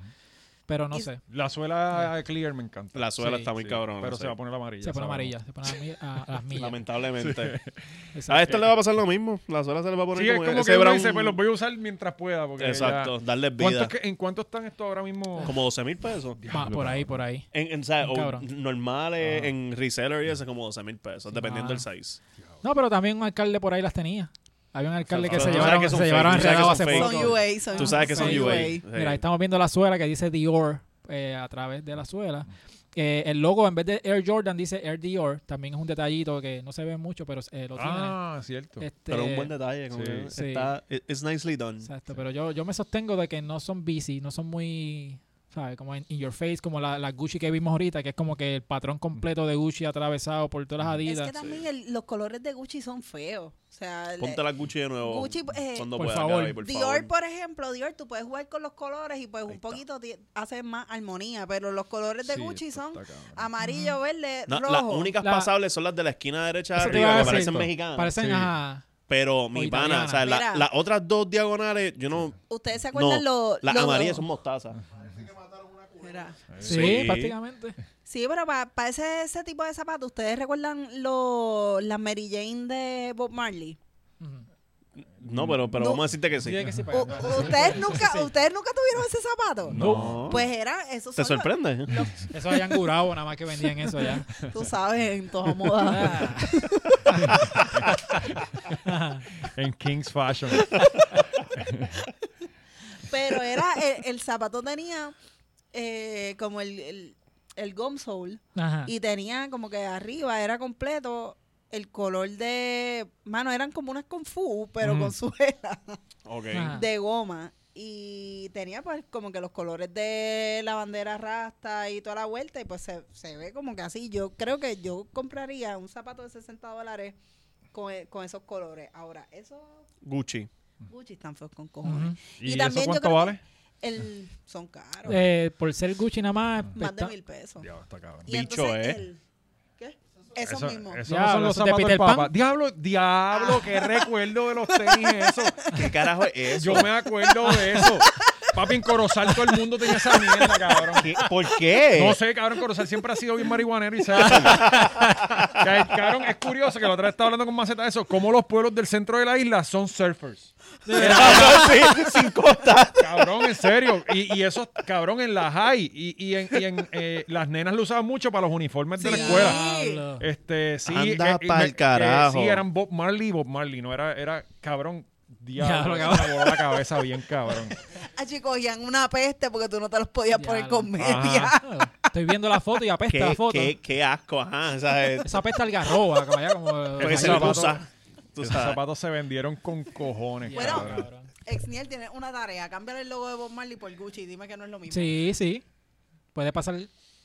Speaker 3: Pero no
Speaker 4: Y-
Speaker 3: sé.
Speaker 1: La suela clear me encanta.
Speaker 2: La suela
Speaker 3: Sí,
Speaker 2: está muy
Speaker 1: Sí,
Speaker 2: cabrón.
Speaker 1: Pero
Speaker 2: no
Speaker 1: se
Speaker 2: sé.
Speaker 1: va a poner amarilla.
Speaker 3: Se pone
Speaker 1: ¿sabes?
Speaker 3: amarilla, se pone a, mi- a- a las millas.
Speaker 2: Lamentablemente. (laughs)
Speaker 3: Exacto.
Speaker 2: A esto le va a pasar lo mismo. La suela se le va a poner
Speaker 1: Sí, es como
Speaker 2: ese
Speaker 1: que uno
Speaker 2: brown-
Speaker 1: dice, pues los voy a usar mientras pueda. Porque
Speaker 2: Exacto, darles
Speaker 1: ya-
Speaker 2: vida.
Speaker 1: ¿Cuánto es que- ¿En cuánto están estos ahora mismo?
Speaker 2: Como 12 mil pesos.
Speaker 3: Va, por ahí, por ahí.
Speaker 2: En, en, o sea, o
Speaker 3: Cabrón.
Speaker 2: normales, en reseller y eso, como 12 mil pesos, dependiendo
Speaker 3: mano.
Speaker 2: del size.
Speaker 3: No, pero también un alcalde por ahí las tenía. Había un alcalde que
Speaker 2: pero
Speaker 3: se
Speaker 2: tú sabes
Speaker 3: llevaron,
Speaker 2: que son
Speaker 3: se llevaron
Speaker 2: fake, tú sabes
Speaker 3: enredado
Speaker 2: que
Speaker 3: hace
Speaker 2: son
Speaker 4: son
Speaker 3: poco.
Speaker 2: fake.
Speaker 4: UA, son
Speaker 2: Tú sabes que son
Speaker 3: Sí,
Speaker 2: UA.
Speaker 4: UA.
Speaker 2: sí.
Speaker 3: Mira, ahí estamos viendo la suela que dice Dior eh, a través de la suela. Eh, el logo en vez de Air Jordan dice Air Dior. También es un detallito que no se ve mucho, pero eh, lo
Speaker 1: Ah, cierto.
Speaker 3: tiene. Este,
Speaker 2: Pero un buen detalle. Como
Speaker 1: Sí.
Speaker 2: que
Speaker 3: Sí.
Speaker 2: Está, it- it's nicely done.
Speaker 3: Exacto, pero yo, yo me sostengo de que no son busy, no son muy, ¿sabes? Como en in your face, como la, la Gucci que vimos ahorita, que es como que el patrón completo de Gucci atravesado por todas las
Speaker 4: Es
Speaker 3: adidas.
Speaker 4: que también el- los colores de Gucci son feos. O sea, le-
Speaker 2: Ponte la Gucci de nuevo.
Speaker 4: Gucci, eh,
Speaker 2: cuando
Speaker 3: Por
Speaker 2: puedas,
Speaker 3: favor.
Speaker 2: Gaby, por
Speaker 4: Dior,
Speaker 2: favor.
Speaker 4: por ejemplo, Dior, tú puedes jugar con los colores y pues un poquito ti- hace más armonía, pero los colores de
Speaker 1: Sí,
Speaker 4: Gucci
Speaker 1: esto
Speaker 4: son
Speaker 1: está cabrón.
Speaker 4: amarillo, verde,
Speaker 2: No,
Speaker 4: rojo.
Speaker 2: las únicas
Speaker 3: La-
Speaker 2: pasables son las de la esquina derecha de
Speaker 3: Eso te
Speaker 2: arriba,
Speaker 3: iba a
Speaker 2: que
Speaker 3: decir.
Speaker 2: parecen mexicanas.
Speaker 3: Parecen,
Speaker 1: Sí.
Speaker 3: ajá.
Speaker 2: Pero mi
Speaker 3: O
Speaker 2: pana, o sea, la-
Speaker 4: italiana.
Speaker 2: las otras dos diagonales, yo no.
Speaker 4: ¿Ustedes se
Speaker 2: No,
Speaker 4: acuerdan los...
Speaker 2: las
Speaker 4: los-
Speaker 2: amarillas son mostazas.
Speaker 4: Mira.
Speaker 3: Sí,
Speaker 2: Sí.
Speaker 3: prácticamente.
Speaker 4: Sí, pero para ese, ese tipo de zapatos, ¿ustedes recuerdan los las Mary Jane de Bob Marley?
Speaker 3: Ujú.
Speaker 2: No, pero, pero
Speaker 4: No.
Speaker 2: vamos a decirte que sí.
Speaker 3: Dile que sí,
Speaker 4: U-
Speaker 3: para-
Speaker 4: ¿Ustedes, nunca,
Speaker 3: sí.
Speaker 4: ¿Ustedes nunca tuvieron ese zapato?
Speaker 2: No.
Speaker 4: Pues era, esos
Speaker 2: ¿Te
Speaker 4: son los-
Speaker 2: sorprende?
Speaker 3: Eso hayan curado, nada más que vendían eso Ah. ya.
Speaker 4: tú sabes, en toda
Speaker 3: (laughs)
Speaker 4: moda.
Speaker 1: En King's
Speaker 3: (laughs)
Speaker 1: Fashion.
Speaker 4: Pero era, el, el zapato tenía eh, como el, el, el gum sole
Speaker 3: Ajá.
Speaker 4: y tenía como que arriba era completo el color de... Mano, eran como unas Kung Fu, pero
Speaker 1: Mm.
Speaker 4: con suela.
Speaker 2: Ok.
Speaker 3: Ajá.
Speaker 4: de goma y tenía pues como que los colores de la bandera rasta y toda la vuelta y pues se, se ve como que así. Yo creo que yo compraría un zapato de 60 dólares con, e- con esos colores. Ahora, esos
Speaker 2: Gucci.
Speaker 4: Gucci están feos con cojones.
Speaker 3: Ujú.
Speaker 1: ¿Y,
Speaker 4: Y
Speaker 1: eso
Speaker 4: también yo
Speaker 1: cuánto
Speaker 4: creo
Speaker 1: vale?
Speaker 4: El, son caros.
Speaker 3: Eh, por ser Gucci nada más. pues,
Speaker 4: más de
Speaker 3: está-
Speaker 4: mil pesos.
Speaker 1: Diablo, está cabrón.
Speaker 4: Y
Speaker 2: Bicho,
Speaker 4: entonces
Speaker 2: ¿eh?
Speaker 4: el- ¿Qué? Eso,
Speaker 1: Eso-
Speaker 4: mismo. Ah.
Speaker 1: Eso no
Speaker 3: Diablo,
Speaker 1: son los
Speaker 3: eso es de
Speaker 1: zapatos del
Speaker 3: Peter Pan.
Speaker 1: Papa. Diablo, diablo, qué recuerdo de los tenis eso.
Speaker 2: ¿Qué carajo es eso?
Speaker 1: Yo me acuerdo de eso. Papi, en Corozal todo el mundo tenía esa mierda, cabrón.
Speaker 2: ¿Qué? ¿Por (laughs) qué?
Speaker 1: No sé, cabrón, Corozal siempre ha sido bien marihuanero y se ha- Que, Cabrón, es curioso que la otra vez estaba hablando con Maceta de eso, cómo los pueblos del centro de la isla son surfers.
Speaker 2: Sí, sin costa.
Speaker 1: Cabrón, en serio. Y, y eso, cabrón, en la high y, y en, y en, eh, las nenas lo usaban mucho para los uniformes de la
Speaker 4: Sí.
Speaker 1: escuela.
Speaker 3: Diablo.
Speaker 1: Este, sí.
Speaker 2: Anda
Speaker 1: y
Speaker 2: pa'l
Speaker 1: me-
Speaker 2: carajo.
Speaker 1: sí, eran Bob Marley y Bob Marley, no era, era cabrón. Diablo,
Speaker 3: Diablo,
Speaker 1: se
Speaker 3: cabrón.
Speaker 1: me voló la cabeza bien,
Speaker 2: (laughs)
Speaker 1: cabrón.
Speaker 4: Ah, chicos, y en una peste porque tú no te los podías poner
Speaker 3: Diablo.
Speaker 2: (laughs)
Speaker 4: con media.
Speaker 3: Ah, Estoy viendo la foto y apesta
Speaker 2: ¿Qué,
Speaker 3: la foto.
Speaker 2: qué, qué asco, ajá. ¿sabes?
Speaker 3: Esa apesta al garroba, como allá, como...
Speaker 2: Porque se
Speaker 1: Esos
Speaker 2: le
Speaker 1: zapatos-
Speaker 2: usa. Tú
Speaker 1: Esos
Speaker 2: sabes.
Speaker 1: zapatos se vendieron con cojones,
Speaker 4: Bueno.
Speaker 1: cabrón.
Speaker 4: Exniel tiene una tarea, cámbiale el logo de Bob Marley por Gucci y dime que no es lo mismo.
Speaker 3: Sí, sí. Puede pasar,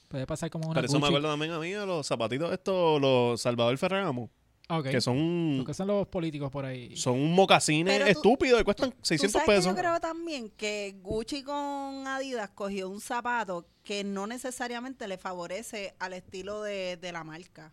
Speaker 3: puede pasar como una
Speaker 2: Pero eso me
Speaker 3: Gucci.
Speaker 2: acuerdo también a mí de los zapatitos estos, los Salvador Ferragamo,
Speaker 3: Ah, ok.
Speaker 2: que son
Speaker 3: Lo
Speaker 2: un,
Speaker 3: que son los políticos por ahí.
Speaker 2: son un mocasines
Speaker 4: Pero tú-
Speaker 2: estúpidos y cuestan
Speaker 4: ¿Tú
Speaker 2: 600
Speaker 4: sabes
Speaker 2: pesos.
Speaker 4: Que yo creo también que Gucci con Adidas cogió un zapato que no necesariamente le favorece al estilo de, de la marca.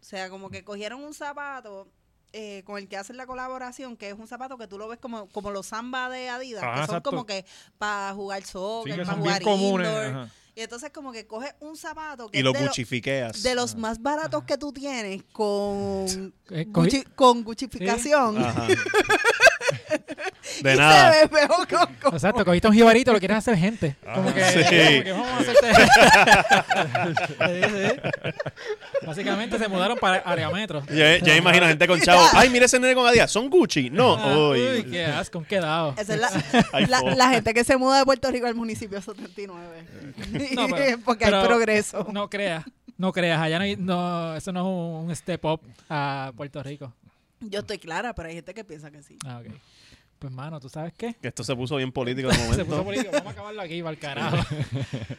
Speaker 4: O sea, como que cogieron un zapato eh, con el que hacen la colaboración, que es un zapato que tú lo ves como, como los samba de Adidas,
Speaker 1: Ajá,
Speaker 4: que son
Speaker 1: Ah, exacto.
Speaker 4: como que para jugar
Speaker 1: Sí,
Speaker 4: soccer,
Speaker 1: que
Speaker 4: para
Speaker 1: son bien
Speaker 4: jugar
Speaker 1: comunes.
Speaker 4: indoor.
Speaker 1: ajá.
Speaker 4: Y entonces como que coge un zapato que
Speaker 2: Y
Speaker 4: es
Speaker 2: los
Speaker 4: de, lo-
Speaker 2: guchifiqueas.
Speaker 4: de
Speaker 1: Ah.
Speaker 4: los más baratos que tú tienes con,
Speaker 3: Eh, cogí-
Speaker 4: Gucci, con guchificación. (laughs)
Speaker 2: Ajá. De
Speaker 4: Y
Speaker 2: nada.
Speaker 4: se ve feo con- con-
Speaker 3: Exacto, cogiste un jibarito, lo quieres hacer gente. Como que,
Speaker 2: Ah, Sí.
Speaker 3: como que vamos a hacerte. (laughs) Sí, sí. Básicamente se mudaron para Areametro.
Speaker 2: Ya, ya imagino gente con chavo. Ay, mira ese nene con Adidas. ¿Son Gucci? No.
Speaker 3: Ah, Uy,
Speaker 2: Uy.
Speaker 3: qué asco, han quedado.
Speaker 4: Esa es la,
Speaker 2: Ay,
Speaker 4: (laughs) la-
Speaker 2: po.
Speaker 4: la gente que se muda de Puerto Rico al municipio 79.
Speaker 3: No,
Speaker 4: (laughs)
Speaker 3: pero-
Speaker 4: Porque hay
Speaker 3: pero-
Speaker 4: progreso.
Speaker 3: No creas, no creas, allá no, hay- no eso no es un- un step up a Puerto Rico.
Speaker 4: Yo estoy clara, pero hay gente que piensa que sí.
Speaker 3: Ah, ok. Pues mano, ¿tú sabes qué?
Speaker 2: Que esto se puso bien
Speaker 3: (laughs)
Speaker 2: político de
Speaker 3: Se puso
Speaker 2: momento.
Speaker 3: político, vamos a acabarlo aquí, para el carajo.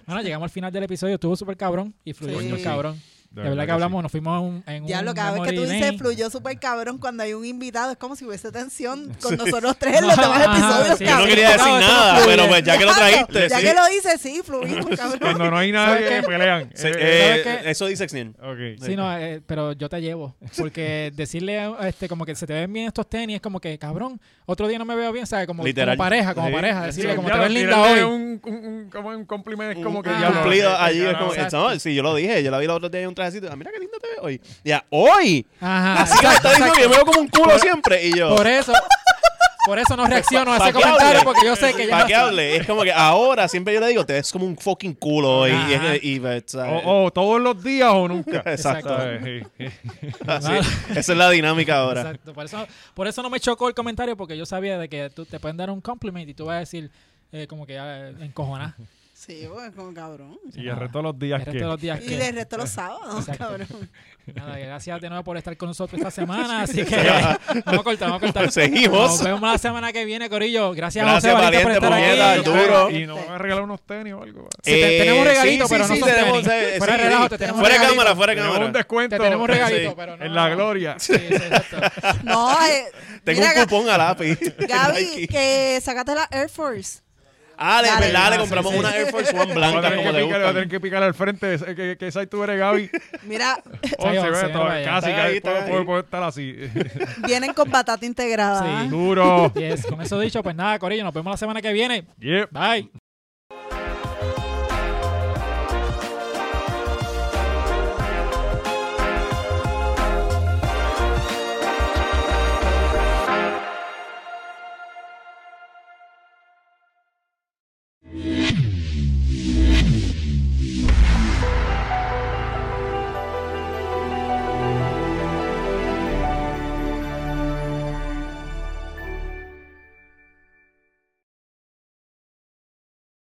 Speaker 3: Bueno, llegamos al final del episodio, estuvo súper cabrón y fluyó
Speaker 4: Sí.
Speaker 3: súper cabrón. De, verdad, que
Speaker 1: sí.
Speaker 3: hablamos, nos fuimos a un- en un.
Speaker 4: Diablo, cada vez que tú
Speaker 3: memory
Speaker 4: dices
Speaker 3: lane.
Speaker 4: fluyó súper cabrón cuando hay un invitado, es como si hubiese tensión con nosotros tres
Speaker 2: (laughs)
Speaker 4: en los demás
Speaker 3: Ajá,
Speaker 4: episodios,
Speaker 3: sí,
Speaker 2: Yo no
Speaker 4: cabrón.
Speaker 2: quería decir
Speaker 3: No, eso no
Speaker 2: nada,
Speaker 3: fluye.
Speaker 2: pero pues ya que lo trajiste.
Speaker 4: ya
Speaker 2: sí.
Speaker 4: que lo dices, sí,
Speaker 2: (laughs)
Speaker 4: fluimos, cabrón.
Speaker 1: Cuando no
Speaker 3: (laughs)
Speaker 1: hay nadie
Speaker 3: ¿Sabes
Speaker 1: que
Speaker 3: qué?
Speaker 1: pelean.
Speaker 2: Sí,
Speaker 1: Eh,
Speaker 2: eh,
Speaker 3: ¿sabes qué?
Speaker 2: eso dice Xnien.
Speaker 1: ok.
Speaker 3: Sí, no, eh, pero yo te llevo. Porque (laughs) decirle a- este, como que se te ven bien estos tenis, es como que, cabrón, otro día no me veo bien, ¿sabes? Como, como
Speaker 2: Literal.
Speaker 3: pareja, como
Speaker 2: Sí.
Speaker 3: pareja. Decirle
Speaker 1: Sí,
Speaker 3: como te
Speaker 1: diablo,
Speaker 3: ves linda hoy.
Speaker 1: tirarle Un, un, un- como un compliment es como que
Speaker 3: un
Speaker 1: diablo, eh,
Speaker 2: cumplido
Speaker 1: qué- qué
Speaker 2: allí es
Speaker 1: carajo.
Speaker 2: como
Speaker 3: exacto.
Speaker 2: no, sí yo lo dije yo la vi la otra día en un trajecito ah mira qué linda te ves hoy ya hoy (laughs)
Speaker 3: Ajá.
Speaker 2: así que me está diciendo que yo me veo como un culo siempre y yo
Speaker 3: Ah, Por eso, por eso
Speaker 2: (laughs)
Speaker 3: no reacciono a
Speaker 2: ¿pa'
Speaker 3: ese
Speaker 2: qué
Speaker 3: comentario,
Speaker 2: hable?
Speaker 3: porque yo sé que
Speaker 2: para
Speaker 3: ya.
Speaker 2: que hable es como que ahora siempre yo le digo te ves como un fucking culo hoy y,
Speaker 3: Ajá.
Speaker 2: es- y, pues, o sea,
Speaker 1: O, o todos los días o nunca.
Speaker 2: (laughs)
Speaker 1: Eh,
Speaker 2: Exacto.
Speaker 1: ¿Sabes? Sí, sí.
Speaker 2: así. Ah, (laughs) esa es la dinámica (laughs) ahora
Speaker 3: Exacto. Por eso, por eso no me chocó el comentario, porque yo sabía de que tú te pueden dar un compliment y tú vas a decir, eh, como que eh,
Speaker 2: (laughs)
Speaker 3: encojonar.
Speaker 4: Sí, pues, como cabrón.
Speaker 1: Y el resto de los días
Speaker 3: El resto
Speaker 1: que.
Speaker 3: de los días
Speaker 4: Y
Speaker 3: que.
Speaker 4: le resto los sábados,
Speaker 3: Exacto.
Speaker 2: (laughs)
Speaker 4: cabrón.
Speaker 3: Nada, gracias de nuevo por estar con nosotros esta semana. Así que vamos a cortar, vamos
Speaker 2: (laughs)
Speaker 3: a cortar.
Speaker 2: Pues Seguimos.
Speaker 3: Nos vemos la semana que viene, Corillo. Gracias,
Speaker 2: Gracias,
Speaker 3: José
Speaker 2: valiente,
Speaker 3: Valiente, por estar
Speaker 2: puñeta,
Speaker 3: aquí.
Speaker 2: el duro.
Speaker 1: Y no me van a regalar unos tenis o algo.
Speaker 3: Sí, te- tenemos un regalito, pero no son tenis.
Speaker 2: eh,
Speaker 3: Fuera de relajo, te tenemos
Speaker 2: fuera de
Speaker 3: regalito.
Speaker 2: cámara fuera de
Speaker 1: Tenemos un
Speaker 2: cámara
Speaker 1: descuento.
Speaker 3: Te tenemos un regalito,
Speaker 2: Sí.
Speaker 3: pero no.
Speaker 1: En la gloria.
Speaker 3: Sí, sí, exacto.
Speaker 4: No, eh,
Speaker 2: tengo
Speaker 4: mira,
Speaker 2: un cupón a lápiz (laughs)
Speaker 4: Gaby, que sacaste la Air Force.
Speaker 2: ah de
Speaker 4: Dale.
Speaker 2: verdad
Speaker 4: Ah,
Speaker 2: le
Speaker 4: sí,
Speaker 2: compramos
Speaker 4: sí.
Speaker 2: una Air Force
Speaker 3: (laughs)
Speaker 2: One
Speaker 1: Va a
Speaker 2: blanca
Speaker 1: tener que
Speaker 2: como le
Speaker 1: picar- va a
Speaker 2: gusta
Speaker 1: tener que picar al frente. eh, Que, que esa tú eres
Speaker 3: (laughs)
Speaker 1: Gaby.
Speaker 4: Mira,
Speaker 1: Once,
Speaker 3: once,
Speaker 1: ¿verdad?
Speaker 3: mira para allá.
Speaker 1: Casi,
Speaker 2: Está
Speaker 1: casi.
Speaker 2: ahí, está
Speaker 1: puedo-
Speaker 2: ahí.
Speaker 1: puedo- puedo estar así. (laughs)
Speaker 4: vienen con batata integrada.
Speaker 3: Sí.
Speaker 1: Duro.
Speaker 3: (laughs) Yes, Con eso dicho, pues nada, Corillo, nos vemos la semana que viene.
Speaker 1: Yep.
Speaker 3: Bye.